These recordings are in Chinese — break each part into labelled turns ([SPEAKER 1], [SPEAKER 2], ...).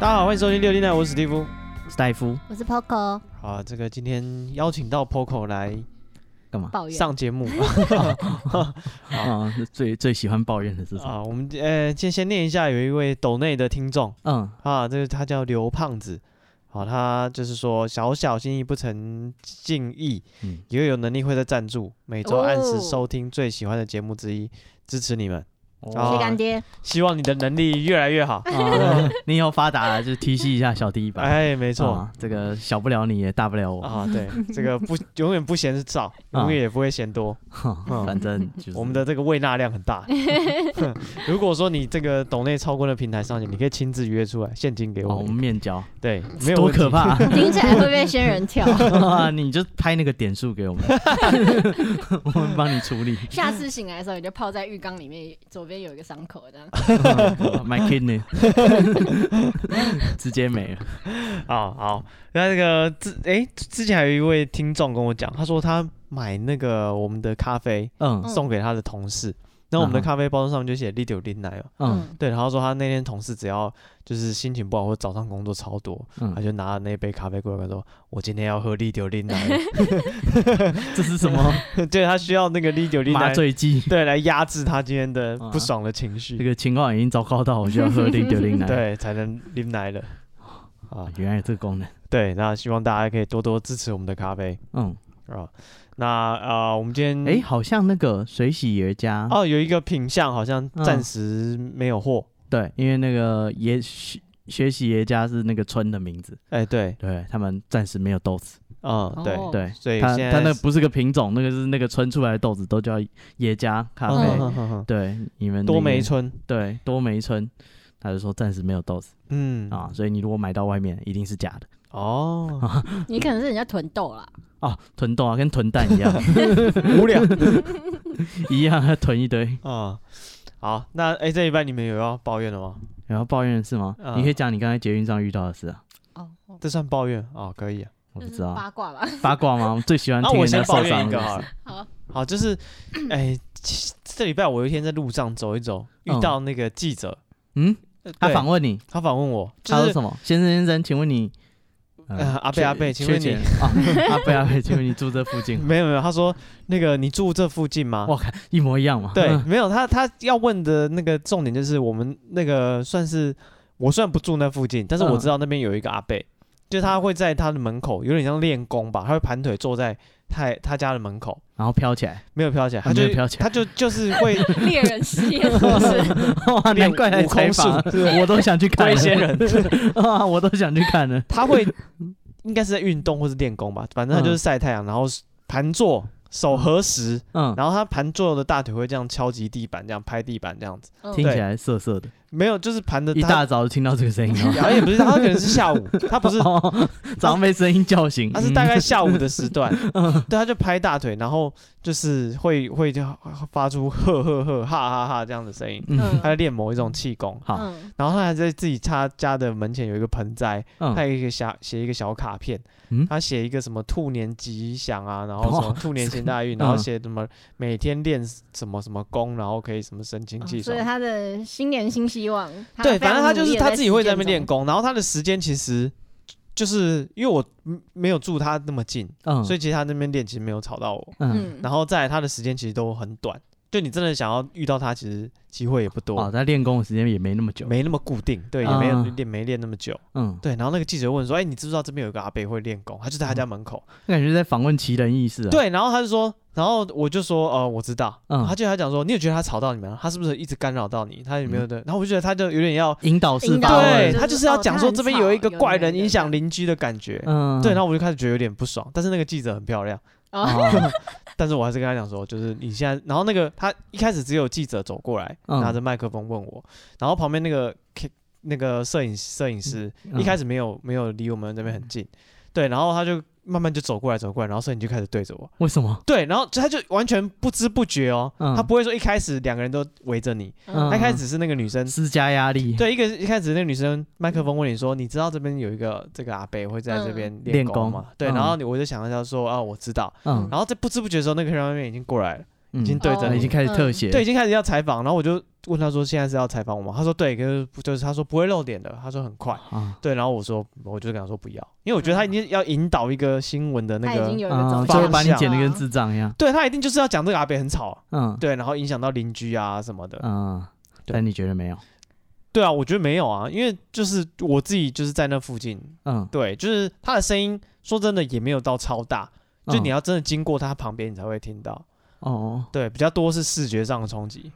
[SPEAKER 1] 欢迎收听六零奈，我是史蒂夫，史戴夫。
[SPEAKER 2] 我是 Poco，
[SPEAKER 1] 好啊，这个今天邀请到 Poco 来
[SPEAKER 3] 干嘛？
[SPEAKER 2] 抱怨
[SPEAKER 1] 上节目
[SPEAKER 3] 啊，是最最喜欢抱怨的是什么？
[SPEAKER 1] 啊。我们呃，先先念一下，有一位抖内的听众
[SPEAKER 3] 嗯，
[SPEAKER 1] 啊，这个他叫刘胖子。好，他就是说小小心意不成敬意，
[SPEAKER 3] 嗯
[SPEAKER 1] 也有能力会在赞助，每周按时
[SPEAKER 2] 哦
[SPEAKER 1] 收听最喜欢的节目之一，支持你们，
[SPEAKER 2] 谢
[SPEAKER 1] 啊
[SPEAKER 2] 谢干爹，
[SPEAKER 1] 希望你的能力越来越好。
[SPEAKER 3] 啊，你以后发达了就提携一下小弟吧。
[SPEAKER 1] 哎，没
[SPEAKER 3] 没
[SPEAKER 1] 错
[SPEAKER 3] 这个小不了你也大不了我，
[SPEAKER 1] 啊，对，这个不永远不嫌少，永远也不会嫌多。嗯
[SPEAKER 3] 反正就是
[SPEAKER 1] 我们的这个喂纳量很 大。 如果说你这个抖内超过的平台上线，你可以亲自约出来，现金给
[SPEAKER 3] 哦，
[SPEAKER 1] 我
[SPEAKER 3] 我
[SPEAKER 1] 们。
[SPEAKER 3] 们面交，
[SPEAKER 1] 对，没有
[SPEAKER 3] 多
[SPEAKER 1] 问题
[SPEAKER 3] 可！怕！
[SPEAKER 2] 听起来会被仙人跳。
[SPEAKER 3] 啊 你就拍那个点数给我们，我们帮你 处理。
[SPEAKER 2] 下次醒来的时候，你就泡在浴缸里面，左边有一个伤口，这样
[SPEAKER 3] 嗯哦 My kidney，直接没了。
[SPEAKER 1] 啊， 好，那这个之哎，之前还有一位听众跟我讲，他说他买那个我们的咖啡
[SPEAKER 3] 嗯
[SPEAKER 1] 送给他的同事，那我们的
[SPEAKER 3] 嗯哼
[SPEAKER 1] 咖啡包装上面就写 “little l i n 奶”哦。
[SPEAKER 3] 嗯
[SPEAKER 1] 对，然后说他那天同事只要就是心情不好或早上工作超多，他
[SPEAKER 3] 嗯，
[SPEAKER 1] 就拿了那杯咖啡过来跟我说：“我今天要喝 little l i n 奶
[SPEAKER 3] 这是 什么
[SPEAKER 1] 了。” 对他需要那个 little l i n
[SPEAKER 3] 麻
[SPEAKER 1] 奶。
[SPEAKER 3] 醉剂？
[SPEAKER 1] 对，来压制他今天的
[SPEAKER 3] 啊
[SPEAKER 1] 不爽的情绪，
[SPEAKER 3] 这个情况已经糟糕到我需要喝零九零奶。
[SPEAKER 1] 对，才能拎来 了。啊
[SPEAKER 3] 啊，，原来有这个功能。
[SPEAKER 1] 对，那希望大家可以多多支持我们的咖啡
[SPEAKER 3] 嗯，
[SPEAKER 1] 啊。那啊、我们今天
[SPEAKER 3] 哎、好像那个水洗爷家，
[SPEAKER 1] 哦，有一个品相好像
[SPEAKER 3] 嗯
[SPEAKER 1] 暂时没有货。
[SPEAKER 3] 对，因为那个爷学学习爷家是那个村的名字，
[SPEAKER 1] 哎、对，
[SPEAKER 3] 对他们暂时没有豆子，
[SPEAKER 1] 嗯，对，
[SPEAKER 2] 哦
[SPEAKER 3] 对，
[SPEAKER 1] 所以
[SPEAKER 3] 他
[SPEAKER 1] 现在
[SPEAKER 3] 他那不是个品种，那个是那个村出来的豆子都叫爷家咖
[SPEAKER 1] 嗯
[SPEAKER 3] 啡，
[SPEAKER 1] 哼哼哼
[SPEAKER 3] 对，你们那个
[SPEAKER 1] 多梅，村，
[SPEAKER 3] 对，多梅村。他就说暂时没有豆子
[SPEAKER 1] 嗯，
[SPEAKER 3] 啊，所以你如果买到外面一定是假的
[SPEAKER 1] 哦，
[SPEAKER 2] 嗯你可能是人家囤豆啦。
[SPEAKER 3] 哦，囤豆啊，跟囤蛋一样
[SPEAKER 1] 无聊
[SPEAKER 3] 一样，要囤一堆。
[SPEAKER 1] 啊。好，那哎、这一半你们有要抱怨的吗？
[SPEAKER 3] 然后抱怨是吗？
[SPEAKER 1] 嗯
[SPEAKER 3] 你可以讲你刚才捷运上遇到的事啊，
[SPEAKER 2] 哦，哦
[SPEAKER 1] 这算抱怨哦，可以啊。
[SPEAKER 3] 我不
[SPEAKER 2] 这
[SPEAKER 3] 知
[SPEAKER 2] 是
[SPEAKER 3] 道
[SPEAKER 2] 八卦吧？
[SPEAKER 3] 八卦吗？我最喜欢
[SPEAKER 1] 那、
[SPEAKER 3] 听
[SPEAKER 1] 啊我
[SPEAKER 3] 人家
[SPEAKER 1] 先抱
[SPEAKER 3] 受
[SPEAKER 1] 怨
[SPEAKER 3] 伤
[SPEAKER 1] 一
[SPEAKER 3] 的
[SPEAKER 1] 个好了。
[SPEAKER 2] 好，
[SPEAKER 1] 好，就是，哎、其这礼拜我有一天在路上走一走，遇
[SPEAKER 3] 嗯
[SPEAKER 1] 到那个记者，
[SPEAKER 3] 嗯，
[SPEAKER 1] 呃
[SPEAKER 3] 他
[SPEAKER 1] 对
[SPEAKER 3] 访问你，
[SPEAKER 1] 他访问我，就
[SPEAKER 3] 他说
[SPEAKER 1] 是
[SPEAKER 3] 什么？先生先生，请问你，
[SPEAKER 1] 呃阿贝
[SPEAKER 3] 缺
[SPEAKER 1] 阿贝请
[SPEAKER 3] 缺
[SPEAKER 1] 问你
[SPEAKER 3] 钱啊， 阿贝阿贝，请问你住这附 近？
[SPEAKER 1] 没有没有，他说那个你住这附近吗？
[SPEAKER 3] 哇一模一样嘛？
[SPEAKER 1] 对，
[SPEAKER 3] 嗯，
[SPEAKER 1] 没有他他要问的那个重点就是我们那个算是我虽然不住那附近，但是我
[SPEAKER 3] 嗯
[SPEAKER 1] 知道那边有一个阿贝，就是他会在他的门口，有点像练功吧，他会盘腿坐在他他家的门口，
[SPEAKER 3] 然后飘起来，
[SPEAKER 1] 没有飘起来，
[SPEAKER 3] 啊
[SPEAKER 1] 他就
[SPEAKER 3] 没有飘起来
[SPEAKER 1] 他就就是 会
[SPEAKER 2] 猎人系列是不是？
[SPEAKER 3] 哇，
[SPEAKER 1] 练
[SPEAKER 3] 难怪来
[SPEAKER 1] 悟空
[SPEAKER 3] 采
[SPEAKER 1] 术
[SPEAKER 3] 访，，啊 我都想去看
[SPEAKER 1] 对一
[SPEAKER 3] 了
[SPEAKER 1] 些人。
[SPEAKER 3] 啊，我都想去看了。
[SPEAKER 1] 他会应该是在运动或是练功吧，反正他就是晒太阳，然后盘坐，手合十，
[SPEAKER 3] 嗯，
[SPEAKER 1] 然后他盘坐的大腿会这样敲击地板，这样拍地板这样子，
[SPEAKER 2] 嗯
[SPEAKER 3] 听起来涩涩的，
[SPEAKER 1] 没有就是盘的
[SPEAKER 3] 一大。早就听到这个声音哦。
[SPEAKER 1] 而也不是， 他可能是下 午，他 不是，
[SPEAKER 3] 哦，早上被声音叫醒，
[SPEAKER 1] 他是
[SPEAKER 3] 嗯
[SPEAKER 1] 大概下午的时段，对，他就拍大腿，然后就是会会就发出呵呵呵哈哈哈这样的声音，
[SPEAKER 3] 嗯
[SPEAKER 1] 他在练某一种气功，
[SPEAKER 3] 好，
[SPEAKER 2] 嗯，
[SPEAKER 1] 然后他还在自己他家的门前有一个盆栽，他
[SPEAKER 3] 嗯，
[SPEAKER 1] 有一个小写一个小卡片，
[SPEAKER 3] 嗯
[SPEAKER 1] 他写一个什么兔年吉祥啊，然后什么
[SPEAKER 3] 哦
[SPEAKER 1] 兔年行大运，然后
[SPEAKER 3] 嗯
[SPEAKER 1] 写什么每天练什么什么功，然后可以什么神清气
[SPEAKER 2] 哦所
[SPEAKER 1] 爽
[SPEAKER 2] 以。他的新年新希望。
[SPEAKER 1] 对，反正他就是他自己会在那边练
[SPEAKER 2] 功。
[SPEAKER 1] 功，然后他的时间其实就是因为我嗯没有住他那么近，
[SPEAKER 3] 嗯，
[SPEAKER 1] 所以其实他那边练其实没有吵到我。
[SPEAKER 3] 嗯，
[SPEAKER 2] 嗯，
[SPEAKER 1] 然后再来他的时间其实都很短，就你真的想要遇到他，其实机会也不
[SPEAKER 3] 哦，
[SPEAKER 1] 多，
[SPEAKER 3] 他练功的时间也没那么久，
[SPEAKER 1] 没那么固定，对，也没有
[SPEAKER 3] 嗯
[SPEAKER 1] 练没练那么久。
[SPEAKER 3] 嗯，
[SPEAKER 1] 对，然后那个记者问说：“哎，你知不知道这边有个阿伯会练功？他就在他家门口。”
[SPEAKER 3] 感觉在访问奇人异事啊。，
[SPEAKER 1] 对，然后他就说，然后我就说，呃，我知道。
[SPEAKER 3] 嗯
[SPEAKER 1] 他就他讲说，你有觉得他吵到你们啊？他是不是一直干扰到你？他有没有的？然后我就觉得他就有点要，
[SPEAKER 3] 引导式
[SPEAKER 2] 引导
[SPEAKER 3] 发
[SPEAKER 1] 对
[SPEAKER 3] 问，
[SPEAKER 2] 就
[SPEAKER 1] 嗯
[SPEAKER 2] 是
[SPEAKER 1] 他就是要
[SPEAKER 2] 哦
[SPEAKER 1] 讲
[SPEAKER 2] 他
[SPEAKER 1] 说
[SPEAKER 2] 很
[SPEAKER 1] 这边
[SPEAKER 2] 吵
[SPEAKER 1] 有一个
[SPEAKER 2] 有
[SPEAKER 1] 怪
[SPEAKER 2] 那
[SPEAKER 1] 人
[SPEAKER 2] 个
[SPEAKER 1] 影响
[SPEAKER 2] 的
[SPEAKER 1] 邻居的感觉。
[SPEAKER 3] 嗯，
[SPEAKER 1] 对，然后我就开始觉得有点不爽，但是那个记者很漂亮，
[SPEAKER 2] 哦，
[SPEAKER 3] 哦，
[SPEAKER 1] 但是我还是跟他讲说，就是你现在，然后那个他一开始只有记者走过来，
[SPEAKER 3] 嗯
[SPEAKER 1] 拿着麦克风问我，然后旁边那个 K- 那个摄影摄影师 一开
[SPEAKER 3] 始
[SPEAKER 1] 始没有没有离我们这边很近，对，然后他就慢慢就走过来走过来，然后摄影就开始对着我，
[SPEAKER 3] 嗯为什么？
[SPEAKER 1] 对，然后就他就完全不知不觉哦，
[SPEAKER 3] 嗯
[SPEAKER 1] 他不会说一开始两个人都围着你，
[SPEAKER 3] 嗯
[SPEAKER 1] 他一开始是那个女生，
[SPEAKER 3] 施加压力，
[SPEAKER 1] 对，一个一开始那个女生麦克风问你说，你知道这边有一个这个阿伯会在这边
[SPEAKER 3] 练
[SPEAKER 1] 功
[SPEAKER 3] 功
[SPEAKER 1] 吗？对，
[SPEAKER 3] 嗯
[SPEAKER 1] 然后你我就想一下说啊，我知道，
[SPEAKER 3] 嗯，
[SPEAKER 1] 然后在不知不觉的时候，那个人面已经过来了，
[SPEAKER 3] 嗯
[SPEAKER 1] 已经对着
[SPEAKER 2] 哦
[SPEAKER 1] 你
[SPEAKER 3] 已经开始特写，
[SPEAKER 1] 对，已，经开始要采访，然后我就问他说现在是要采访我吗？他说对，可是不就是他说不会露脸的，他说很快，
[SPEAKER 3] 啊，
[SPEAKER 1] 对，然后我说我就跟他说不要，因为我觉得他已
[SPEAKER 3] 嗯
[SPEAKER 1] 经要引导一个新闻的那
[SPEAKER 2] 他已经
[SPEAKER 1] 个，
[SPEAKER 2] 有一个
[SPEAKER 3] 啊
[SPEAKER 2] 走
[SPEAKER 1] 方
[SPEAKER 3] 就
[SPEAKER 1] 向
[SPEAKER 3] 会
[SPEAKER 2] 向，
[SPEAKER 3] 把你剪得跟智障一样，
[SPEAKER 1] 对他一定就是要讲这个阿北很吵啊，
[SPEAKER 3] 嗯，
[SPEAKER 1] 对，然后影响到邻居啊什么的，
[SPEAKER 3] 嗯，
[SPEAKER 1] 对
[SPEAKER 3] 但你觉得没有？
[SPEAKER 1] 对啊，我觉得没有啊，因为就是我自己就是在那附近，
[SPEAKER 3] 嗯，
[SPEAKER 1] 对，就是他的声音，说真的也没有到超大，就
[SPEAKER 3] 嗯
[SPEAKER 1] 你要真的经过他旁边你才会听到，
[SPEAKER 3] 哦，
[SPEAKER 1] 对，比较多是视觉上的冲击，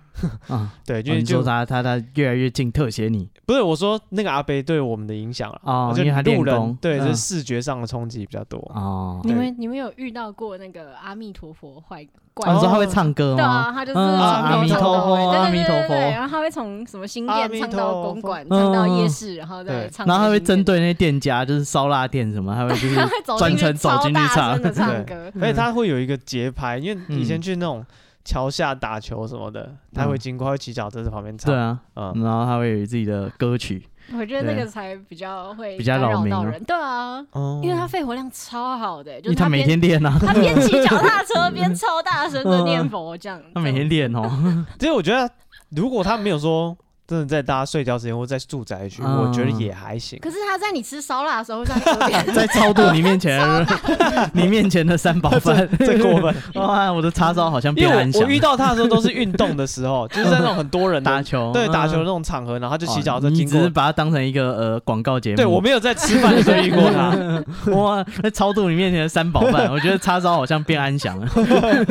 [SPEAKER 3] 嗯，
[SPEAKER 1] 对，因
[SPEAKER 3] 哦
[SPEAKER 1] 为
[SPEAKER 3] 你说
[SPEAKER 1] 就
[SPEAKER 3] 他他他越来越近特写你
[SPEAKER 1] 不是我说那个阿北对我们的影响了，
[SPEAKER 3] 哦，
[SPEAKER 1] 就
[SPEAKER 3] 因为他练
[SPEAKER 1] 路
[SPEAKER 3] 功
[SPEAKER 1] 人，对，就是
[SPEAKER 3] 嗯
[SPEAKER 1] 视觉上的冲击比较多。
[SPEAKER 3] 哦，
[SPEAKER 2] 你们你们有遇到过那个阿弥陀佛坏怪
[SPEAKER 1] 哦
[SPEAKER 3] 哦你
[SPEAKER 2] 吗？
[SPEAKER 3] 说他会唱歌
[SPEAKER 2] 对
[SPEAKER 3] 吗？
[SPEAKER 2] 啊，他就是
[SPEAKER 3] 嗯
[SPEAKER 1] 啊
[SPEAKER 2] 从头唱到尾
[SPEAKER 3] 阿弥
[SPEAKER 2] 对对对
[SPEAKER 3] 陀佛阿弥陀
[SPEAKER 2] 对对对
[SPEAKER 3] 佛
[SPEAKER 2] 然后他会从什么新
[SPEAKER 1] 阿弥
[SPEAKER 2] 店
[SPEAKER 1] 陀
[SPEAKER 2] 唱
[SPEAKER 1] 佛
[SPEAKER 2] 到公馆，
[SPEAKER 3] 嗯
[SPEAKER 2] 唱到夜市，然后再
[SPEAKER 1] 对
[SPEAKER 2] 啊唱。
[SPEAKER 3] 然后他会针，对那些店家，就是烧腊店什么，他会 就是
[SPEAKER 2] 他会走进
[SPEAKER 3] 专
[SPEAKER 2] 去
[SPEAKER 3] 程走
[SPEAKER 2] 超
[SPEAKER 3] 进去
[SPEAKER 2] 大
[SPEAKER 3] 唱
[SPEAKER 2] 声的唱歌。
[SPEAKER 1] 而且他会有一个节拍，因为以前
[SPEAKER 3] 嗯
[SPEAKER 1] 去那种桥下打球什么的，他会经过，他会骑脚车在旁边唱。
[SPEAKER 3] 对啊，
[SPEAKER 1] 嗯，
[SPEAKER 3] 然后他会有自己的歌曲，
[SPEAKER 2] 我觉得那
[SPEAKER 3] 对
[SPEAKER 2] 个才比较会
[SPEAKER 3] 比较
[SPEAKER 2] 干
[SPEAKER 3] 扰
[SPEAKER 2] 扰
[SPEAKER 3] 民
[SPEAKER 2] 到
[SPEAKER 3] 哦
[SPEAKER 2] 人。对啊，
[SPEAKER 1] 哦
[SPEAKER 2] 因为他肺活量超好的，就
[SPEAKER 3] 因
[SPEAKER 2] 是
[SPEAKER 3] 为他每
[SPEAKER 2] 边
[SPEAKER 3] 天练 啊，
[SPEAKER 2] 他边骑脚踏 车边超大声的念佛，这样。
[SPEAKER 3] 他每天
[SPEAKER 2] 这样
[SPEAKER 3] 练 哦，
[SPEAKER 1] 所以我觉得，如果他没有说真的在大家睡觉之前或在住宅区，
[SPEAKER 3] 嗯
[SPEAKER 1] 我觉得也还 行。
[SPEAKER 2] 可是他在你吃烧腊的时候，会在你耳边
[SPEAKER 3] 在超度你面前， 你面前的三宝饭，
[SPEAKER 1] 这过分，
[SPEAKER 3] 哇，我的叉烧好像
[SPEAKER 1] 因
[SPEAKER 3] 变
[SPEAKER 1] 为
[SPEAKER 3] 安
[SPEAKER 1] 我
[SPEAKER 3] 详
[SPEAKER 1] 我，遇到他的时候都是运动的时候，就是在那种很多人的
[SPEAKER 3] 打球，
[SPEAKER 1] 对打球的
[SPEAKER 3] 嗯
[SPEAKER 1] 那种场合，然后他就骑脚
[SPEAKER 3] 哦
[SPEAKER 1] 车
[SPEAKER 3] 你
[SPEAKER 1] 经
[SPEAKER 3] 只是
[SPEAKER 1] 过。
[SPEAKER 3] 把它当成一个呃广告节目。
[SPEAKER 1] 对我没有在吃饭的时候遇过 他，
[SPEAKER 3] 哇，在超度你面前的三宝饭，我觉得叉烧好像变 安详了。
[SPEAKER 2] 我真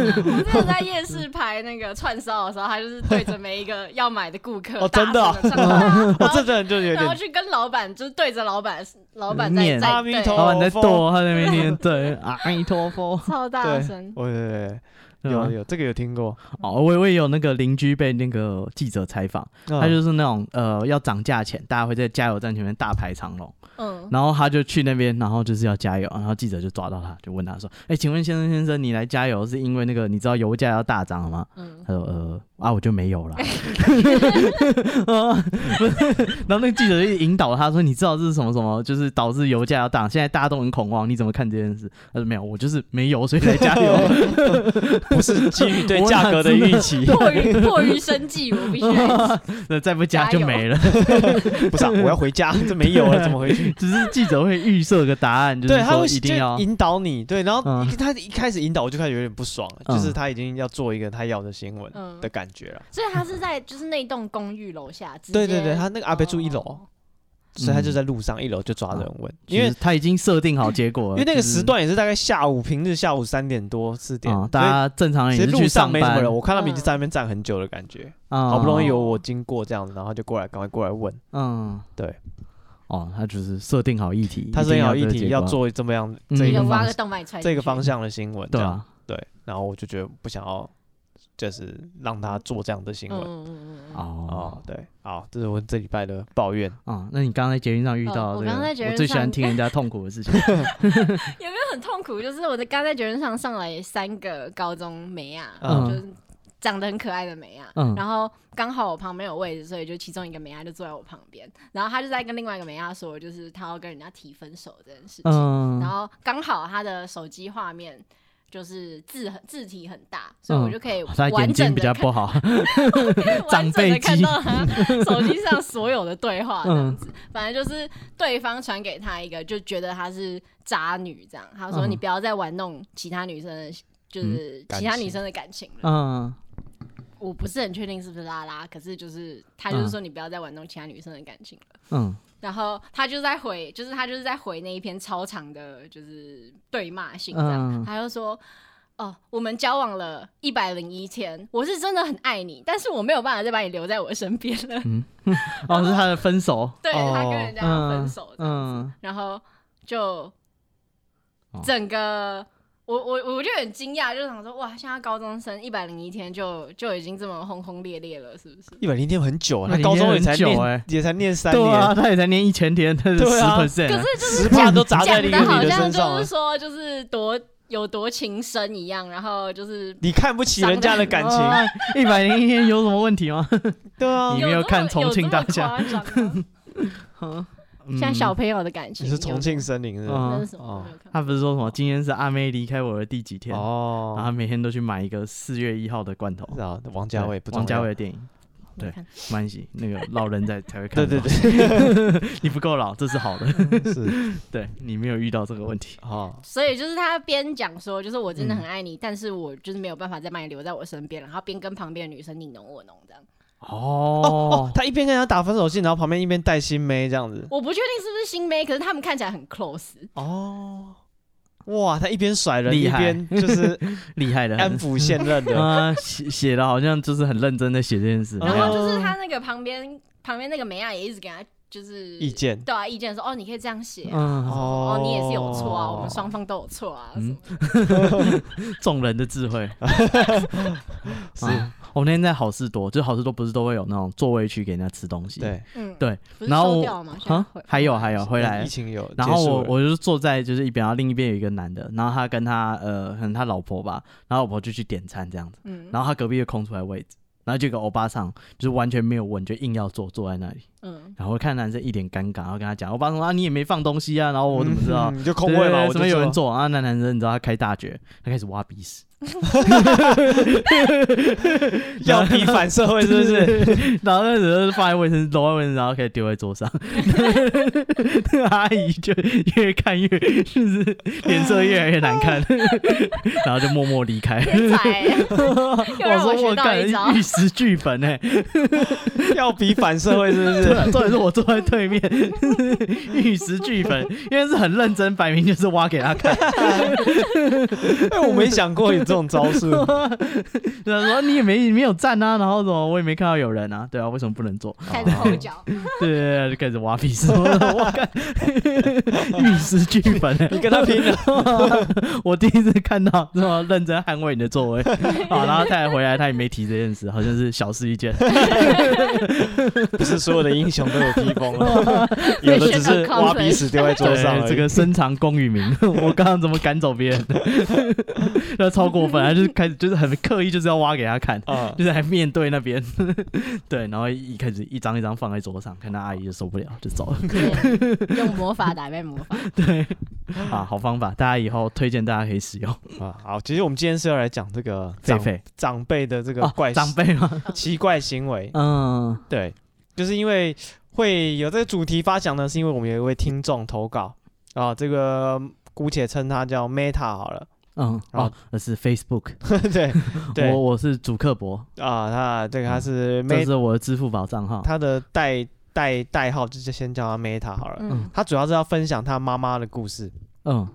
[SPEAKER 2] 的在夜市排那个串烧的时候，他就是对着每一个要买的顾客
[SPEAKER 1] 哦
[SPEAKER 2] 大
[SPEAKER 1] 真的哦
[SPEAKER 2] 声地唱
[SPEAKER 1] 我
[SPEAKER 2] 歌，然
[SPEAKER 1] 这
[SPEAKER 2] 后
[SPEAKER 1] 真的就是有
[SPEAKER 2] 然后
[SPEAKER 1] 点
[SPEAKER 2] 去跟老板，就是对着老板，老板在
[SPEAKER 3] 念
[SPEAKER 2] 在
[SPEAKER 1] 阿弥陀佛
[SPEAKER 3] 老板在剁，他在那边念对，阿弥陀佛。
[SPEAKER 2] 对超大声
[SPEAKER 1] 对，，我对对对
[SPEAKER 3] 对
[SPEAKER 1] 有
[SPEAKER 3] 吧
[SPEAKER 1] 有这个有听过，
[SPEAKER 3] 哦，我我也有那个邻居被那个记者采访，
[SPEAKER 1] 他
[SPEAKER 3] 他就是那种呃要涨价前，大家会在加油站前面大排长龙，
[SPEAKER 2] 嗯，
[SPEAKER 3] 然后他就去那边，然后就是要加油，然后记者就抓到他，就问他说：“哎，请问先生先生，你来加油是因为那个你知道油价要大涨了吗？”
[SPEAKER 2] 嗯，
[SPEAKER 3] 他说呃啊我就没有啦， 啊不是 然后那个记者就引导他说你知道这是什么什么，就是导致油价要涨，现在大家都很恐慌，你怎么看这件事？他说没有，我就是没油，所以来加 油。
[SPEAKER 1] 不是基于对
[SPEAKER 3] 我哪
[SPEAKER 1] 价格的
[SPEAKER 3] 知道
[SPEAKER 1] 预 期，
[SPEAKER 2] 迫于迫于生计，我必须来
[SPEAKER 3] 那再不加就没了。
[SPEAKER 1] 不是、啊，我要回家，这没有了，怎么回去？
[SPEAKER 3] 只是记者会预设个答案，就是
[SPEAKER 1] 对，他
[SPEAKER 3] 说
[SPEAKER 1] 会
[SPEAKER 3] 一定要
[SPEAKER 1] 就引导你，对，然后
[SPEAKER 3] 嗯
[SPEAKER 1] 一他一开始引导我就开始有点不爽了，
[SPEAKER 3] 嗯
[SPEAKER 1] 就是他已经要做一个他要的新闻
[SPEAKER 2] 嗯
[SPEAKER 1] 的感觉了，
[SPEAKER 2] 所以他是在就是那栋公寓楼下，直
[SPEAKER 1] 对对
[SPEAKER 2] 接
[SPEAKER 1] 对他那个阿伯住一楼
[SPEAKER 2] 哦
[SPEAKER 3] 嗯
[SPEAKER 1] 所以他就在路上一楼就抓人问，因
[SPEAKER 3] 因
[SPEAKER 1] 为
[SPEAKER 3] 为他已经设定好结果
[SPEAKER 1] 因
[SPEAKER 3] 了，
[SPEAKER 1] 为那个
[SPEAKER 3] 呃就是
[SPEAKER 1] 时段也是大概下午平日下午三点多四点
[SPEAKER 3] 啊，，
[SPEAKER 1] 所
[SPEAKER 3] 大
[SPEAKER 1] 以
[SPEAKER 3] 家正常人
[SPEAKER 1] 其
[SPEAKER 3] 也
[SPEAKER 1] 实
[SPEAKER 3] 是
[SPEAKER 1] 路
[SPEAKER 3] 去
[SPEAKER 1] 上
[SPEAKER 3] 上
[SPEAKER 1] 没什么
[SPEAKER 3] 班啊
[SPEAKER 1] 人，，我看他们已经在那边站很久的感觉，
[SPEAKER 3] 好
[SPEAKER 1] 好不容易
[SPEAKER 2] 哦
[SPEAKER 1] 有我经过这样子，然后就过来赶快过来问，
[SPEAKER 3] 嗯
[SPEAKER 1] 对。
[SPEAKER 3] 哦，他就是设定好议题，
[SPEAKER 1] 他是
[SPEAKER 3] 定
[SPEAKER 1] 要
[SPEAKER 3] 这
[SPEAKER 1] 议
[SPEAKER 3] 个
[SPEAKER 1] 题
[SPEAKER 3] 结
[SPEAKER 1] 要
[SPEAKER 3] 果，
[SPEAKER 1] 做这么样
[SPEAKER 3] 嗯
[SPEAKER 1] 这
[SPEAKER 2] 一
[SPEAKER 1] 个
[SPEAKER 2] 个挖
[SPEAKER 1] 方
[SPEAKER 2] 个洞把你踹
[SPEAKER 1] 这个
[SPEAKER 2] 进去
[SPEAKER 1] 方，向的新闻，
[SPEAKER 3] 对
[SPEAKER 1] 这样
[SPEAKER 3] 啊，
[SPEAKER 1] 对，然后我就觉得不想要，就是让他做这样的新
[SPEAKER 2] 嗯
[SPEAKER 1] 闻。
[SPEAKER 2] 嗯嗯嗯嗯，
[SPEAKER 3] 哦
[SPEAKER 1] 哦，对，好，这是我这礼拜的抱怨。
[SPEAKER 3] 啊，那你刚刚在捷运上遇到
[SPEAKER 2] 哦
[SPEAKER 3] 这
[SPEAKER 2] 我
[SPEAKER 3] 个，
[SPEAKER 2] 刚刚在捷运
[SPEAKER 3] 我最喜欢
[SPEAKER 2] 上
[SPEAKER 3] 听人家痛苦的 事情。
[SPEAKER 2] 嗯有没有很痛苦？就是我的刚在觉得上上来三个高中美亚，
[SPEAKER 1] 嗯
[SPEAKER 2] 就是长得很可爱的美亚，
[SPEAKER 3] 嗯
[SPEAKER 2] 然后刚好我旁边有位置，所以就其中一个美亚就坐在我旁边，然后他就在跟另外一个美亚说，就是他要跟人家提分手这件事情，然
[SPEAKER 3] 嗯，
[SPEAKER 2] 后刚好他的手机画面。就是字很字体很大，所以我就可以
[SPEAKER 3] 嗯 他眼
[SPEAKER 2] 完
[SPEAKER 3] 睛
[SPEAKER 2] 整
[SPEAKER 3] 比较
[SPEAKER 2] 的
[SPEAKER 3] 不好，
[SPEAKER 2] 完整的
[SPEAKER 3] 长辈
[SPEAKER 2] 看
[SPEAKER 3] 机
[SPEAKER 2] 到他手机上所有的对话，这样
[SPEAKER 3] 嗯
[SPEAKER 2] 子。反正就是对方传给他一个，就觉得他是渣女这样。他说：“
[SPEAKER 3] 嗯
[SPEAKER 2] 你不要再玩弄其他女生的，就是
[SPEAKER 1] 感
[SPEAKER 2] 其他
[SPEAKER 1] 情
[SPEAKER 2] 女生的感情了。
[SPEAKER 3] 嗯
[SPEAKER 2] 我不是很确定是不是拉拉，可是就是他就是说你不要再玩弄其他女生的感情了。
[SPEAKER 3] 嗯
[SPEAKER 2] 然后他就在回，就是他就是在回那一篇超长的，就是对骂信这样。
[SPEAKER 3] 嗯，
[SPEAKER 2] 他就说：“哦，我们交往了一百零一天，我是真的很爱你，但是我没有办法再把你留在我身边了。
[SPEAKER 3] 哦，是他的分手，
[SPEAKER 2] 对他跟
[SPEAKER 1] 哦
[SPEAKER 2] 人家要分手这样子
[SPEAKER 3] 嗯，
[SPEAKER 2] 然后就
[SPEAKER 3] 哦
[SPEAKER 2] 整个。我我我就很惊讶，就想说哇，现在高中生一百零一天就就已经这么轰轰烈烈了，是不是？
[SPEAKER 1] 一百零天很久啊，
[SPEAKER 3] 那
[SPEAKER 1] 他
[SPEAKER 3] 你
[SPEAKER 1] 高中也才
[SPEAKER 3] 念很
[SPEAKER 1] 念
[SPEAKER 3] 久欸
[SPEAKER 1] 也才念三
[SPEAKER 3] 对啊，
[SPEAKER 1] 年，
[SPEAKER 3] 他也才念一千天，他是十
[SPEAKER 1] 对啊
[SPEAKER 3] percent，
[SPEAKER 1] 十趴都砸在
[SPEAKER 2] 讲
[SPEAKER 1] 你
[SPEAKER 2] 的
[SPEAKER 1] 你
[SPEAKER 2] 好
[SPEAKER 1] 的
[SPEAKER 2] 像
[SPEAKER 1] 身上啊
[SPEAKER 2] 就
[SPEAKER 1] 了
[SPEAKER 2] 是。说就是多有多情深一样，然后就是
[SPEAKER 1] 你看不起人家的感情，
[SPEAKER 3] 啊一百零一天有什么问题吗？
[SPEAKER 1] 对啊
[SPEAKER 3] 你，没有看重庆大 嗯
[SPEAKER 2] 有这么
[SPEAKER 3] 厦
[SPEAKER 2] 有这么夸张吗像小朋友的感情。
[SPEAKER 1] 你是重庆森林是不是
[SPEAKER 3] 嗯
[SPEAKER 2] 那是什么？
[SPEAKER 1] 哦
[SPEAKER 2] 我没有看过
[SPEAKER 3] 他不是说什么今天是阿妹离开我的第几天，然后
[SPEAKER 1] 哦
[SPEAKER 3] 他，每天都去买一个四月一号的罐头。
[SPEAKER 1] 是啊，王家卫不
[SPEAKER 3] 对王
[SPEAKER 1] 重
[SPEAKER 3] 家
[SPEAKER 1] 要
[SPEAKER 3] 卫的电影，
[SPEAKER 2] 没
[SPEAKER 3] 对
[SPEAKER 2] 看
[SPEAKER 3] 没关系，那个老人在才会看。
[SPEAKER 1] 对对，对，
[SPEAKER 3] 你不够老，这是好的，
[SPEAKER 1] 是
[SPEAKER 3] 对你没有遇到这个问题。
[SPEAKER 1] 哦，
[SPEAKER 2] 所以就是他边讲说，就是我真的很爱
[SPEAKER 3] 嗯
[SPEAKER 2] 你，但是我就是没有办法再把你留在我身边，然后边跟旁边的女生你侬我侬这样。
[SPEAKER 3] 哦
[SPEAKER 1] 他一边跟人家打分手信，然后旁边一边带新妹这样子。
[SPEAKER 2] 我不确定是不是新妹，可是他们看起来很 close。
[SPEAKER 1] 哦，哇，他一边甩人，
[SPEAKER 3] 厉
[SPEAKER 1] 一
[SPEAKER 3] 害
[SPEAKER 1] 边 就是
[SPEAKER 3] 厉害的，
[SPEAKER 1] 安抚现任的。
[SPEAKER 3] 啊，写写的好像就是很认真的写这件事。
[SPEAKER 1] 哦
[SPEAKER 2] 然后就是他那个旁边旁边那个梅亚也一直给他就是
[SPEAKER 1] 意见
[SPEAKER 2] 对啊意见说哦你可以这样写啊、
[SPEAKER 3] 嗯，
[SPEAKER 2] 哦
[SPEAKER 1] 哦
[SPEAKER 2] 你也是有错啊，我们双方都有错啊。
[SPEAKER 3] 嗯
[SPEAKER 2] 什么的
[SPEAKER 3] 众人的智慧。
[SPEAKER 1] 啊是
[SPEAKER 3] 啊我那天在好事多，就好事多不是都会有那种座位区给人家吃东西。
[SPEAKER 1] 对，
[SPEAKER 2] 嗯，
[SPEAKER 3] 对，
[SPEAKER 2] 不是
[SPEAKER 3] 然后
[SPEAKER 2] 收
[SPEAKER 3] 我
[SPEAKER 2] 掉了吗？现在
[SPEAKER 3] 啊
[SPEAKER 2] 回
[SPEAKER 3] 还有还有回来
[SPEAKER 1] 疫，情有结束了，
[SPEAKER 3] 然后我我就是坐在就是一边，然后另一边有一个男的，然后他跟他呃可能他老婆吧，然后老婆就去点餐这样子，
[SPEAKER 2] 嗯
[SPEAKER 3] 然后他隔壁就空出来位置，然后就有个欧巴桑就是完全没有问，就硬要坐坐在那里，
[SPEAKER 2] 嗯，
[SPEAKER 3] 然后看男生一脸尴尬，然后跟他讲欧巴桑说啊你也没放东西啊，然后我怎么知道？
[SPEAKER 1] 嗯？你就空位嘛，
[SPEAKER 3] 对对对
[SPEAKER 1] 我
[SPEAKER 3] 什
[SPEAKER 1] 就
[SPEAKER 3] 么有人
[SPEAKER 1] 坐
[SPEAKER 3] 做啊？那男生你知道他开大绝，他开始挖 鼻屎，
[SPEAKER 1] 要逼反社会是不 是？
[SPEAKER 3] 是？然后那时候就放在卫生，揉在卫生，然后可以丢在桌上。 那个阿姨就越看越就是脸色越来越难看，然后就默默离开。
[SPEAKER 2] 天才 欸、又让我
[SPEAKER 3] 说
[SPEAKER 2] 学
[SPEAKER 3] 我
[SPEAKER 2] 到
[SPEAKER 3] 干
[SPEAKER 2] 一招
[SPEAKER 3] 玉石俱焚哎、
[SPEAKER 1] 要逼反社会是不
[SPEAKER 3] 对
[SPEAKER 1] 是？
[SPEAKER 3] 啊，重点是我坐在对面，玉石俱焚，因为是很认真，摆明就是挖给他看。
[SPEAKER 1] 哎，我没想过有这种招 数。
[SPEAKER 3] 对啊，说你也没没有站啊，然后什么我也没看到有人啊，对啊，为什么不能做？
[SPEAKER 2] 开始抠脚，
[SPEAKER 3] 对对对，就开始挖鼻屎，我看 玉石俱焚、欸。
[SPEAKER 1] 你跟他拼了，
[SPEAKER 3] 我第一次看到这么认真捍卫你的座 位，好，然后再回来他也没提这件事，好像是小事一 件。
[SPEAKER 1] 不是所有的英雄都有披风 了，有的只是挖鼻屎丢在桌上而
[SPEAKER 3] 对
[SPEAKER 1] 已。
[SPEAKER 3] 这个深藏功与名， 我刚刚怎么赶走别人？ 那超过分，他就是开始就是很刻意就是要挖给他看。
[SPEAKER 1] 啊，
[SPEAKER 3] 就是还面对那边， 对，然后一开始一张一张放在桌上，看到阿姨就受不了，就 走了。
[SPEAKER 2] 对用魔法打败魔法。
[SPEAKER 3] 对，啊，好方法，大家以后推荐大家可以使用。
[SPEAKER 1] 啊，好，其实我们今天是要来讲这个
[SPEAKER 3] 狒
[SPEAKER 1] 长
[SPEAKER 3] 狒
[SPEAKER 1] 长哦辈的这个
[SPEAKER 3] 哦
[SPEAKER 1] 怪
[SPEAKER 3] 长辈吗？
[SPEAKER 1] 奇怪行为，
[SPEAKER 3] 嗯，
[SPEAKER 1] 对，就是因为会有这个主题发想呢，是因为我们有一位听众投稿啊，这个姑且称他叫 Meta 好了，
[SPEAKER 3] 嗯，
[SPEAKER 1] 然后
[SPEAKER 3] 哦，那是 Facebook，
[SPEAKER 1] 对 对
[SPEAKER 3] 我我是主克伯，
[SPEAKER 1] 啊，他这个他是
[SPEAKER 3] 嗯这
[SPEAKER 1] Meta，
[SPEAKER 3] 是我的支付宝账号。
[SPEAKER 1] 他的代代代号就先叫他 Meta 好了。
[SPEAKER 2] 嗯
[SPEAKER 1] 他主要是要分享他妈妈的故事。
[SPEAKER 3] 嗯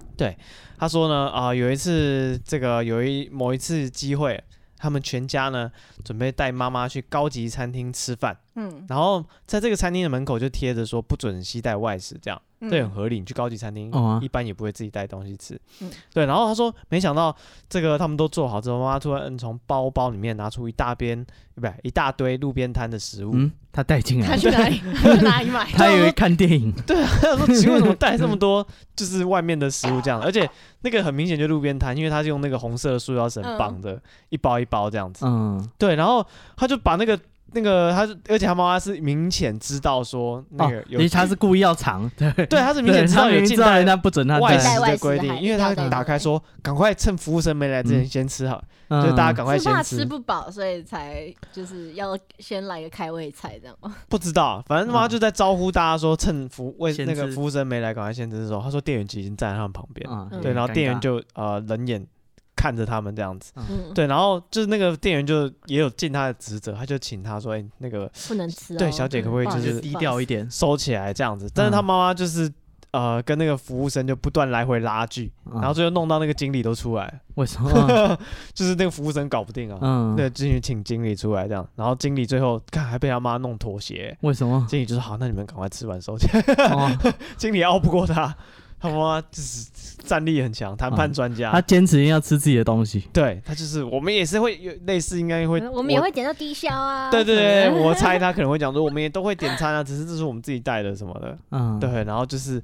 [SPEAKER 1] 他说呢，啊、有一次这个有一某一次机会，他们全家呢准备带妈妈去高级餐厅吃饭，
[SPEAKER 2] 嗯，
[SPEAKER 1] 然后在这个餐厅的门口就贴着说不准携带外食，这样
[SPEAKER 2] 嗯
[SPEAKER 1] 这很合理。你去高级餐厅，
[SPEAKER 3] 哦啊
[SPEAKER 1] 一般也不会自己带东西吃。
[SPEAKER 2] 嗯
[SPEAKER 1] 对，然后他说，没想到这个他们都做好之后，妈妈突然嗯从包包里面拿出一大边，不是一大堆路边摊的食物。
[SPEAKER 3] 嗯，他带进
[SPEAKER 2] 他
[SPEAKER 3] 来，
[SPEAKER 2] 去哪里？他去哪里买？
[SPEAKER 3] 他 以为看电 影。
[SPEAKER 1] 对啊， 他说奇怪，怎么带这么多就是外面的食物这样？而且那个很明显就路边摊，因为他是用那个红色的塑料绳
[SPEAKER 2] 嗯
[SPEAKER 1] 绑着，一包一包这样子。
[SPEAKER 3] 嗯，
[SPEAKER 1] 对，然后他就把那个那个，他是而且他妈妈是明显知道说那
[SPEAKER 3] 哦
[SPEAKER 1] 个，有
[SPEAKER 3] 因为他是故意要藏，对，
[SPEAKER 1] 对，他是明
[SPEAKER 3] 对，
[SPEAKER 1] 显知
[SPEAKER 3] 他
[SPEAKER 1] 道有
[SPEAKER 3] 明
[SPEAKER 1] 近
[SPEAKER 3] 知道
[SPEAKER 1] 代
[SPEAKER 3] 人家不准他
[SPEAKER 1] 外
[SPEAKER 2] 带
[SPEAKER 1] 食
[SPEAKER 2] 外
[SPEAKER 1] 的
[SPEAKER 2] 食
[SPEAKER 1] 规
[SPEAKER 2] 还
[SPEAKER 1] 定，因为
[SPEAKER 2] 一定要
[SPEAKER 1] 他
[SPEAKER 2] 带
[SPEAKER 1] 打开说赶快趁服务生没来之前
[SPEAKER 3] 嗯
[SPEAKER 1] 先吃好，
[SPEAKER 3] 嗯
[SPEAKER 1] 就是大家赶快
[SPEAKER 2] 是怕
[SPEAKER 1] 先吃。
[SPEAKER 2] 吃不饱，所以才就是要先来个开胃菜这样吗？
[SPEAKER 1] 不知道，反正他妈
[SPEAKER 3] 嗯
[SPEAKER 1] 就在招呼大家说趁服为
[SPEAKER 3] 先
[SPEAKER 1] 那个
[SPEAKER 3] 吃
[SPEAKER 1] 服务生没来赶快先吃的时候，他说店员其实已经站在他们旁边，
[SPEAKER 3] 嗯
[SPEAKER 2] 嗯
[SPEAKER 1] 对，然后店员，就呃冷眼看着他们这样子。
[SPEAKER 2] 嗯，，
[SPEAKER 1] 对，然后就是那个店员就也有尽他的职责，他就请他说：“哎、那个
[SPEAKER 2] 不能吃哦。
[SPEAKER 1] 对小姐可不可以
[SPEAKER 2] 不好
[SPEAKER 1] 就
[SPEAKER 2] 意
[SPEAKER 3] 就是
[SPEAKER 2] 思
[SPEAKER 1] 是
[SPEAKER 3] 低调一点。
[SPEAKER 1] 收起来这样子。”但是他
[SPEAKER 3] 嗯
[SPEAKER 1] 妈妈就是呃跟那个服务生就不断来回拉锯，
[SPEAKER 3] 然
[SPEAKER 1] 然后最后弄到那个经理都出来，
[SPEAKER 3] 嗯为 什么？
[SPEAKER 1] 就是那个服务生搞不定啊，
[SPEAKER 3] 嗯，
[SPEAKER 1] 对，，进去请经理出来这样，然后经理最后看还被他妈弄妥协，
[SPEAKER 3] 为什 么？
[SPEAKER 1] 经理就说：“好，那你们赶快吃完收起来。
[SPEAKER 3] 哦”
[SPEAKER 1] 经理拗不过他，他妈妈就是战力很强，谈判
[SPEAKER 3] 嗯
[SPEAKER 1] 专家。
[SPEAKER 3] 他坚持一定要吃自己的东西。
[SPEAKER 1] 对他就是，我们也是会有类似，应该会，
[SPEAKER 2] 嗯我们也会点到低消啊。
[SPEAKER 1] 对对对，
[SPEAKER 2] 什么的
[SPEAKER 1] 我猜他可能会讲说，我们也都会点餐啊， 只是这是我们自己带的什么的。
[SPEAKER 3] 嗯，
[SPEAKER 1] 对，然后就是，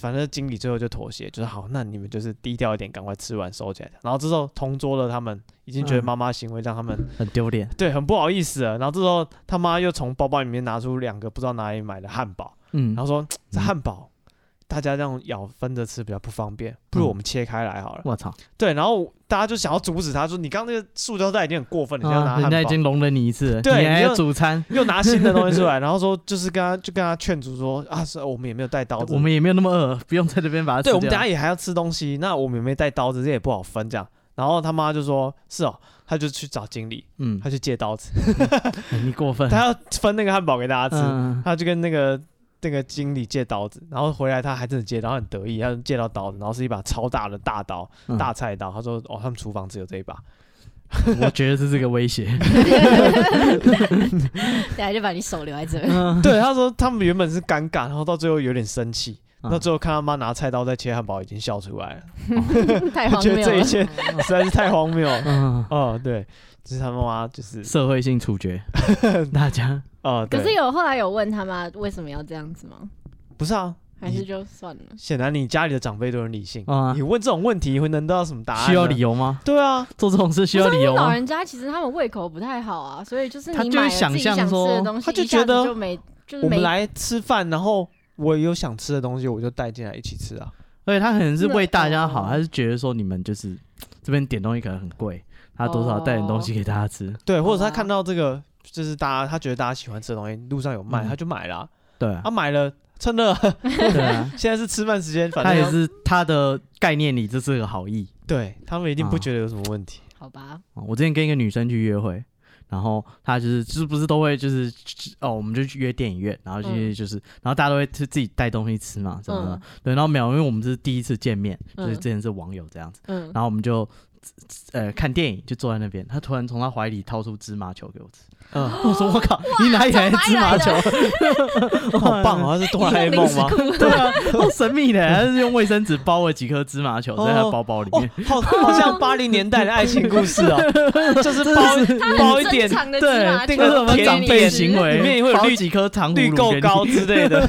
[SPEAKER 1] 反正经理最后就妥协，就是好，那你们就是低调一点，赶快吃完收起来。然后这时候同桌的他们已经觉得
[SPEAKER 3] 嗯
[SPEAKER 1] 妈妈行为让他们、
[SPEAKER 3] 很丢脸。
[SPEAKER 1] 对很不好意思了。然后这时候他妈又从包包里面拿出两个不知道哪里买的汉堡，
[SPEAKER 3] 嗯
[SPEAKER 1] 然后说这汉堡大家这样咬分着吃比较不方便，不
[SPEAKER 3] 嗯
[SPEAKER 1] 如我们切开来好了。
[SPEAKER 3] 我操，
[SPEAKER 1] 对，然后大家就想要阻止他，说你刚刚那个塑胶袋已经很过分了，你现在拿
[SPEAKER 3] 啊人
[SPEAKER 1] 汉堡
[SPEAKER 3] 家已经容忍你一次了，
[SPEAKER 1] 对
[SPEAKER 3] 你还
[SPEAKER 1] 你
[SPEAKER 3] 要
[SPEAKER 1] 就
[SPEAKER 3] 主餐，
[SPEAKER 1] 又拿新的东西出 来，然后说就是跟他就跟他劝阻说啊，是我们也没有带刀子，
[SPEAKER 3] 我们也没有那么饿，不用在这边把它吃
[SPEAKER 1] 对
[SPEAKER 3] 掉。
[SPEAKER 1] 我们等下也还要吃东西，那我们也没带刀子，这也不好分这样。然后他妈就说：“是哦，他就去找经理，
[SPEAKER 3] 嗯
[SPEAKER 1] 他，去借刀子，
[SPEAKER 3] 你过分，
[SPEAKER 1] 他要分那个汉堡给大家吃，
[SPEAKER 3] 嗯
[SPEAKER 1] 他就跟那个那个经理借刀子，然后回来他还真的借，然后很得意，他借到刀子，然后是一把超大的大刀，
[SPEAKER 3] 嗯
[SPEAKER 1] 大菜刀。他说：哦，他们厨房只有这一 把，
[SPEAKER 3] 我觉得是这个 威胁。
[SPEAKER 2] 等下就把你手留在 这边。
[SPEAKER 3] 嗯，
[SPEAKER 1] 对，他说他们原本是尴尬，然后到最后有点生气，
[SPEAKER 3] 嗯
[SPEAKER 1] 到最后看他妈拿菜刀在切汉堡，已经笑出 来了，
[SPEAKER 2] 太荒
[SPEAKER 1] 觉
[SPEAKER 2] 谬
[SPEAKER 1] 得这一
[SPEAKER 2] 了。
[SPEAKER 1] 切实在是太荒谬了。
[SPEAKER 3] 嗯，
[SPEAKER 1] 哦，对，就是他妈就是
[SPEAKER 3] 社会性 处决，大家
[SPEAKER 1] 哦，
[SPEAKER 2] 可
[SPEAKER 1] 对，
[SPEAKER 2] 是有后来有问他妈为什么要这样子吗？
[SPEAKER 1] 不是啊，
[SPEAKER 2] 还是就算了？
[SPEAKER 1] 显然你家里的长辈都很理性，
[SPEAKER 3] 啊
[SPEAKER 1] 你，问这种问题会能得到什么答案？
[SPEAKER 3] 需要理
[SPEAKER 1] 由？
[SPEAKER 3] 由吗？
[SPEAKER 1] 对啊，
[SPEAKER 3] 做这种事需
[SPEAKER 2] 不
[SPEAKER 3] 要
[SPEAKER 2] 是啊
[SPEAKER 3] 理
[SPEAKER 2] 因
[SPEAKER 3] 由
[SPEAKER 2] 为老
[SPEAKER 3] 吗？
[SPEAKER 2] 人家其实他们胃口不太好啊，所以就是
[SPEAKER 3] 他
[SPEAKER 2] 你
[SPEAKER 3] 就会
[SPEAKER 2] 买了
[SPEAKER 3] 想
[SPEAKER 2] 自己
[SPEAKER 3] 象
[SPEAKER 2] 想吃
[SPEAKER 3] 说
[SPEAKER 2] 的东西，
[SPEAKER 1] 他就
[SPEAKER 2] 一下
[SPEAKER 1] 觉得
[SPEAKER 2] 子就没就是
[SPEAKER 1] 我
[SPEAKER 2] 嗯没
[SPEAKER 1] 们来吃饭，然后我有想吃的东西，我就带进来一起吃啊。
[SPEAKER 3] 而且他可能是为大家好，
[SPEAKER 2] 那哦
[SPEAKER 3] 他是觉得说你们就是这边点东西可能很贵，他多少带点东西
[SPEAKER 1] 哦
[SPEAKER 3] 给大家吃。
[SPEAKER 1] 对，或者他
[SPEAKER 2] 好啊
[SPEAKER 1] 看到这个，就是大家他觉得大家喜欢吃的东西，路上有卖，
[SPEAKER 3] 嗯
[SPEAKER 1] 他就买了啊，
[SPEAKER 3] 对啊
[SPEAKER 1] 他，买了趁 热，
[SPEAKER 3] 对啊，
[SPEAKER 1] 现在是吃饭时间，反
[SPEAKER 3] 他
[SPEAKER 1] 正
[SPEAKER 3] 也
[SPEAKER 1] 要
[SPEAKER 3] 是他的概念里这是个好意。
[SPEAKER 1] 对他们一定不
[SPEAKER 3] 啊
[SPEAKER 1] 觉得有什么问 题。
[SPEAKER 2] 好吧？
[SPEAKER 3] 哦我之前跟一个女生去约会，然后她就是是不是都会就是哦，我们就去约电影院，然
[SPEAKER 1] 嗯
[SPEAKER 3] 后就是就是，然后大家都会吃自己带东西吃嘛，什么的。
[SPEAKER 2] 嗯
[SPEAKER 3] 对，然后没有，因为我们是第一次见面，就是
[SPEAKER 2] 嗯
[SPEAKER 3] 之前是网友这样子，
[SPEAKER 2] 嗯，
[SPEAKER 3] 然后我们就呃看电影，就坐在那边，她突然从她怀里掏出芝麻球给我吃，
[SPEAKER 1] 嗯，
[SPEAKER 3] 我 说我靠，你哪里来的芝麻球？
[SPEAKER 1] 好棒哦，他是哆啦 A 梦吗？
[SPEAKER 3] 对啊，好神秘的，他是用卫生纸包了几颗芝麻球在他包包里
[SPEAKER 1] 哦
[SPEAKER 3] 面。，
[SPEAKER 1] 好好像八零年代的爱情故 事哦，就是包包一点
[SPEAKER 2] 正常的芝
[SPEAKER 3] 对
[SPEAKER 2] 麻，
[SPEAKER 1] 那个
[SPEAKER 2] 球
[SPEAKER 3] 这是我们
[SPEAKER 1] 甜
[SPEAKER 3] 长
[SPEAKER 1] 点
[SPEAKER 3] 辈的行为，
[SPEAKER 1] 里面也会有
[SPEAKER 3] 包
[SPEAKER 1] 绿
[SPEAKER 3] 几颗糖
[SPEAKER 1] 绿
[SPEAKER 3] 葫
[SPEAKER 1] 豆
[SPEAKER 3] 芦
[SPEAKER 1] 糕之类的。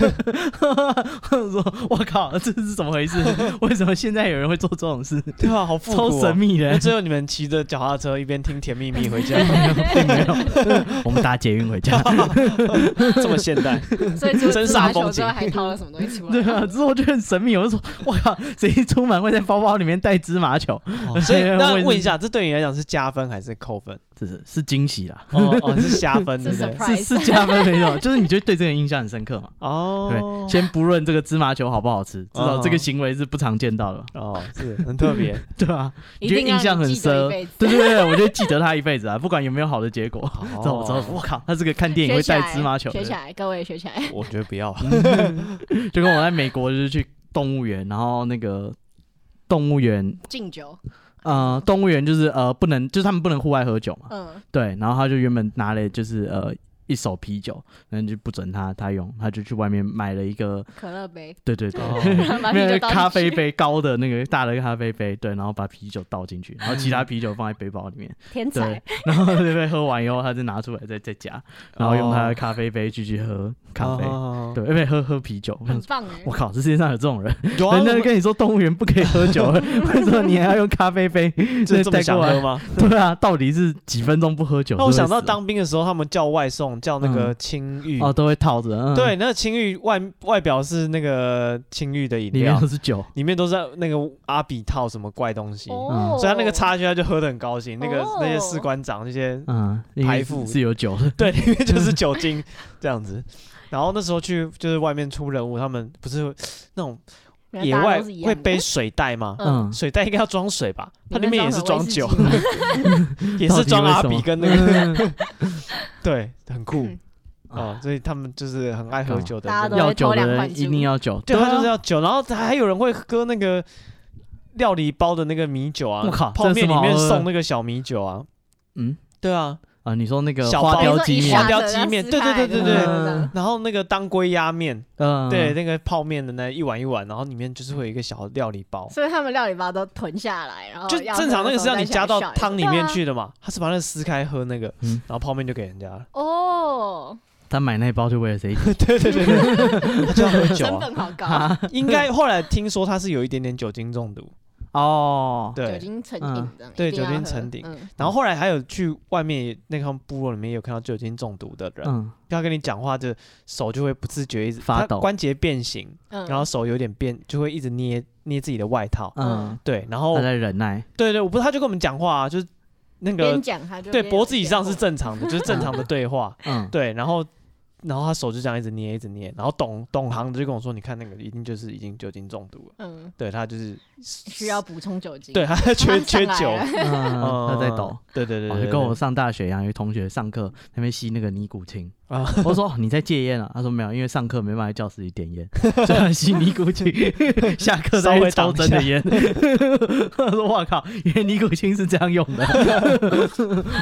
[SPEAKER 3] 说我靠，这是怎么 回事？为什么现在有人会做这种事？
[SPEAKER 1] 对啊，好复古、
[SPEAKER 3] 超
[SPEAKER 1] 哦。
[SPEAKER 3] 神秘
[SPEAKER 1] 那
[SPEAKER 3] 的。
[SPEAKER 1] 最后你们骑着脚踏车一边听《甜蜜蜜》回家，
[SPEAKER 3] 我们搭捷运回家。
[SPEAKER 1] 这么现代，
[SPEAKER 2] 所以除了
[SPEAKER 1] 真
[SPEAKER 2] 芝
[SPEAKER 1] 煞
[SPEAKER 2] 麻
[SPEAKER 1] 风
[SPEAKER 2] 球之
[SPEAKER 1] 景
[SPEAKER 2] 后还掏了什么东西出
[SPEAKER 3] 对
[SPEAKER 2] 来？
[SPEAKER 3] 啊，只是我觉得很神秘。我就说，我靠，谁出门会在包包里面带芝麻球？
[SPEAKER 1] 所以那
[SPEAKER 3] 我也是
[SPEAKER 1] 问一下，这对你来讲是加分还是扣分？
[SPEAKER 3] 这是是惊喜啦，
[SPEAKER 1] 哦哦， 是加分，对
[SPEAKER 2] 是
[SPEAKER 1] 不对？
[SPEAKER 3] 是
[SPEAKER 2] surprise
[SPEAKER 3] 是加分没错，就是你就对这个印象很深刻嘛。哦
[SPEAKER 1] 哦
[SPEAKER 3] 对，， 先不论这个芝麻球好不好吃，至
[SPEAKER 1] 嗯
[SPEAKER 3] 少
[SPEAKER 1] 嗯
[SPEAKER 3] 这个行为是不常见到的嘛，
[SPEAKER 1] 哦，是很特 别。
[SPEAKER 3] 对啊，
[SPEAKER 2] 一
[SPEAKER 3] 你觉得
[SPEAKER 2] 定让
[SPEAKER 3] 印象
[SPEAKER 2] 你
[SPEAKER 3] 很
[SPEAKER 2] 记得一
[SPEAKER 3] 深
[SPEAKER 2] 辈子，
[SPEAKER 3] 对对对，我就记得他一辈子啊，不管有没有好的结果。
[SPEAKER 1] 哦
[SPEAKER 3] 知道我知道，我靠，他这个看电影会带芝麻球的
[SPEAKER 2] 学起来，各位学起来。
[SPEAKER 1] 我觉得不要。
[SPEAKER 3] 就跟我在美国就是去动物园，然后那个动物园，
[SPEAKER 2] 敬酒，
[SPEAKER 3] 呃，动物园就是呃不能，就是他们不能户外喝酒嘛，
[SPEAKER 2] 嗯，
[SPEAKER 3] 对，然后他就原本拿了就是呃一手啤酒，然后就不准他他用，他就去外面买了一个，
[SPEAKER 2] 可乐杯，
[SPEAKER 3] 对对对。
[SPEAKER 1] 哦
[SPEAKER 2] 把
[SPEAKER 3] 没
[SPEAKER 2] 啤
[SPEAKER 3] 有
[SPEAKER 2] 酒倒进去
[SPEAKER 3] 咖啡，杯高的那个大的咖啡杯，对，然后把啤酒倒进去，然后其他啤酒放在背包里 面，
[SPEAKER 2] 天
[SPEAKER 3] 对
[SPEAKER 2] 才，，
[SPEAKER 3] 然后对对，喝完以后他就拿出来再再加，然后用他的咖啡杯继续喝咖啡，
[SPEAKER 1] 哦
[SPEAKER 3] 对，对，喝喝啤酒。我想
[SPEAKER 2] 很
[SPEAKER 3] 说
[SPEAKER 2] 棒哎
[SPEAKER 3] 我！靠，这世界上有这种人，
[SPEAKER 1] 有啊，
[SPEAKER 3] 人
[SPEAKER 1] 我
[SPEAKER 3] 家
[SPEAKER 1] 们
[SPEAKER 3] 跟你说动物园不可以喝 酒，为什么你还要用咖啡杯
[SPEAKER 1] 就这么
[SPEAKER 3] 带
[SPEAKER 1] 想
[SPEAKER 3] 过
[SPEAKER 1] 喝
[SPEAKER 3] 来？
[SPEAKER 1] 吗？
[SPEAKER 3] 对啊，到底是几分钟不喝酒？
[SPEAKER 1] 那我嗯想到
[SPEAKER 3] 是会死
[SPEAKER 1] 当兵的时候，他们叫外送，叫那个青玉
[SPEAKER 3] 哦。哦都会套着，嗯、
[SPEAKER 1] 对，，那个青玉外外表是那个青玉的饮
[SPEAKER 3] 里面
[SPEAKER 1] 料
[SPEAKER 3] 都，是酒，
[SPEAKER 1] 里面都是那个阿比套什么怪东西，
[SPEAKER 2] 哦，
[SPEAKER 1] 所以他那个插下去他就喝得很高兴。那个
[SPEAKER 2] 哦
[SPEAKER 1] 那些士官长那些，
[SPEAKER 3] 嗯，因为
[SPEAKER 1] 排腹
[SPEAKER 3] 是有酒的，
[SPEAKER 1] 对，里面就是酒精这样子。然后那时候去就是外面出人物，他们不是会那种
[SPEAKER 2] 原来
[SPEAKER 1] 野
[SPEAKER 2] 大家
[SPEAKER 1] 外
[SPEAKER 2] 都是一样
[SPEAKER 1] 会
[SPEAKER 2] 的
[SPEAKER 1] 背，水袋吗？
[SPEAKER 3] 嗯
[SPEAKER 2] 嗯，
[SPEAKER 1] 水袋应该要装水吧？它里面也是装酒，
[SPEAKER 2] 装什么威士忌吗
[SPEAKER 1] 也 是装阿
[SPEAKER 3] 到底为
[SPEAKER 1] 比
[SPEAKER 3] 什么
[SPEAKER 1] 跟那个， 对，很酷
[SPEAKER 2] 嗯
[SPEAKER 1] 哦。所以他们就是很爱喝酒的
[SPEAKER 2] 大家
[SPEAKER 1] 人，
[SPEAKER 2] 都
[SPEAKER 3] 要
[SPEAKER 2] 会
[SPEAKER 3] 酒
[SPEAKER 2] 偷
[SPEAKER 3] 的
[SPEAKER 2] 梁
[SPEAKER 3] 人
[SPEAKER 2] 换柱
[SPEAKER 3] 一定要酒，
[SPEAKER 1] 对，
[SPEAKER 3] 啊
[SPEAKER 1] 他就是要酒，然后还有人会喝那个料理包的那个米酒啊，
[SPEAKER 3] 我靠
[SPEAKER 1] 泡面
[SPEAKER 3] 这有
[SPEAKER 1] 里
[SPEAKER 3] 什么
[SPEAKER 1] 面
[SPEAKER 3] 好喝的
[SPEAKER 1] 送那个小米酒啊，
[SPEAKER 3] 嗯
[SPEAKER 1] 对啊，
[SPEAKER 3] 啊，你说那个
[SPEAKER 1] 小
[SPEAKER 3] 花
[SPEAKER 1] 包
[SPEAKER 3] 雕
[SPEAKER 1] 你说
[SPEAKER 3] 鸡
[SPEAKER 1] 一
[SPEAKER 3] 面
[SPEAKER 1] 刷，花雕鸡面对对对对
[SPEAKER 3] 对
[SPEAKER 2] 嗯
[SPEAKER 1] 然后那个当归压面，
[SPEAKER 3] 嗯，
[SPEAKER 1] 对，，那个泡面的那一碗一碗，然后里面就是会有一个小料理包，
[SPEAKER 2] 所以他们料理包都囤下来，然后
[SPEAKER 1] 就
[SPEAKER 2] 要
[SPEAKER 1] 正常那个是让你加到
[SPEAKER 2] 喝的时候再下
[SPEAKER 1] 汤
[SPEAKER 2] 去
[SPEAKER 1] 里面去的嘛，他是把那个撕开喝那个，
[SPEAKER 3] 嗯
[SPEAKER 1] 然后泡面就给人家了，
[SPEAKER 2] 哦，
[SPEAKER 3] 他买那一包就为了谁？
[SPEAKER 1] 对对对对， 他就要喝酒
[SPEAKER 2] 成
[SPEAKER 1] 啊，
[SPEAKER 2] 本好高，
[SPEAKER 1] 应该后来听说他是有一点点酒精中毒，
[SPEAKER 3] 哦，
[SPEAKER 2] 酒
[SPEAKER 1] 对，
[SPEAKER 2] 精成
[SPEAKER 3] 嗯
[SPEAKER 2] 瘾这样，一
[SPEAKER 1] 对
[SPEAKER 2] 定要
[SPEAKER 1] 酒精
[SPEAKER 2] 喝
[SPEAKER 1] 成瘾
[SPEAKER 2] 嗯
[SPEAKER 1] 然后后来还有去外面那趟部落里面有看到酒精中毒的人，
[SPEAKER 3] 嗯，
[SPEAKER 1] 他跟你讲话就手就会不自觉一直
[SPEAKER 3] 发
[SPEAKER 1] 他
[SPEAKER 3] 抖
[SPEAKER 1] 关节变形，
[SPEAKER 2] 嗯，
[SPEAKER 1] 然后手有点变，就会一直捏捏自己的外套。
[SPEAKER 3] 嗯，
[SPEAKER 1] 对，然后
[SPEAKER 3] 他在忍耐，
[SPEAKER 1] 对对，我不是他就跟我们讲话、啊，就是那
[SPEAKER 2] 边
[SPEAKER 1] 个
[SPEAKER 2] 讲他就
[SPEAKER 1] 对
[SPEAKER 2] 边
[SPEAKER 1] 脖
[SPEAKER 2] 有
[SPEAKER 1] 子以
[SPEAKER 2] 点
[SPEAKER 1] 上是
[SPEAKER 2] 后
[SPEAKER 1] 正常的，就是正常的对 话。
[SPEAKER 3] 嗯，
[SPEAKER 1] 对，然后然后他手就这样一直捏一直捏，然后懂懂行的就跟我说，你看那个一定就是已经酒精中毒了，
[SPEAKER 2] 嗯
[SPEAKER 1] 对他就是
[SPEAKER 2] 需要补充酒精，
[SPEAKER 1] 对他缺
[SPEAKER 2] 上
[SPEAKER 1] 缺
[SPEAKER 2] 来
[SPEAKER 1] 酒，
[SPEAKER 2] 了
[SPEAKER 3] 嗯他在抖
[SPEAKER 1] 嗯。，对对对
[SPEAKER 3] 哦
[SPEAKER 1] 对，
[SPEAKER 3] 就跟我
[SPEAKER 1] 对
[SPEAKER 3] 上大学一样，有一同学上课那边吸那个尼古丁，
[SPEAKER 1] 啊
[SPEAKER 3] 我说、哦、你在戒烟啊？他说没有，因为上课没办法在教室里点烟，所以他吸尼古 丁，下
[SPEAKER 1] 稍
[SPEAKER 3] 课再
[SPEAKER 1] 微
[SPEAKER 3] 去
[SPEAKER 1] 挡
[SPEAKER 3] 抽
[SPEAKER 1] 一
[SPEAKER 3] 真的烟。他说哇靠，原来尼古丁是这样用的，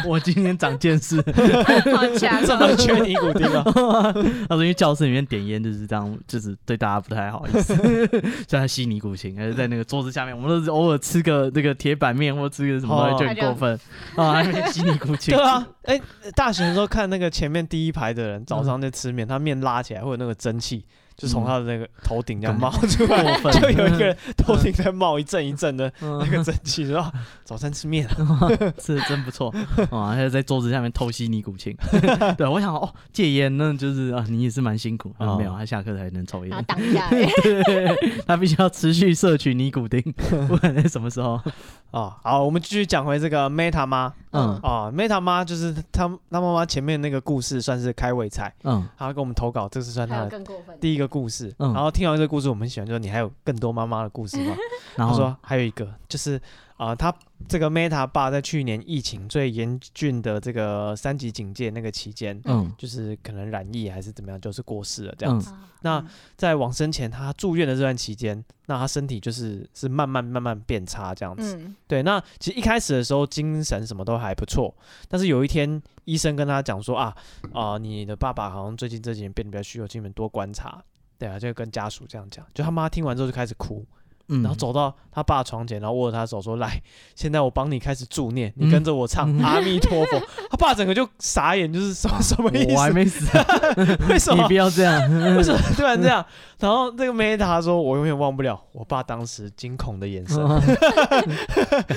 [SPEAKER 3] 我今天长见识。，
[SPEAKER 2] 好强哦，
[SPEAKER 1] 这么缺尼 古丁啊
[SPEAKER 3] 他说因为教室里面点烟就是这样，就是对大家不太好意思， 虽然吸尼古丁，还是在那个桌子下面，我们都是偶尔吃个那个铁板面或吃个什么东
[SPEAKER 1] 哦
[SPEAKER 3] 西就很过分啊，还没吸尼古丁
[SPEAKER 1] 对。啊，哎，大学的时候看那个前面第一排的人
[SPEAKER 3] 嗯
[SPEAKER 1] 早上在吃面，他面拉起来会有那个蒸汽。就从他的那个头顶这样
[SPEAKER 3] 嗯
[SPEAKER 1] 冒出来，
[SPEAKER 3] 过 分
[SPEAKER 1] 就有一个人头顶在冒一阵一阵的
[SPEAKER 3] 嗯
[SPEAKER 1] 那个蒸汽，然后早餐吃面啊，
[SPEAKER 3] 是真不错啊！他就在桌子下面偷吸尼古清。 对，我想哦，戒烟那就是啊，你也是蛮辛苦。啊、
[SPEAKER 1] 哦
[SPEAKER 3] 没有，他下课才能抽
[SPEAKER 2] 然后
[SPEAKER 3] 烟，
[SPEAKER 2] 挡 下来，
[SPEAKER 3] 他必须要持续摄取尼古丁，不管在什么时候。
[SPEAKER 1] 啊，好，我们继续讲回这个 Meta 妈
[SPEAKER 3] 嗯
[SPEAKER 1] 啊，Meta 妈就是她她妈妈前面那个故事算是开胃菜，
[SPEAKER 3] 嗯
[SPEAKER 1] 她给我们投稿，这是算
[SPEAKER 2] 还
[SPEAKER 1] 她
[SPEAKER 2] 有
[SPEAKER 1] 的
[SPEAKER 2] 更过分的，
[SPEAKER 1] 第一个故事。
[SPEAKER 3] 嗯
[SPEAKER 1] 然后听完这个故事，我们很喜欢，就是你还有更多妈妈的故事吗？ 她
[SPEAKER 3] 然后
[SPEAKER 1] 说还有一个就是啊，她这个 Meta 爸在去年疫情最严峻的这个三级警戒那个期间。
[SPEAKER 3] 嗯
[SPEAKER 1] 就是可能染疫还是怎么样，就是过世了这样
[SPEAKER 3] 嗯
[SPEAKER 1] 子。
[SPEAKER 2] 啊
[SPEAKER 1] 那
[SPEAKER 2] 嗯
[SPEAKER 1] 在往生前，她住院的这段期间，那她身体就是是慢慢慢慢变差这样子。
[SPEAKER 2] 嗯
[SPEAKER 1] 对，那其实一开始的时候精神什么都还不错，但是有一天医生跟他讲说啊啊、你的爸爸好像最近这几年变得比较虚弱，请你们多观察。对啊，就跟家属这样讲，就他妈听完之后就开始哭，
[SPEAKER 3] 嗯，
[SPEAKER 1] 然后走到他爸床前，然后握着他手说：“来，现在我帮你开始助念，你跟着我唱、
[SPEAKER 3] 嗯
[SPEAKER 1] 阿弥陀 佛。”他爸整个就傻眼，就是什么什么意
[SPEAKER 3] 我还
[SPEAKER 1] 思？
[SPEAKER 3] 没死，啊
[SPEAKER 1] 为什
[SPEAKER 3] 你
[SPEAKER 1] 么
[SPEAKER 3] 不？要这 样。
[SPEAKER 1] 为什么突然这样？然后那个 Meta 说：“我永远忘不了我爸当时惊恐的眼神。”